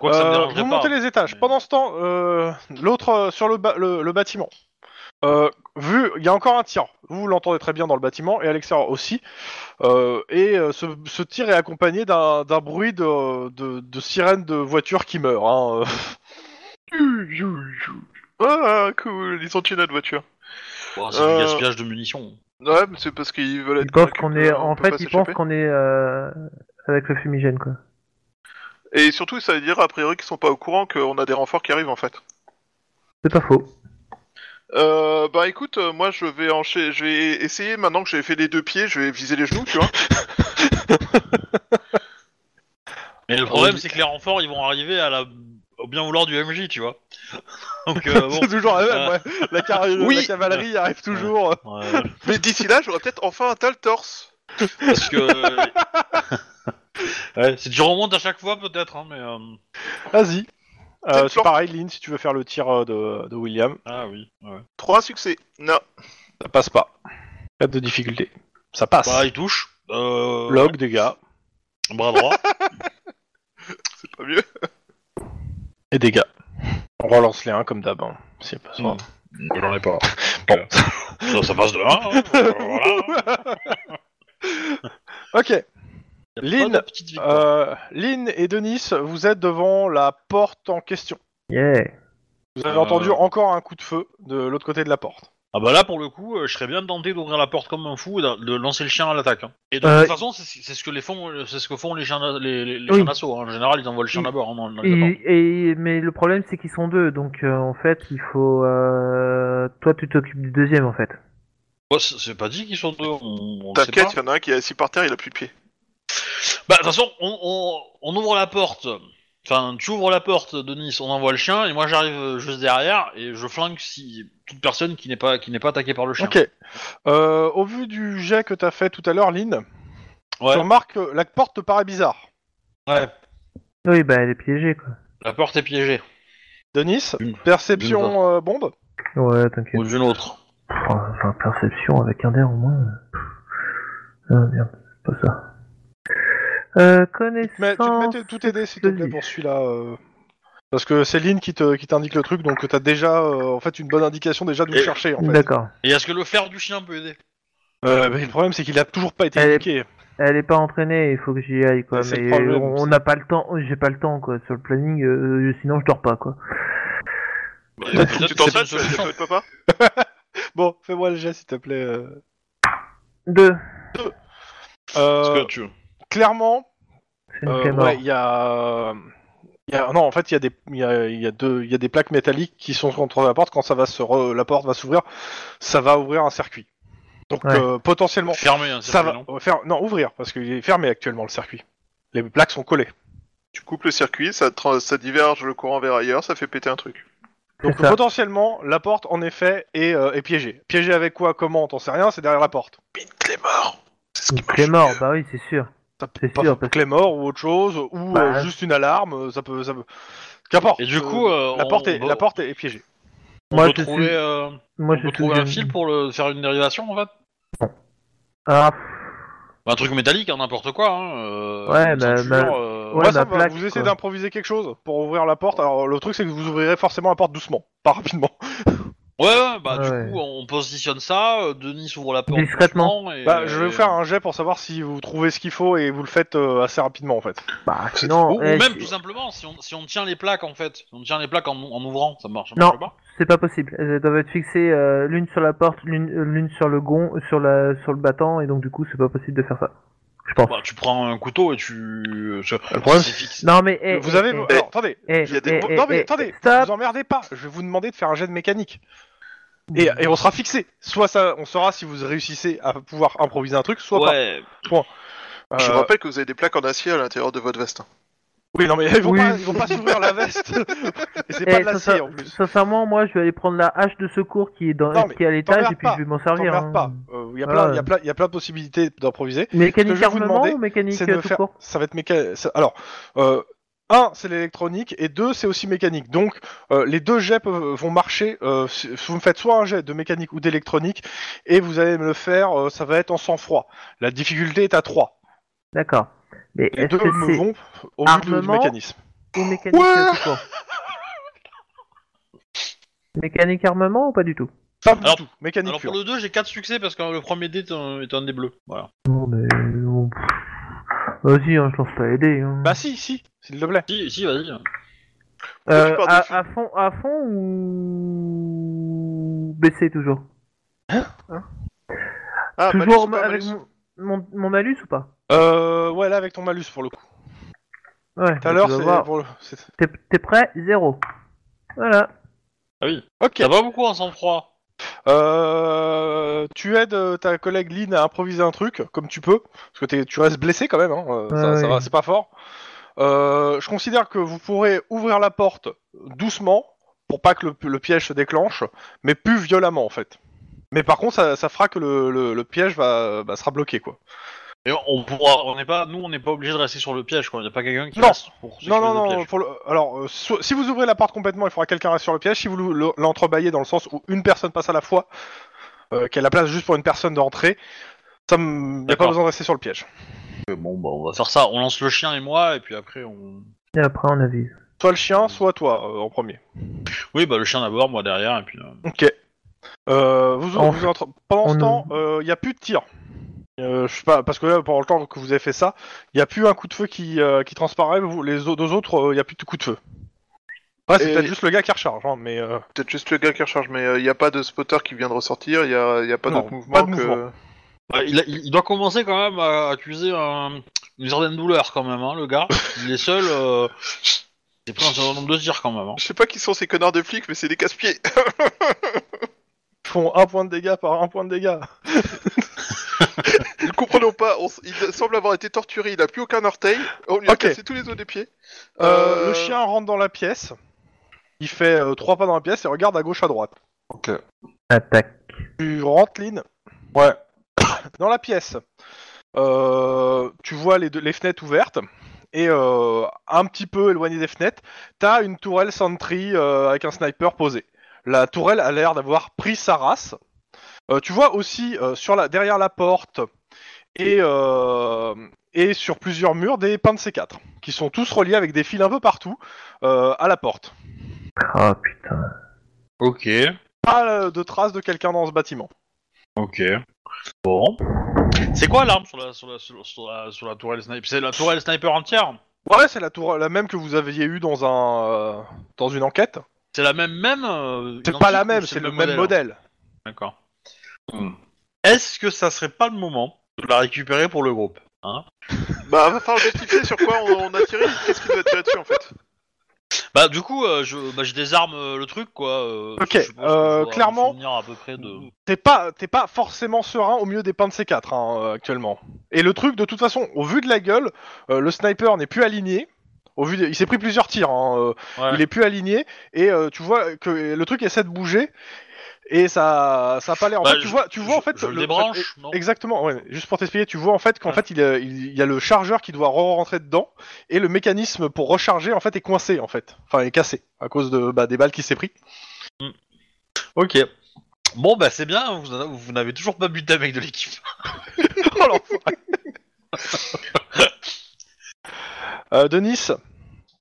Speaker 1: Quoi que ça me
Speaker 2: Euh,
Speaker 1: dérangerait
Speaker 2: vous
Speaker 1: pas. hein.
Speaker 2: montez les étages.
Speaker 1: Mais-
Speaker 2: Pendant ce temps, euh, l'autre euh, sur le, ba- le, le bâtiment. Euh, vu, il y a encore un tir. Vous l'entendez très bien dans le bâtiment et à l'extérieur aussi. Euh, et euh, ce, ce tir est accompagné d'un d'un bruit de, de, de sirène de voiture qui meurt. hein, euh.
Speaker 4: Ah, cool, ils ont tué notre voiture.
Speaker 1: Bon, Oh, c'est
Speaker 4: Euh,
Speaker 1: du gaspillage de munitions.
Speaker 4: Ouais, mais c'est parce qu'ils veulent être.
Speaker 3: Ils pensent qu'on
Speaker 4: convaincus
Speaker 3: est,
Speaker 4: qu'on
Speaker 3: en
Speaker 4: peut
Speaker 3: fait,
Speaker 4: pas
Speaker 3: ils pensent
Speaker 4: s'échapper.
Speaker 3: qu'on est euh, avec le fumigène, quoi.
Speaker 4: Et surtout, ça veut dire, a priori, qu'ils sont pas au courant qu'on a des renforts qui arrivent, en fait.
Speaker 3: C'est pas faux.
Speaker 4: Euh, bah écoute, euh, moi je vais enchaîner, je vais essayer maintenant que j'ai fait les deux pieds, je vais viser les genoux, tu vois.
Speaker 1: Mais le problème, c'est que les renforts, ils vont arriver à la... au bien vouloir du MJ, tu vois. Donc, euh, bon.
Speaker 2: C'est toujours la même, ouais. la, car-
Speaker 4: Oui.
Speaker 2: la cavalerie arrive toujours.
Speaker 1: Ouais,
Speaker 4: Mais d'ici là, j'aurai peut-être enfin un tal torse.
Speaker 1: parce que. ouais, c'est du remonte à chaque fois, peut-être, hein, mais. euh,
Speaker 2: Vas-y. Euh,
Speaker 4: Quel
Speaker 2: c'est
Speaker 4: plan
Speaker 2: pareil, Lynn, si tu veux faire le tir euh, de, de William,
Speaker 1: Ah oui, ouais.
Speaker 4: Trois succès. Non.
Speaker 2: ça passe pas. Pas de difficulté. Ça passe.
Speaker 1: Bah, il touche. Euh,
Speaker 2: Log, dégâts.
Speaker 1: Bras droit.
Speaker 4: C'est pas mieux.
Speaker 2: Et dégâts. On relance les 1 comme d'hab. hein, s'il y a pas ça.
Speaker 1: Mm. J'en ai pas. ça, ça passe de 1. voilà. Hmm.
Speaker 2: Ok.
Speaker 1: Y a pas
Speaker 2: Lynn,
Speaker 1: de petite victoire.
Speaker 2: Euh, Lynn et Denis, vous êtes devant la porte en question.
Speaker 3: Yeah.
Speaker 2: Vous avez
Speaker 1: Euh.
Speaker 2: entendu encore un coup de feu de l'autre côté de la porte.
Speaker 1: Ah bah là pour le coup, euh, je serais bien tenté d'ouvrir la porte comme un fou et de de lancer le chien à l'attaque. hein. Et de
Speaker 3: Euh,
Speaker 1: toute façon, c'est c'est ce que les font, c'est ce que font les chiens, d'a- les, les- les
Speaker 3: Oui. Mm.
Speaker 1: chiens d'assaut. hein. En général, ils envoient le chien
Speaker 3: Et-
Speaker 1: d'abord. hein, dans- dans les apparts.
Speaker 3: Et, et- mais le problème, c'est qu'ils sont deux, donc euh, en fait, il faut. euh, Toi, tu t'occupes du deuxième, en fait.
Speaker 1: Ouais, c'est c'est pas dit qu'ils sont deux. On, on le sait pas.
Speaker 4: T'inquiète, y en a un qui est assis par terre, il a plus de pied.
Speaker 1: Bah de toute façon, on, on- on ouvre la porte. Enfin, tu ouvres la porte de Nice, on envoie le chien et moi j'arrive euh, juste derrière et je flingue si toute personne qui n'est pas qui n'est pas attaquée par le chien.
Speaker 2: Ok. Euh, au vu du jet que t'as fait tout à l'heure, Lynn,
Speaker 1: Ouais.
Speaker 2: tu remarques que la porte te paraît bizarre.
Speaker 1: Ouais.
Speaker 3: Oui, bah, elle est piégée, quoi.
Speaker 1: La porte est piégée
Speaker 2: Denis,
Speaker 1: D'une- d'une
Speaker 2: perception euh, bombe
Speaker 3: Ouais, t'inquiète.
Speaker 1: ou d'une autre.
Speaker 3: Pff, Enfin, perception avec un dé en moins. Pff. Ah, merde, c'est pas ça. Euh,
Speaker 2: Mais tu peux
Speaker 3: connaissance.
Speaker 2: mettre tous tes dés, s'il te plaît,
Speaker 3: exclusive.
Speaker 2: pour celui-là. euh, Parce que c'est Lynn qui te- qui t'indique le truc, donc t'as déjà euh, en fait une bonne indication déjà d'où
Speaker 1: Et-
Speaker 2: chercher. En fait.
Speaker 3: D'accord.
Speaker 1: Et est-ce que le fer du chien peut aider
Speaker 2: Euh, mais le problème c'est qu'il a toujours pas été
Speaker 3: Elle est-
Speaker 2: indiqué.
Speaker 3: Elle est pas entraînée, il faut que j'y aille, quoi.
Speaker 2: Ouais, c'est le
Speaker 3: Mais
Speaker 2: problème,
Speaker 3: on on
Speaker 2: c'est-
Speaker 3: n'a pas le temps, j'ai pas le temps, quoi. Sur le planning, euh, sinon je dors pas, quoi.
Speaker 1: Bah, Peut-être que
Speaker 4: tu
Speaker 1: c'est
Speaker 4: t'entraînes,
Speaker 1: une
Speaker 4: tu vas
Speaker 1: solution.
Speaker 4: être papa
Speaker 2: Bon, fais-moi le jet s'il te plaît. euh.
Speaker 3: Deux.
Speaker 1: Parce
Speaker 2: Euh,
Speaker 1: que tu-
Speaker 2: clairement,
Speaker 3: C'est une
Speaker 2: Euh,
Speaker 3: clé mort.
Speaker 2: ouais, il y a. il y a- non, en fait, il y, a des- il y, a, il y, a deux- il y a des plaques métalliques qui sont contre la porte. Quand ça va se re- la porte va s'ouvrir, ça va ouvrir un circuit. Donc
Speaker 3: Ouais.
Speaker 2: euh, potentiellement,
Speaker 1: Fermé, hein,
Speaker 2: ça va
Speaker 1: circuit, non
Speaker 2: euh, faire non ouvrir parce qu'il est fermé actuellement le circuit. Les plaques sont collées.
Speaker 4: Tu coupes le circuit, ça, tra- ça diverge le courant vers ailleurs, ça fait péter un truc.
Speaker 2: Donc
Speaker 3: C'est ça.
Speaker 2: potentiellement, la porte en effet est, euh, est piégée. Piégée avec quoi Comment T'en sais rien. C'est derrière la porte.
Speaker 4: Bite les morts
Speaker 3: Une clé mort, bah oui, c'est sûr.
Speaker 2: Ça peut
Speaker 3: C'est
Speaker 2: pas
Speaker 3: sûr,
Speaker 2: une clé mort ou autre chose ou
Speaker 3: Bah,
Speaker 2: euh, juste une alarme. Ça peut, ça peut. Qu'importe.
Speaker 1: Et du
Speaker 2: Euh,
Speaker 1: coup, euh,
Speaker 2: la
Speaker 1: on-
Speaker 2: porte est,
Speaker 1: on-
Speaker 2: la porte est est piégée.
Speaker 1: On
Speaker 3: Moi,
Speaker 1: peut
Speaker 3: je
Speaker 1: trouver,
Speaker 3: suis-
Speaker 1: euh,
Speaker 3: Moi,
Speaker 1: on
Speaker 3: je
Speaker 1: peut trouver
Speaker 3: suis-
Speaker 1: un fil pour le faire une dérivation en fait.
Speaker 3: Ah,
Speaker 1: Un truc métallique, hein, n'importe quoi. Hein, euh,
Speaker 3: Ouais,
Speaker 1: une
Speaker 3: bah,
Speaker 1: ceinture,
Speaker 3: bah,
Speaker 1: euh,
Speaker 3: ouais.
Speaker 2: Moi, ça
Speaker 3: ma
Speaker 2: me va.
Speaker 3: plaque,
Speaker 2: vous essayez
Speaker 3: quoi.
Speaker 2: d'improviser quelque chose pour ouvrir la porte. Alors, le truc, c'est que vous ouvrirez forcément la porte doucement, pas rapidement.
Speaker 1: ouais, ouais, bah
Speaker 3: Ouais.
Speaker 1: du coup, on positionne ça. euh, Denis ouvre la porte
Speaker 3: Discrètement.
Speaker 1: doucement et-
Speaker 2: Bah, je vais vous faire un jet pour savoir si vous trouvez ce qu'il faut et vous le faites euh, assez rapidement, en fait.
Speaker 3: bah, sinon,
Speaker 1: Ou, ou
Speaker 3: eh,
Speaker 1: même
Speaker 3: c'est-
Speaker 1: tout simplement, si on, si on tient les plaques en fait, si on tient les plaques en, en ouvrant, ça marche. ça
Speaker 3: Non.
Speaker 1: marche pas
Speaker 3: c'est pas possible. Elles doivent être fixées euh, l'une sur la porte, l'une euh, l'une sur le gond, sur la sur le battant, et donc du coup, c'est pas possible de faire ça. Je pense.
Speaker 1: Bah, tu prends un couteau et tu. euh, Le
Speaker 2: problème,
Speaker 3: Non, mais eh,
Speaker 2: vous
Speaker 3: eh,
Speaker 2: avez.
Speaker 3: eh,
Speaker 2: alors,
Speaker 4: eh,
Speaker 2: attendez.
Speaker 3: eh,
Speaker 4: il y a des-
Speaker 3: eh,
Speaker 2: non, mais
Speaker 3: eh,
Speaker 2: attendez.
Speaker 3: Stop.
Speaker 2: Vous emmerdez pas. Je vais vous demander de faire un jet de mécanique. Et, et on sera fixé. Soit ça, on saura si vous réussissez à pouvoir improviser un truc, soit
Speaker 1: Ouais.
Speaker 2: pas.
Speaker 4: Je
Speaker 2: Euh,
Speaker 4: vous rappelle que vous avez des plaques en acier à l'intérieur de votre veste.
Speaker 2: Oui, non, mais ils vont
Speaker 3: Oui.
Speaker 2: pas, ils vont pas s'ouvrir la veste. et c'est
Speaker 3: Eh,
Speaker 2: pas de
Speaker 3: sincère-
Speaker 2: l'acier en plus.
Speaker 3: Sincèrement, moi, je vais aller prendre la hache de secours qui est dans
Speaker 2: Non, mais
Speaker 3: qui est à l'étage
Speaker 2: t'emmerdes
Speaker 3: et puis
Speaker 2: pas,
Speaker 3: je vais m'en servir.
Speaker 2: T'emmerdes
Speaker 3: hein.
Speaker 2: pas. Euh, Il y a plein, il y a
Speaker 3: Ouais.
Speaker 2: plein, il y a plein de possibilités d'improviser. Ce que je
Speaker 3: Mécanique
Speaker 2: vais vous
Speaker 3: armement
Speaker 2: demander,
Speaker 3: ou mécanique
Speaker 2: c'est de
Speaker 3: euh, tout
Speaker 2: faire-
Speaker 3: court
Speaker 2: ça va être mécanique. Alors, euh, un, c'est l'électronique, et deux, c'est aussi mécanique. Donc, euh, les deux jets peuvent- vont marcher. euh, si- vous me faites soit un jet de mécanique ou d'électronique, et vous allez me le faire, euh, ça va être en sang-froid. La difficulté est à 3.
Speaker 3: D'accord. Mais
Speaker 2: Les
Speaker 3: est-ce
Speaker 2: deux
Speaker 3: que
Speaker 2: me
Speaker 3: c'est
Speaker 2: vont au vu du- du
Speaker 3: armement
Speaker 2: mécanisme.
Speaker 3: ou mécanique
Speaker 4: Ouais
Speaker 3: euh, tout court Mécanique armement ou pas du tout
Speaker 2: Pas du
Speaker 1: Alors-
Speaker 2: tout, mécanique
Speaker 1: Alors
Speaker 2: pure.
Speaker 1: pour le 2, j'ai 4 succès parce que le premier dé est un, est un des bleus. Voilà.
Speaker 3: Non, mais bon, pff. Vas-y, hein, je lance pas aider. Hein.
Speaker 2: Bah si, si, Ah s'il te plaît.
Speaker 1: Si, si, vas-y.
Speaker 4: pourquoi tu
Speaker 3: Euh,
Speaker 4: pars
Speaker 3: à,
Speaker 4: dessus
Speaker 3: à fond, à fond ou baisser toujours
Speaker 4: Ah,
Speaker 2: bah,
Speaker 3: Toujours
Speaker 4: malus ou pas
Speaker 3: avec
Speaker 4: malus
Speaker 3: mon, mon, mon malus ou pas
Speaker 2: Euh, ouais, là avec ton malus pour le coup.
Speaker 3: Ouais.
Speaker 2: Tout à l'heure,
Speaker 3: Bah, tu vas
Speaker 2: c'est
Speaker 3: voir.
Speaker 2: pour le- c'est-
Speaker 3: T'es t'es prêt Zéro. Voilà.
Speaker 1: Ah oui.
Speaker 2: Ok.
Speaker 1: T'as pas beaucoup en sang-froid.
Speaker 2: Euh, tu aides euh, ta collègue Lynn à improviser un truc, comme tu peux, parce que t'es- tu restes blessé quand même, hein, euh, ça,
Speaker 3: Ouais,
Speaker 2: ça
Speaker 3: ouais.
Speaker 2: va, c'est pas fort. Euh, je considère que vous pourrez ouvrir la porte doucement, pour pas que le, le piège se déclenche, mais plus violemment en fait. Mais par contre, ça, ça fera que le, le- le piège va, bah, sera bloqué quoi.
Speaker 1: Et on pourra, on n'est pas, nous, on n'est pas obligé de rester sur le piège, quoi. Y a pas quelqu'un qui
Speaker 2: Non.
Speaker 1: reste pour sécuriser
Speaker 2: Non, non,
Speaker 1: le
Speaker 2: non.
Speaker 1: piège.
Speaker 2: Pour le- Alors, euh, so- si vous ouvrez la porte complètement, il faudra que quelqu'un reste sur le piège. Si vous le- le- l'entrebâillez dans le sens où une personne passe à la fois, euh, qu'il y a la place juste pour une personne d'entrer, ça me... y a pas
Speaker 1: D'accord.
Speaker 2: besoin de rester sur le piège.
Speaker 1: Euh, Bon, bah, on va faire ça. On lance le chien et moi, et puis après, on.
Speaker 3: Et après, on avise.
Speaker 2: Soit le chien, soit toi, euh, en premier.
Speaker 1: Oui, bah, le chien d'abord, moi derrière, et puis. euh,
Speaker 2: Ok. Euh, vous,
Speaker 3: On-
Speaker 2: vous entre- Pendant ce
Speaker 3: on-
Speaker 2: temps, il n'y a plus de tir. Euh, je sais pas, parce que là, pendant le temps que vous avez fait ça, il n'y a plus un coup de feu qui, euh, qui transparaît. Vous, les au- deux autres, il n'y a plus de coup de feu. Ouais, c'est
Speaker 4: Et-
Speaker 2: peut-être juste le gars qui recharge, hein, mais euh,
Speaker 4: Peut-être juste le gars qui recharge, mais il n'y a pas de spotter qui vient de ressortir, il n'y a, y a pas
Speaker 2: Non,
Speaker 4: d'autre
Speaker 2: pas de
Speaker 4: mouvement que...
Speaker 2: mouvement.
Speaker 1: bah, il, a- il- il doit commencer quand même à accuser un- une certaine douleur, quand même, hein, le gars. Il est seul. Euh... J'ai pris un certain nombre de tirs, quand même. hein.
Speaker 4: Je sais pas qui sont ces connards de flics, mais c'est des casse-pieds.
Speaker 2: ils font un point de dégâts par un point de dégâts.
Speaker 4: Nous ne comprenons pas, on s- il semble avoir été torturé, il n'a plus aucun orteil, on lui a
Speaker 2: Ok.
Speaker 4: cassé tous les os des pieds.
Speaker 2: Euh,
Speaker 4: Euh,
Speaker 2: Le chien rentre dans la pièce. Il fait euh, trois pas dans la pièce et regarde à gauche à droite.
Speaker 3: Attaque.
Speaker 2: Tu rentres, Lynn Ouais. dans la pièce. Euh, tu vois les, deux- les fenêtres ouvertes. Et euh, un petit peu éloigné des fenêtres, t'as une tourelle sentry euh, avec un sniper posé. La tourelle a l'air d'avoir pris sa race. Euh, tu vois aussi euh, sur la, derrière la porte et, euh, et sur plusieurs murs des pins de C4 qui sont tous reliés avec des fils un peu partout euh, à la porte.
Speaker 3: Ah putain.
Speaker 1: Ok.
Speaker 2: pas euh, de traces de quelqu'un dans ce bâtiment.
Speaker 1: Ok. Bon. C'est quoi l'arme sur la, sur, la, sur, la, sur la- sur la tourelle sniper C'est la tourelle sniper entière
Speaker 2: Ouais, c'est la tour la même que vous aviez eue dans un euh, dans une enquête.
Speaker 1: C'est la même même euh,
Speaker 2: C'est
Speaker 1: identique
Speaker 2: pas la
Speaker 1: ou
Speaker 2: même, c'est le
Speaker 1: hein
Speaker 2: même modèle.
Speaker 1: D'accord. Hmm. Est-ce que ça serait pas le moment de la récupérer pour le groupe
Speaker 4: Bah, va falloir justifier sur quoi on, on a tiré, qu'est-ce qu'il doit tirer dessus en fait.
Speaker 1: Bah du coup, euh, je bah, je désarme euh, le truc quoi. euh,
Speaker 2: Ok,
Speaker 1: parce que je pense que
Speaker 2: euh,
Speaker 1: faudra me
Speaker 2: clairement-
Speaker 1: souvenir à peu près de.
Speaker 2: T'es pas t'es pas forcément serein au milieu des pins de C4 hein, euh, actuellement. Et le truc de toute façon, au vu de la gueule, euh, le sniper n'est plus aligné. Au vu, de- il s'est pris plusieurs tirs. hein, euh,
Speaker 1: Ouais.
Speaker 2: Il est plus aligné et euh, tu vois que le truc essaie de bouger et ça ça a pas l'air. En
Speaker 1: Bah,
Speaker 2: fait, tu
Speaker 1: je-
Speaker 2: vois tu vois en fait
Speaker 1: je, je le
Speaker 2: le-
Speaker 1: débranche. non
Speaker 2: Exactement, ouais. juste pour t'expliquer, tu vois en fait qu'en
Speaker 1: Ouais.
Speaker 2: fait il y, a, il y a le chargeur qui doit re-rentrer dedans et le mécanisme pour recharger en fait est coincé en fait, enfin est cassé à cause de, bah, des balles qui s'est pris.
Speaker 1: Ok. Bon bah c'est bien. Vous, en- vous n'avez toujours pas buté avec de l'équipe.
Speaker 2: Oh, l'enfoiré. Euh, Denis,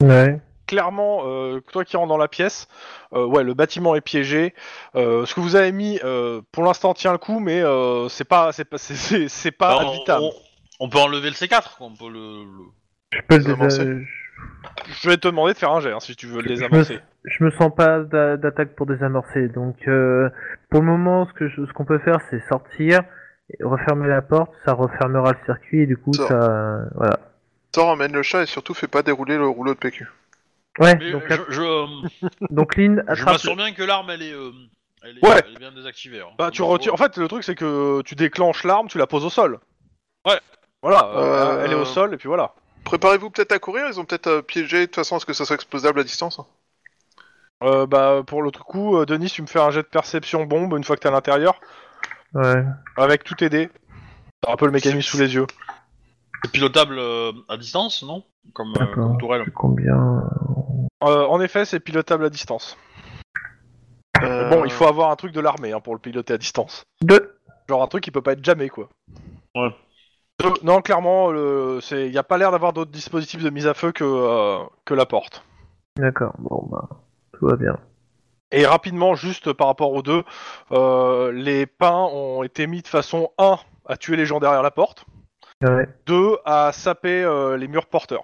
Speaker 3: Ouais.
Speaker 2: clairement, euh, toi qui rentres dans la pièce, euh, ouais, le bâtiment est piégé. Euh, ce que vous avez mis, euh, pour l'instant, tient le coup, mais euh, c'est pas, c'est pas, c'est- c'est Ah, c'est pas
Speaker 1: Bah, on-
Speaker 2: habitable.
Speaker 1: on, on peut enlever le C4. quoi, On peut le- le...
Speaker 3: Je peux le
Speaker 4: Les avancer.
Speaker 3: désa-
Speaker 2: Je vais te demander de faire un jet hein, si tu veux les
Speaker 3: je me-
Speaker 2: avancer.
Speaker 3: Je me sens pas d'a- d'attaque pour désamorcer, donc euh, pour le moment, ce que je- ce qu'on peut faire, c'est sortir, et refermer la porte, ça refermera le circuit et du coup,
Speaker 4: Sors.
Speaker 3: ça, voilà.
Speaker 4: Sors, emmène le chat et surtout fais pas dérouler le rouleau de PQ.
Speaker 3: Ouais.
Speaker 1: Mais
Speaker 3: donc,
Speaker 1: je, je,
Speaker 3: donc Lynn
Speaker 1: je
Speaker 3: attrape.
Speaker 1: m'assure bien que l'arme elle est, euh, elle est,
Speaker 2: Ouais.
Speaker 1: elle est bien désactivée. hein.
Speaker 2: Bah tu retires. En fait, le truc c'est que tu déclenches l'arme, tu la poses au sol.
Speaker 1: Ouais.
Speaker 2: Voilà, euh,
Speaker 4: Euh,
Speaker 2: elle est au sol et puis voilà.
Speaker 4: Préparez-vous peut-être à courir, ils ont peut-être euh, piégé, de toute façon, est-ce que ça soit explosable à distance hein.
Speaker 2: Euh, bah pour l'autre coup, euh, Denis, tu me fais un jet de perception bombe une fois que t'es à l'intérieur,
Speaker 3: Ouais.
Speaker 2: avec tout tes dés. T'as un peu le mécanisme sous les yeux.
Speaker 1: C'est pilotable euh, à distance, non comme, euh,
Speaker 3: D'accord.
Speaker 1: comme tourelle.
Speaker 3: Plus combien
Speaker 2: Euh, en effet, c'est pilotable à distance. Mais Bon,
Speaker 4: Euh,
Speaker 2: il faut avoir un truc de l'armée hein, pour le piloter à distance.
Speaker 3: Deux.
Speaker 2: Genre un truc qui peut pas être jamais quoi.
Speaker 1: Ouais.
Speaker 2: Euh, Non, clairement, le... c'est- y a pas l'air d'avoir d'autres dispositifs de mise à feu que, euh, que la porte.
Speaker 3: D'accord. Bon bah, tout va bien.
Speaker 2: Et rapidement, juste par rapport aux deux, euh, les pains ont été mis de façon 1 à tuer les gens derrière la porte,
Speaker 3: Ouais.
Speaker 2: 2 à saper euh, les murs porteurs.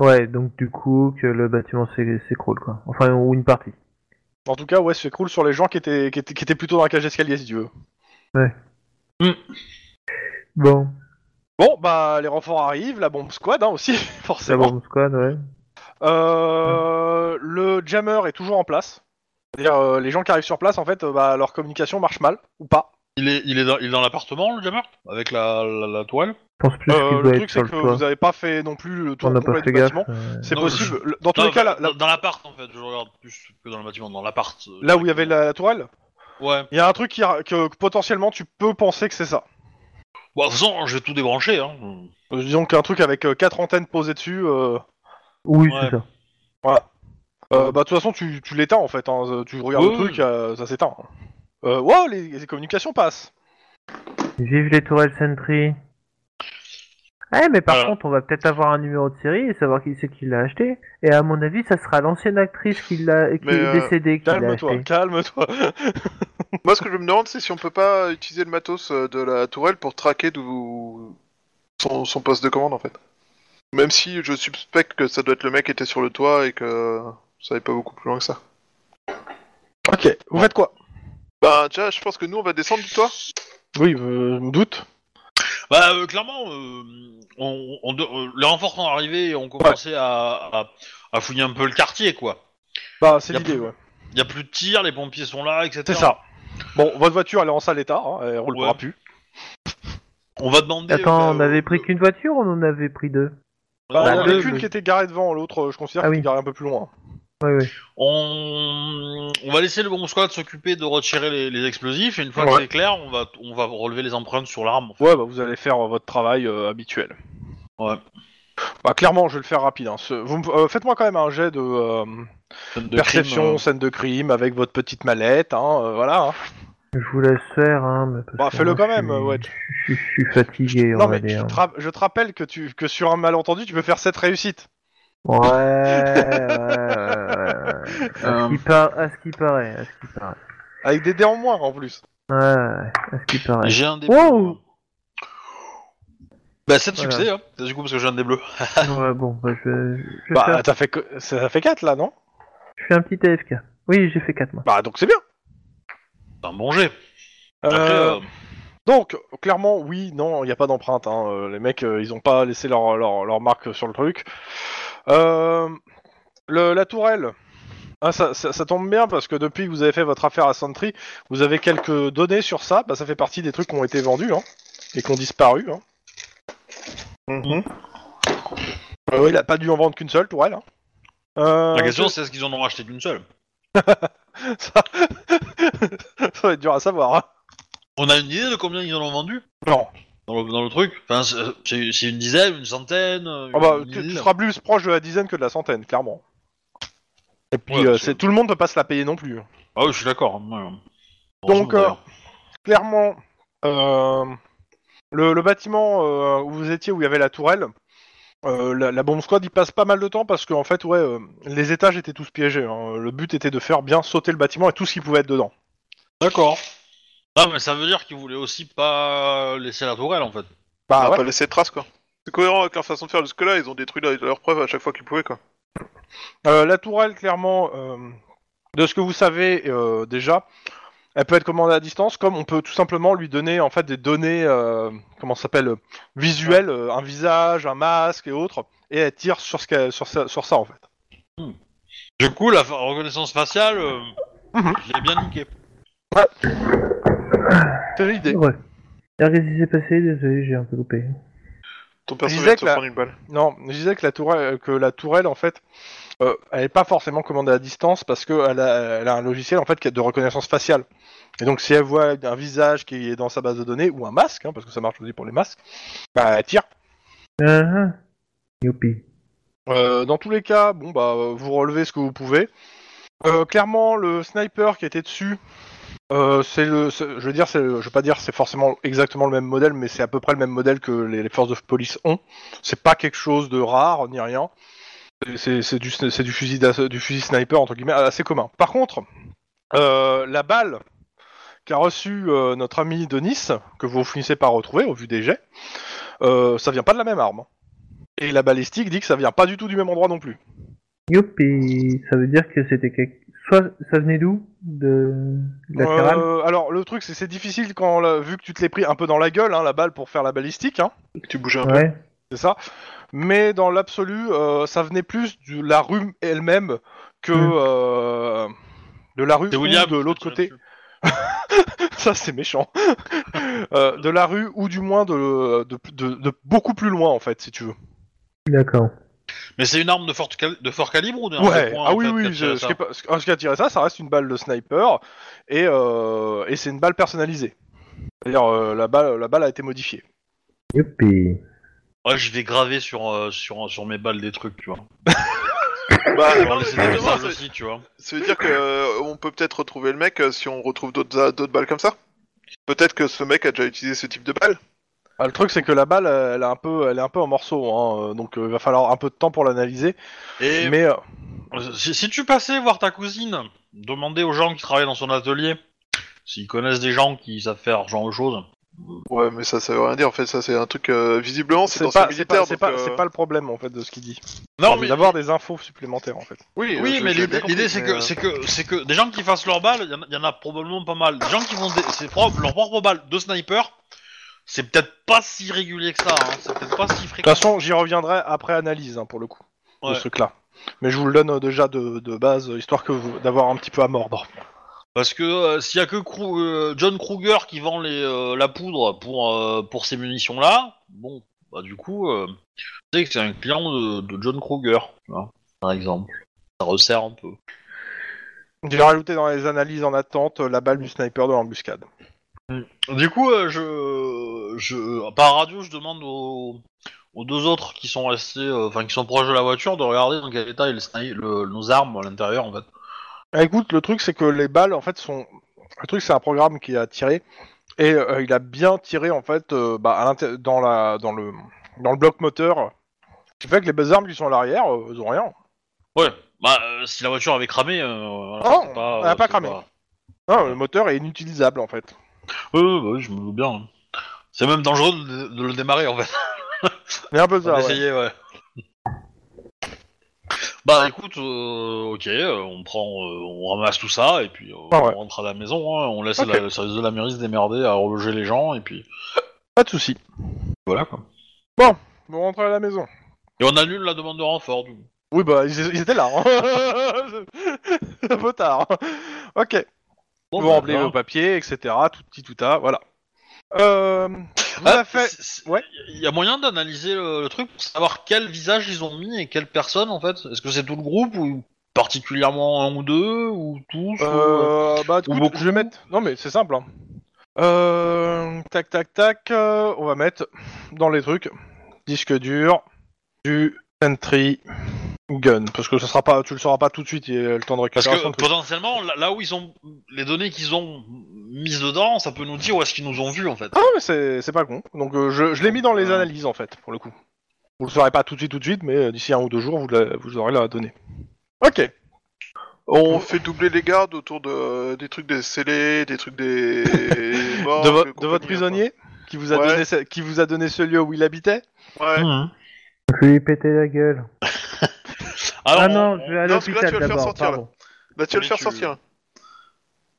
Speaker 3: Ouais, donc du coup que le bâtiment s'é- s'écroule quoi. Enfin ou une partie.
Speaker 2: En tout cas, ouais, se cool sur les gens qui étaient, qui étaient, qui étaient plutôt dans la cage d'escalier, si tu veux.
Speaker 3: Bon,
Speaker 2: Bon, bah, les renforts arrivent, la bombe squad hein, aussi,
Speaker 3: c'est
Speaker 2: forcément.
Speaker 3: bon squad ouais. Ah
Speaker 2: Euh, le jammer est toujours en place. C'est-à-dire, euh, les gens qui arrivent sur place, en fait, euh, bah, leur communication marche mal, ou pas.
Speaker 1: Il est, il est dans, il est dans l'appartement, le jammer Avec la, la, la toile
Speaker 3: Je pense plus
Speaker 2: Euh,
Speaker 3: qu'il
Speaker 2: le
Speaker 3: doit être
Speaker 2: truc, c'est
Speaker 3: sur
Speaker 2: que
Speaker 3: le toit.
Speaker 2: vous n'avez pas fait non plus le
Speaker 3: On
Speaker 2: tour
Speaker 3: n'a pas
Speaker 2: complet
Speaker 3: fait
Speaker 2: du
Speaker 3: gaffe.
Speaker 2: bâtiment.
Speaker 3: euh,
Speaker 2: C'est
Speaker 1: Non,
Speaker 2: possible. Le- Dans tous les cas, la- la-
Speaker 1: dans, dans l'appart, en fait. Je regarde plus que dans le bâtiment. Dans l'appart. euh,
Speaker 2: là où il y avait la, la tourelle,
Speaker 1: Ouais.
Speaker 2: il y a un truc qui, ra- que que potentiellement tu peux penser que c'est ça.
Speaker 1: Bon, Bah, de toute façon, je vais tout débrancher. Hein.
Speaker 2: Euh, Disons qu'un truc avec euh, quatre antennes posées dessus, euh,
Speaker 3: Oui,
Speaker 1: Ouais.
Speaker 3: c'est ça.
Speaker 2: euh, bah de toute façon tu, tu l'éteins en fait. hein. Tu regardes le
Speaker 1: Oui,
Speaker 2: truc, euh, ça s'éteint. Euh, wow, les, les communications passent.
Speaker 3: Vive les tourelles Sentry. Ouais, mais par
Speaker 1: Voilà.
Speaker 3: contre, on va peut-être avoir un numéro de série et savoir qui c'est qui l'a acheté. Et à mon avis, ça sera l'ancienne actrice qui l'a, qui
Speaker 4: Mais,
Speaker 3: est
Speaker 4: euh,
Speaker 3: décédée, qui l'a
Speaker 2: Calme-toi,
Speaker 3: acheté.
Speaker 2: calme-toi.
Speaker 4: Moi, ce que je me demande, c'est si on peut pas utiliser le matos euh, de la tourelle pour traquer d'où son, son poste de commande, en fait. Même si je suspecte que ça doit être le mec qui était sur le toit et que ça n'est pas beaucoup plus loin que ça.
Speaker 2: ok, vous faites quoi
Speaker 4: Bah, déjà, je pense que nous, on va descendre du toit.
Speaker 2: Oui, euh, je me doute.
Speaker 1: Bah, euh, clairement, euh, on, on de- euh, les renforts sont arrivés et ont commencé à, à, à fouiller un peu le quartier, quoi.
Speaker 2: Bah c'est
Speaker 1: Y a
Speaker 2: l'idée,
Speaker 1: plus-
Speaker 2: ouais.
Speaker 1: Il y a plus de tirs, les pompiers sont là, etc.
Speaker 2: C'est ça. Bon, votre voiture elle est en sale état, hein, elle roule
Speaker 1: Ouais.
Speaker 2: pas plus.
Speaker 1: On va demander.
Speaker 3: Attends,
Speaker 1: euh,
Speaker 3: on avait pris
Speaker 1: euh,
Speaker 3: qu'une voiture ou on en avait pris deux
Speaker 1: non,
Speaker 2: Bah, il y en
Speaker 3: deux,
Speaker 2: avait qu'une
Speaker 3: mais-
Speaker 2: qui était garée devant, l'autre euh, je considère
Speaker 3: Ah
Speaker 2: qu'elle
Speaker 3: oui.
Speaker 2: était garée un peu plus loin.
Speaker 3: Oui, oui.
Speaker 1: On... on va laisser le bon squad s'occuper de retirer les, les explosifs et une fois
Speaker 2: Ouais.
Speaker 1: que c'est clair, on va, on va relever les empreintes sur l'arme.
Speaker 2: Ouais, bah vous allez faire euh, votre travail euh, habituel.
Speaker 1: Ouais.
Speaker 2: Bah clairement, je vais le faire rapide. hein. Ce- vous me- euh, Faites-moi quand même un jet de, euh,
Speaker 1: De
Speaker 2: perception,
Speaker 1: crime, euh,
Speaker 2: scène de crime, avec votre petite mallette, hein, euh, voilà. hein.
Speaker 3: Je vous laisse faire, hein. mais parce
Speaker 2: Bah,
Speaker 3: que
Speaker 2: fais-le
Speaker 3: moi,
Speaker 2: quand
Speaker 3: je
Speaker 2: même,
Speaker 3: suis-
Speaker 2: ouais.
Speaker 3: Je, je- je suis fatigué,
Speaker 2: Non
Speaker 3: on va
Speaker 2: mais je
Speaker 3: dire.
Speaker 2: te, ra- je te rappelle que, tu, que sur un malentendu, tu peux faire 7 réussites.
Speaker 3: Ouais, ouais, ouais, ouais. À, ce qui par- à ce qui paraît, à ce qui paraît.
Speaker 2: Avec des dés en moins en plus.
Speaker 3: Ouais, ouais, à ce qui paraît.
Speaker 1: J'ai un des
Speaker 3: Wow.
Speaker 1: Bah, 7
Speaker 3: Voilà.
Speaker 1: succès, hein. C'est du coup parce que j'ai un des bleus.
Speaker 3: Ouais, bon, bah, je, vais- je, vais
Speaker 2: Bah
Speaker 3: faire-
Speaker 2: t'as fait que- ça fait 4 là, non
Speaker 3: je fais un petit AFK. Oui, j'ai fait 4 mois.
Speaker 2: Bah donc c'est bien.
Speaker 1: C'est un bon jet. Après,
Speaker 2: Euh,
Speaker 1: euh,
Speaker 2: Donc clairement oui, non, il n'y a pas d'empreinte. hein. Euh, Les mecs, euh, ils ont pas laissé leur, leur, leur marque sur le truc. Euh, le- la tourelle. Ah, ça, ça- ça tombe bien parce que depuis que vous avez fait votre affaire à Sentry, vous avez quelques données sur ça. Bah, ça fait partie des trucs qui ont été vendus hein, et qui ont disparu. Hein. Euh, ouais, il a pas dû en vendre qu'une seule tourelle. hein. Euh,
Speaker 1: la question c'est est-ce qu'ils en ont racheté qu'une seule
Speaker 2: ça... ça va être dur à savoir. hein.
Speaker 1: On a une idée de combien ils en ont vendu
Speaker 2: Non.
Speaker 1: dans le, dans le truc Enfin, c'est- euh, c'est c'est une dizaine, une centaine euh,
Speaker 2: Ah bah,
Speaker 1: une
Speaker 2: tu, tu
Speaker 1: mille
Speaker 2: seras plus proche de la dizaine que de la centaine, clairement. Et puis,
Speaker 1: Ouais,
Speaker 2: euh,
Speaker 1: parce
Speaker 2: c'est...
Speaker 1: que-
Speaker 2: tout le monde peut pas se la payer non plus.
Speaker 1: Ah oui, je suis d'accord. ouais. Heureusement,
Speaker 2: Donc, euh,
Speaker 1: d'ailleurs.
Speaker 2: Clairement, euh, le, le bâtiment euh, où vous étiez, où il y avait la tourelle, euh, la, la bombe squad, il passe pas mal de temps parce qu'en fait, ouais, euh, les étages étaient tous piégés. hein. Le but était de faire bien sauter le bâtiment et tout ce qui pouvait être dedans.
Speaker 1: D'accord. Ah, mais ça veut dire qu'ils voulaient aussi pas laisser la tourelle en fait.
Speaker 4: on
Speaker 2: Bah
Speaker 4: va
Speaker 2: ouais.
Speaker 4: pas laisser de traces, quoi. C'est cohérent avec leur façon de faire jusque-là, ils ont détruit leur- leurs preuves à chaque fois qu'ils pouvaient, quoi.
Speaker 2: Euh, la tourelle, clairement, euh, de ce que vous savez euh, déjà, elle peut être commandée à distance, comme on peut tout simplement lui donner en fait des données, euh, comment ça s'appelle, euh, visuelles, euh, un visage, un masque et autres, et elle tire sur ce qu'elle- sur ça, sur ça en fait.
Speaker 1: Du coup, la fa- reconnaissance faciale, euh,
Speaker 2: Mhm.
Speaker 1: je l'ai bien niqué.
Speaker 2: C'est l'idée.
Speaker 3: Ouais. Alors, Qu'est-ce qui s'est passé Désolé, j'ai un peu loupé.
Speaker 4: Ton perso
Speaker 2: Je disais
Speaker 4: vient de se
Speaker 2: que la-
Speaker 4: prendre une balle.
Speaker 2: Non, je disais que la tourelle, euh, que la tourelle en fait, euh, elle n'est pas forcément commandée à distance parce qu'elle a, elle a un logiciel en fait qui a de reconnaissance faciale. Et donc si elle voit un visage qui est dans sa base de données ou un masque, hein, parce que ça marche aussi pour les masques, bah elle tire.
Speaker 3: Ah, ah. Youpi.
Speaker 2: Euh, dans tous les cas, bon bah euh, vous relevez ce que vous pouvez. Euh, clairement, le sniper qui était dessus, euh, c'est le, c'est- je veux dire, c'est, le- je veux pas dire c'est forcément exactement le même modèle, mais c'est à peu près le même modèle que les, les forces de police ont. C'est pas quelque chose de rare ni rien. C'est, c'est du, sn- c'est du fusil d'asse- du fusil sniper entre guillemets assez commun. Par contre, Euh, la balle qu'a reçue euh, notre ami de Nice, que vous finissez par retrouver au vu des jets, euh, ça vient pas de la même arme. Et la balistique dit que ça vient pas du tout du même endroit non plus.
Speaker 3: Youpi, ça veut dire que c'était quelque... Soit ça venait d'où De latéral
Speaker 2: Euh, alors le truc c'est que c'est difficile quand la- vu que tu te l'es pris un peu dans la gueule hein, la balle pour faire la balistique, hein,
Speaker 4: Tu bouges un peu.
Speaker 3: Ouais.
Speaker 2: c'est ça. Mais dans l'absolu, euh, ça venait plus de la rue elle-même que
Speaker 3: Mm.
Speaker 2: euh, de la rue
Speaker 1: C'est
Speaker 2: ou
Speaker 1: William
Speaker 2: de
Speaker 1: qui tire
Speaker 2: l'autre côté.
Speaker 1: dessus.
Speaker 2: Ça, c'est méchant. Euh, de la rue, ou du moins de, de, de- de beaucoup plus loin, en fait, si tu veux.
Speaker 3: D'accord.
Speaker 1: Mais c'est une arme de fort, cal- de fort calibre ou d'un
Speaker 2: ouais,
Speaker 1: point,
Speaker 2: ah
Speaker 1: en
Speaker 2: oui,
Speaker 1: fait,
Speaker 2: oui,
Speaker 1: qu'a tiré
Speaker 2: je- ce
Speaker 1: ça
Speaker 2: qui est pas- ce ce qui a tiré ça, ça reste une balle de sniper, et, euh, et c'est une balle personnalisée. C'est-à-dire, euh, la, balle, la balle a été modifiée.
Speaker 3: Youpi.
Speaker 1: Ouais, je vais graver sur, euh, sur, sur mes balles des trucs, tu vois.
Speaker 4: Bah,
Speaker 1: Pour
Speaker 4: non,
Speaker 1: laisser
Speaker 4: mais
Speaker 1: des
Speaker 4: justement,
Speaker 1: messages
Speaker 4: ça,
Speaker 1: aussi, tu vois.
Speaker 4: ça veut dire que euh, on peut peut-être retrouver le mec euh, si on retrouve d'autres d'autres balles comme ça. Peut-être que ce mec a déjà utilisé ce type de balle.
Speaker 2: Ah, le truc, c'est que la balle, elle, a un peu, elle est un peu en morceaux, hein, euh, donc euh, il va falloir un peu de temps pour l'analyser.
Speaker 1: Et
Speaker 2: Mais euh,
Speaker 1: si, si tu passais voir ta cousine, demander aux gens qui travaillent dans son atelier s'ils connaissent des gens qui savent faire ce genre de choses.
Speaker 4: Ouais, mais ça, ça veut rien dire. En fait, ça, c'est un truc euh, visiblement, c'est
Speaker 2: c'est
Speaker 4: dans ce
Speaker 2: pas, c'est
Speaker 4: militaire.
Speaker 2: pas, c'est
Speaker 4: donc,
Speaker 2: pas,
Speaker 4: euh,
Speaker 2: c'est pas le problème, en fait, de ce qu'il dit.
Speaker 1: Non,
Speaker 2: C'est
Speaker 1: mais
Speaker 2: D'avoir des infos supplémentaires, en fait.
Speaker 4: Oui, euh,
Speaker 1: Oui,
Speaker 4: je-
Speaker 1: mais
Speaker 4: je l'ai
Speaker 1: l'idée,
Speaker 4: bien
Speaker 1: l'idée,
Speaker 4: compris,
Speaker 1: c'est
Speaker 4: mais,
Speaker 1: que,
Speaker 4: euh,
Speaker 1: c'est que, c'est que des gens qui fassent leur balle, il y en a- il y, en a probablement pas mal. Des gens qui font des, ses propres, leurs propres balles de sniper, c'est peut-être pas si régulier que ça. hein. C'est peut-être pas si
Speaker 2: De
Speaker 1: fréquent.
Speaker 2: toute façon, j'y reviendrai après analyse, hein, pour le coup,
Speaker 1: Ouais.
Speaker 2: de ce truc-là. Mais je vous le donne euh, déjà de, de base, euh, histoire que vous- d'avoir un petit peu à mordre.
Speaker 1: Parce que euh, s'il y a que Krou- euh, John Kruger qui vend les, euh, la poudre pour, euh, pour ces munitions-là, bon, bah du coup, euh, tu sais que c'est un client de, de John Kruger, tu vois, par exemple. Ça resserre un peu.
Speaker 2: J'ai rajouté dans les analyses en attente euh, la balle du sniper de l'embuscade.
Speaker 1: Du coup, euh, je, je, par radio, je demande aux, aux deux autres qui sont restés, euh, enfin qui sont proches de la voiture, de regarder dans quel état est le sni- le- nos armes à l'intérieur, en fait.
Speaker 2: Ah, écoute, le truc, c'est que les balles, en fait, sont. Le truc, c'est un programme qui a tiré. Et euh, il a bien tiré, en fait, euh, bah, à l'inté- dans, la, dans, le, dans le bloc moteur. Ce qui fait que les belles armes qui sont à l'arrière, euh, elles ont rien.
Speaker 1: Ouais. Bah, euh, si la voiture avait cramé, euh, voilà,
Speaker 2: Non,
Speaker 1: c'est
Speaker 2: elle Oh, a
Speaker 1: euh,
Speaker 2: pas
Speaker 1: c'est
Speaker 2: cramé. Non, le moteur est inutilisable, en fait.
Speaker 1: Ouais, ouais, bah oui, je me doute bien. hein. C'est même dangereux de, de le démarrer, en fait.
Speaker 2: Mais un peu ça, ouais.
Speaker 1: D'essayer, ouais. Bah écoute, euh, ok, euh, on prend, euh, on ramasse tout ça et puis euh,
Speaker 2: Ah ouais.
Speaker 1: on rentre à la maison, hein, on laisse
Speaker 2: Ok.
Speaker 1: la- le service de la mairie se démerder à reloger les gens et puis
Speaker 2: Pas de soucis.
Speaker 1: voilà quoi.
Speaker 2: Vous rentrez à la maison.
Speaker 1: Et on annule la demande de renfort. Du coup.
Speaker 2: Oui, bah, ils, ils étaient là. Hein. Un peu tard. Ok.
Speaker 1: Bon,
Speaker 2: vous
Speaker 1: bah,
Speaker 2: remplissez
Speaker 1: voilà.
Speaker 2: vos papiers, etc. Tout petit, tout à, voilà. Euh, vous
Speaker 1: Ah,
Speaker 2: a fait...
Speaker 1: c'est- c'est-
Speaker 2: ouais.
Speaker 1: Il y a moyen d'analyser le, le truc pour savoir quel visage ils ont mis et quelle personne en fait. Est-ce que c'est tout le groupe ou particulièrement un ou deux ou tous ou, euh,
Speaker 2: Euh, bah, écoute,
Speaker 1: beaucoup.
Speaker 2: je vais mettre. Non, mais c'est simple. hein. Euh, tac, tac, tac. euh, on va mettre dans les trucs disque dur du Sentry Gun parce que ça sera pas, tu le sauras pas tout de suite. Il y a le temps de
Speaker 1: Parce que
Speaker 2: récupération. de trucs.
Speaker 1: potentiellement, là, là où ils ont les données qu'ils ont mises dedans, ça peut nous dire où est-ce qu'ils nous ont vus en fait.
Speaker 2: Ah, mais c'est c'est pas con. Donc euh, je, je l'ai mis dans les
Speaker 1: Euh.
Speaker 2: analyses en fait pour le coup. Vous le saurez pas tout de suite, tout de suite, mais euh, d'ici un ou deux jours, vous, la- vous aurez la donnée. Ok.
Speaker 4: On fait doubler les gardes autour de, des trucs des scellés, des trucs des. morts,
Speaker 2: de, vo-
Speaker 4: des
Speaker 2: de votre
Speaker 4: compagnies, quoi.
Speaker 2: prisonnier hein, qui vous a
Speaker 4: Ouais.
Speaker 2: donné ce- qui vous a donné ce lieu où il habitait.
Speaker 4: Ouais.
Speaker 1: Mmh.
Speaker 3: Je vais lui péter la gueule.
Speaker 1: Alors,
Speaker 3: ah
Speaker 1: on-
Speaker 3: non, je vais à
Speaker 4: non, parce que
Speaker 3: l'hôpital
Speaker 4: là, tu vas le faire
Speaker 3: d'abord,
Speaker 4: sortir, là.
Speaker 3: pardon.
Speaker 4: Bah, tu vas le
Speaker 1: Mais
Speaker 4: faire
Speaker 1: tu-
Speaker 4: sortir.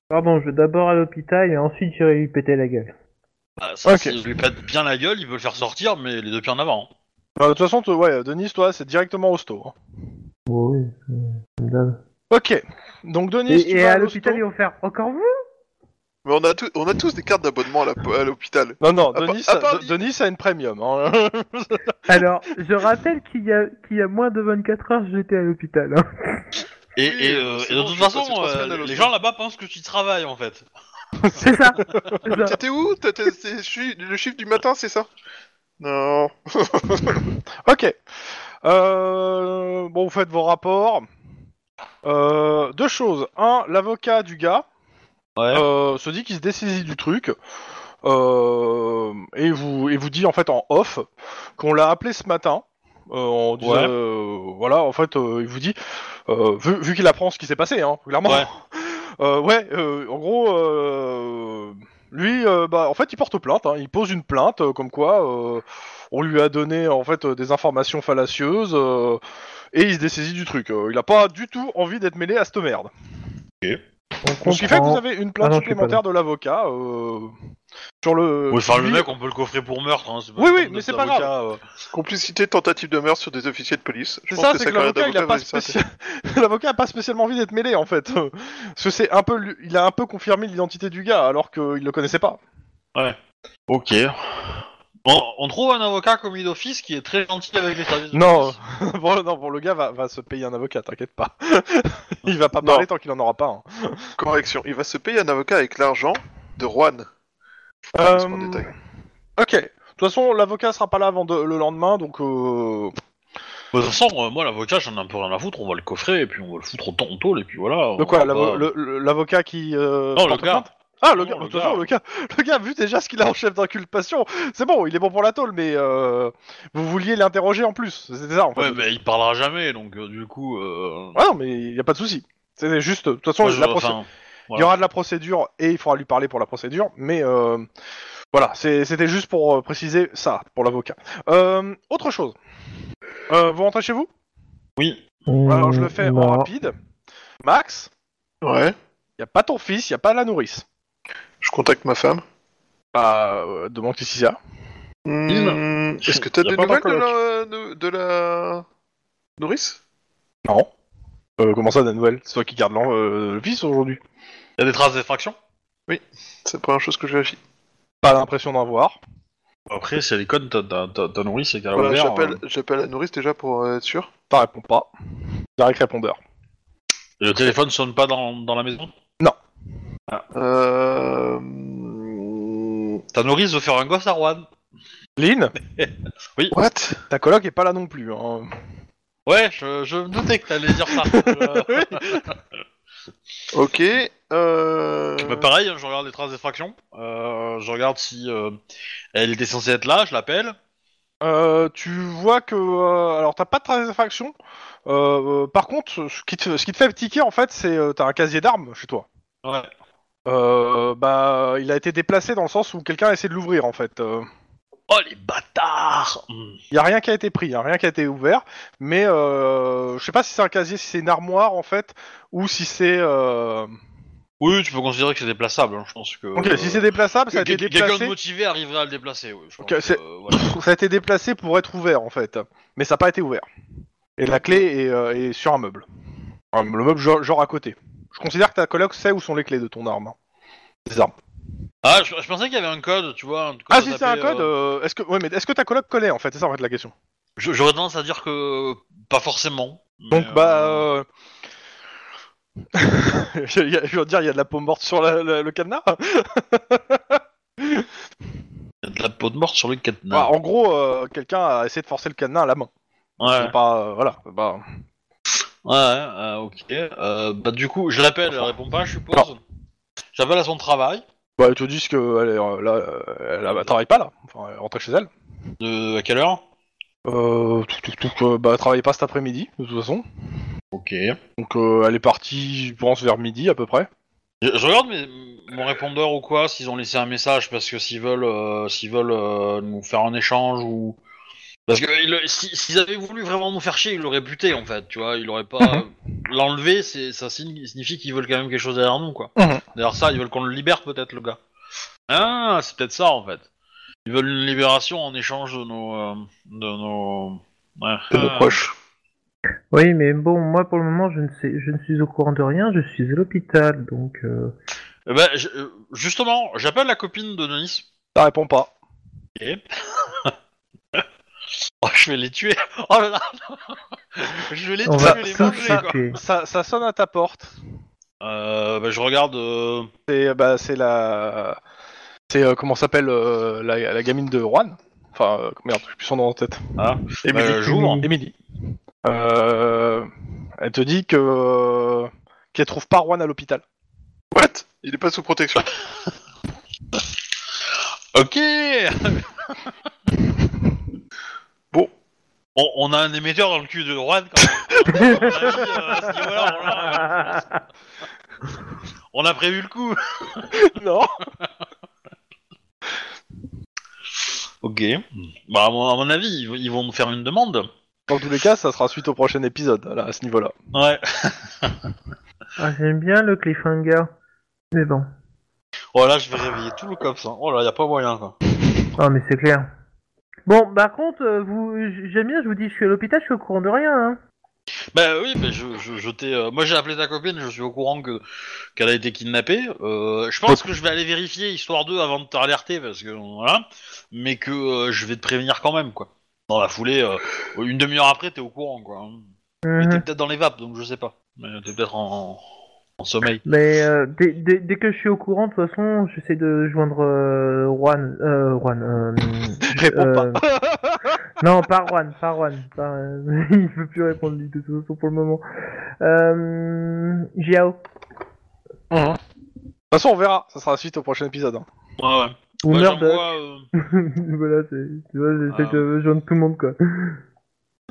Speaker 3: Pardon, je vais d'abord à l'hôpital et ensuite j'irai lui péter la gueule.
Speaker 1: bah, ça,
Speaker 2: Ok.
Speaker 1: s'il lui pète bien la gueule, il peut le faire sortir, mais les deux pieds en avant. hein.
Speaker 2: Bah, de toute façon, toi- ouais, Denis, toi, c'est directement hosto. hein.
Speaker 3: Bon, Oh oui, c'est comme d'hab.
Speaker 2: Ok. Donc Denis,
Speaker 3: Et,
Speaker 2: tu
Speaker 3: et
Speaker 2: vas
Speaker 3: à
Speaker 2: l'hosto-
Speaker 3: l'hôpital, ils vont faire encore vous
Speaker 4: Mais on a, tout- on a tous des cartes d'abonnement à la- à l'hôpital.
Speaker 2: Non, non,
Speaker 4: À
Speaker 1: Ah,
Speaker 2: Denis,
Speaker 4: part- à part
Speaker 2: a,
Speaker 4: lui.
Speaker 2: Denis a une premium. hein.
Speaker 3: Alors, je rappelle qu'il y, a- qu'il y a moins de 24 heures, j'étais à l'hôpital. hein.
Speaker 1: Et,
Speaker 4: Oui,
Speaker 1: et, euh,
Speaker 4: c'est
Speaker 1: et de
Speaker 4: bon,
Speaker 1: toute
Speaker 4: je vais passer
Speaker 1: façon,
Speaker 4: trois semaines à
Speaker 1: euh, les
Speaker 4: l'hôpital.
Speaker 1: gens là-bas pensent que tu travailles en fait.
Speaker 3: C'est ça. C'est ça.
Speaker 4: T'étais où T'étais- c'est- je suis- Le chiffre du matin, c'est ça Non.
Speaker 2: ok. Euh, bon, vous faites vos rapports. Euh, deux choses. Un, l'avocat du gars
Speaker 1: Ouais.
Speaker 2: euh, se dit qu'il se dessaisit du truc. euh, et, vous, et vous dit en fait en off qu'on l'a appelé ce matin. euh, en disant,
Speaker 1: Ouais.
Speaker 2: euh, voilà, en fait, euh, il vous dit, euh, vu, vu qu'il apprend ce qui s'est passé, hein, clairement,
Speaker 1: Ouais.
Speaker 2: Euh, ouais, euh, en gros, euh, lui, euh, bah, en fait, il porte plainte. hein. Il pose une plainte, euh, comme quoi euh, on lui a donné en fait euh, des informations fallacieuses euh, et il se dessaisit du truc. Euh, il a pas du tout envie d'être mêlé à cette merde.
Speaker 3: On
Speaker 2: Ce qui fait que vous
Speaker 3: comprend.
Speaker 2: avez une plainte
Speaker 3: Ah non, je suis pas
Speaker 2: supplémentaire de l'avocat euh, sur le.
Speaker 1: Oui, enfin, le
Speaker 2: lui-
Speaker 1: mec, on peut le coffrer pour meurtre. Hein. c'est
Speaker 2: Oui, oui,
Speaker 1: comme
Speaker 2: mais
Speaker 1: notre
Speaker 2: c'est pas
Speaker 1: avocat, euh.
Speaker 4: Complicité, tentative de meurtre sur des officiers de police. Je
Speaker 2: C'est
Speaker 4: pense
Speaker 2: ça, c'est que
Speaker 4: sa carrière
Speaker 2: l'avocat, il a
Speaker 4: d'avocat
Speaker 2: pas
Speaker 4: va lui servir.
Speaker 2: spécial- l'avocat a pas spécialement envie d'être mêlé en fait, parce que c'est un peu, lui- il a un peu confirmé l'identité du gars alors qu'il le connaissait pas.
Speaker 1: Ok. On, on trouve un avocat commis d'office qui est très gentil avec les services de
Speaker 2: Non,
Speaker 1: police.
Speaker 2: bon, non, bon, le gars va, va se payer un avocat, t'inquiète pas. il va pas
Speaker 4: Non.
Speaker 2: parler tant qu'il en aura pas. hein.
Speaker 4: Correction, il va se payer un avocat avec l'argent de Juan. Faut Ah, pas plus en
Speaker 2: Euh,
Speaker 4: détail.
Speaker 2: Ok. De toute façon, l'avocat sera pas là avant de- le lendemain, donc euh,
Speaker 1: De toute façon, euh, moi, l'avocat, j'en ai un peu rien à foutre. On va le coffrer et puis on va le foutre au tôle. Et puis voilà. on
Speaker 2: de quoi
Speaker 1: va
Speaker 2: ah, l'avo-
Speaker 1: pas-
Speaker 2: le- le- l'avocat qui euh,
Speaker 1: Bah, Non, le
Speaker 2: porte
Speaker 1: gars.
Speaker 2: plainte Ah, le
Speaker 1: Non,
Speaker 2: gars,
Speaker 1: le
Speaker 2: de toute façon,
Speaker 1: gars.
Speaker 2: le gars, le gars, vu déjà ce qu'il a en chef d'inculpation, c'est bon, il est bon pour la tôle, mais euh, vous vouliez l'interroger en plus, c'était ça en fait.
Speaker 1: Ouais, mais il parlera jamais, donc euh, du coup. Euh...
Speaker 2: Ouais, non, mais il n'y a pas de souci. C'est juste, de toute façon,
Speaker 1: moi, je-
Speaker 2: la procé-
Speaker 1: enfin,
Speaker 2: il y aura de la procédure et il faudra lui parler pour la procédure, mais euh, voilà, c'est- c'était juste pour euh, préciser ça, pour l'avocat. Euh, autre chose. Euh, vous rentrez chez vous
Speaker 1: Oui.
Speaker 3: Euh,
Speaker 2: Alors je le fais
Speaker 3: Non.
Speaker 2: en rapide. Max,
Speaker 4: Ouais,
Speaker 2: il a pas ton fils, il a pas la nourrice.
Speaker 4: je contacte ma femme.
Speaker 2: Bah, euh, demande qui c'est ça.
Speaker 4: Hmm, Est-ce que t'as
Speaker 1: Y a
Speaker 4: des
Speaker 1: pas
Speaker 4: nouvelles de
Speaker 1: d'encoloc.
Speaker 4: la... de- de la nourrice
Speaker 2: Non. Euh, comment ça, la nouvelle C'est toi qui garde l'en- euh, le fils aujourd'hui
Speaker 1: Il y a des traces d'effraction
Speaker 4: C'est la première chose que j'ai agit.
Speaker 2: Pas l'impression d'en voir.
Speaker 1: Après, si elle est conne, t'as- t'as t'as- t'as nourri, c'est qu'elle a
Speaker 4: Voilà,
Speaker 1: ouvert.
Speaker 4: j'appelle,
Speaker 1: euh,
Speaker 4: j'appelle la nourrice déjà pour euh, être sûr.
Speaker 2: T'en réponds pas. Direct répondeur.
Speaker 1: Le téléphone sonne pas dans, dans la maison
Speaker 4: Euh... hmm,
Speaker 1: Ta nourrice veut faire un gosse à Rouen.
Speaker 2: Lynn,
Speaker 4: What
Speaker 2: ta coloc est pas là non plus. hein.
Speaker 1: Ouais, je, je me doutais que t'allais dire ça. Je-
Speaker 4: Ok. Euh...
Speaker 1: Bah, pareil, je regarde les traces d'effraction. Euh, je regarde si euh, elle était censée être là, je l'appelle.
Speaker 2: Euh, tu vois que euh, alors t'as pas de transaction. Euh, euh, par contre, ce qui te, ce qui te fait tiquer en fait, c'est euh, t'as un casier d'armes chez toi.
Speaker 1: Ouais.
Speaker 2: Euh, bah, il a été déplacé dans le sens où quelqu'un a essayé de l'ouvrir en fait. Euh,
Speaker 1: Oh les bâtards Hmm.
Speaker 2: Il y a rien qui a été pris, hein, rien qui a été ouvert, mais euh, je sais pas si c'est un casier, si c'est une armoire en fait, ou si c'est. euh,
Speaker 1: Oui, tu peux considérer que c'est déplaçable, hein, je pense que...
Speaker 2: Ok,
Speaker 1: euh,
Speaker 2: si c'est déplaçable, ça a
Speaker 1: que-
Speaker 2: été
Speaker 1: que- Quelqu'un de
Speaker 2: déplacé.
Speaker 1: motivé arriverait à le déplacer, oui. je pense,
Speaker 2: Ok, c'est-
Speaker 1: euh, voilà.
Speaker 2: Ça a été déplacé pour être ouvert en fait, mais ça n'a pas été ouvert. Et la clé est, euh, est sur un meuble. Un- le meuble genre, genre à côté. Je considère que ta coloc sait où sont les clés de ton arme. hein. Des armes.
Speaker 1: Ah, je, je pensais qu'il y avait un code, tu vois. un code
Speaker 2: Ah
Speaker 1: à
Speaker 2: si c'est un
Speaker 1: taper,
Speaker 2: code.
Speaker 1: euh,
Speaker 2: euh, est-ce que ouais, mais est-ce que ta coloc connaît en fait C'est ça en fait la question.
Speaker 1: je- J'aurais tendance à dire que euh, pas forcément. mais,
Speaker 2: Donc bah,
Speaker 1: euh,
Speaker 2: euh... je il y a- je veux dire il y a de la peau morte sur la- la- le cadenas.
Speaker 1: y a de la peau de morte sur le
Speaker 2: Bah,
Speaker 1: cadenas.
Speaker 2: en gros, euh, quelqu'un a essayé de forcer le cadenas à la main.
Speaker 1: ouais,
Speaker 2: C'est pas euh, voilà. Bah,
Speaker 1: ouais, euh, ok. Euh, bah du coup, je l'appelle, elle répond pas, je suppose. J'appelle à son travail,
Speaker 2: bah, ils te disent que elle est, euh, là, euh, elle, elle travaille pas là. Enfin, elle est rentrée chez elle.
Speaker 1: de... à quelle heure
Speaker 2: Euh, tout, tout, tout, euh, bah, elle travaillait pas cet après-midi, de toute façon.
Speaker 1: Ok. Je,
Speaker 2: Donc euh, elle est partie, je pense, vers midi à peu près.
Speaker 1: je regarde mes- mon répondeur ou quoi, s'ils ont laissé un message, parce que s'ils veulent, euh, s'ils veulent euh, nous faire un échange ou... Parce que ils- si- s'ils avaient voulu vraiment nous faire chier, ils l'auraient buté en fait, tu vois, ils l'auraient pas...
Speaker 4: Mhm.
Speaker 1: L'enlever, c'est- ça signe- signifie qu'ils veulent quand même quelque chose derrière nous, quoi.
Speaker 2: Mhm.
Speaker 1: Derrière ça, ils veulent qu'on le libère peut-être, le gars. Ah, c'est peut-être ça en fait. Ils veulent une libération en échange de nos... euh, de nos... Ouais. Ah.
Speaker 4: C'est nos proches.
Speaker 3: Oui, mais bon, moi pour le moment, je ne, sais, je ne suis au courant de rien, je suis à l'hôpital, donc. euh,
Speaker 1: Eh ben, je- euh, justement, j'appelle la copine de Denis.
Speaker 2: Elle répond pas.
Speaker 1: Ok. oh, je vais les tuer. Oh là là. je vais les
Speaker 3: on
Speaker 1: tuer,
Speaker 3: va
Speaker 1: je vais les
Speaker 3: tous
Speaker 1: manger,
Speaker 2: ça.
Speaker 3: les
Speaker 1: quoi.
Speaker 3: tuer.
Speaker 2: Ça, ça sonne à ta porte.
Speaker 1: Euh, bah, je regarde. euh,
Speaker 2: C'est bah, c'est la, c'est euh, comment s'appelle euh, la, la gamine de Juan. Enfin euh, merde, j'ai plus son nom en tête.
Speaker 4: Émilie.
Speaker 1: euh, J'ouvre.
Speaker 2: Émilie. Euh, elle te dit que euh, qu'elle trouve pas Juan à l'hôpital.
Speaker 4: What Il est pas sous protection.
Speaker 1: Ok.
Speaker 4: Bon.
Speaker 1: On, on a un émetteur dans le cul de
Speaker 3: Ah,
Speaker 1: Juan. Quand même. À mon avis, euh, à ce niveau-là, on l'a- On a prévu le coup.
Speaker 2: non.
Speaker 1: Ok. Bah, à mon, à mon avis, ils vont- ils vont me faire une demande.
Speaker 2: Dans tous les cas, ça sera suite au prochain épisode, là, à ce niveau-là.
Speaker 1: Ouais.
Speaker 3: Ah, j'aime bien le cliffhanger. Mais bon.
Speaker 1: Oh là, je vais réveiller tout le cops. hein. Oh là, y a pas moyen. Quoi.
Speaker 3: Ah, mais c'est clair. Bon, par contre, euh, vous, j- j'aime bien, je vous dis, je suis à l'hôpital, je suis au courant de rien. Hein.
Speaker 1: Bah oui, mais je, je, je t'ai. euh, Moi, j'ai appelé ta copine. Je suis au courant que qu'elle a été kidnappée. Euh, je pense que je vais aller vérifier histoire d'eux avant de t'alerter parce que voilà. Mais que euh, je vais te prévenir quand même quoi. Dans la foulée, euh, une demi-heure après, t'es au courant quoi. Mais t'es
Speaker 3: Mhm.
Speaker 1: peut-être dans les vapes, donc je sais pas. Mais T'es peut-être en, en sommeil.
Speaker 3: Mais euh, dès, dès- dès que je suis au courant, de toute façon, j'essaie de joindre euh, Juan. Euh, Juan euh,
Speaker 2: Réponds
Speaker 3: euh, non, pas Juan, pas Juan. pas, euh, il peut plus répondre du tout, de toute façon, pour le moment. Euh, Jiao.
Speaker 2: De toute façon, on verra. Ça sera suite au prochain épisode. hein.
Speaker 1: Ouais, ouais.
Speaker 3: Ou
Speaker 1: Bah,
Speaker 3: Murdoch.
Speaker 1: j'envoie, euh,
Speaker 3: voilà, c'est, tu vois, j'essaie
Speaker 1: Ah.
Speaker 3: de joindre tout le monde, quoi.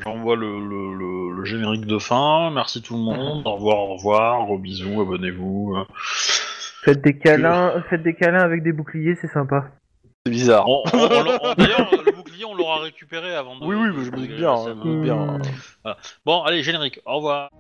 Speaker 1: J'envoie le, le, le- le générique de fin. Merci tout le monde. Au revoir, au revoir. Gros bisous, abonnez-vous. hein.
Speaker 3: Faites des câlins, faites des câlins avec des boucliers, c'est sympa.
Speaker 2: C'est bizarre.
Speaker 1: On- on- on l'a- on- D'ailleurs, le bouclier, on l'aura récupéré avant de.
Speaker 2: Oui, oui, mais je me dis bien.
Speaker 1: de-
Speaker 2: hein, je me doute bien.
Speaker 3: Hmm.
Speaker 2: hein.
Speaker 1: Bon, allez, générique. Au revoir.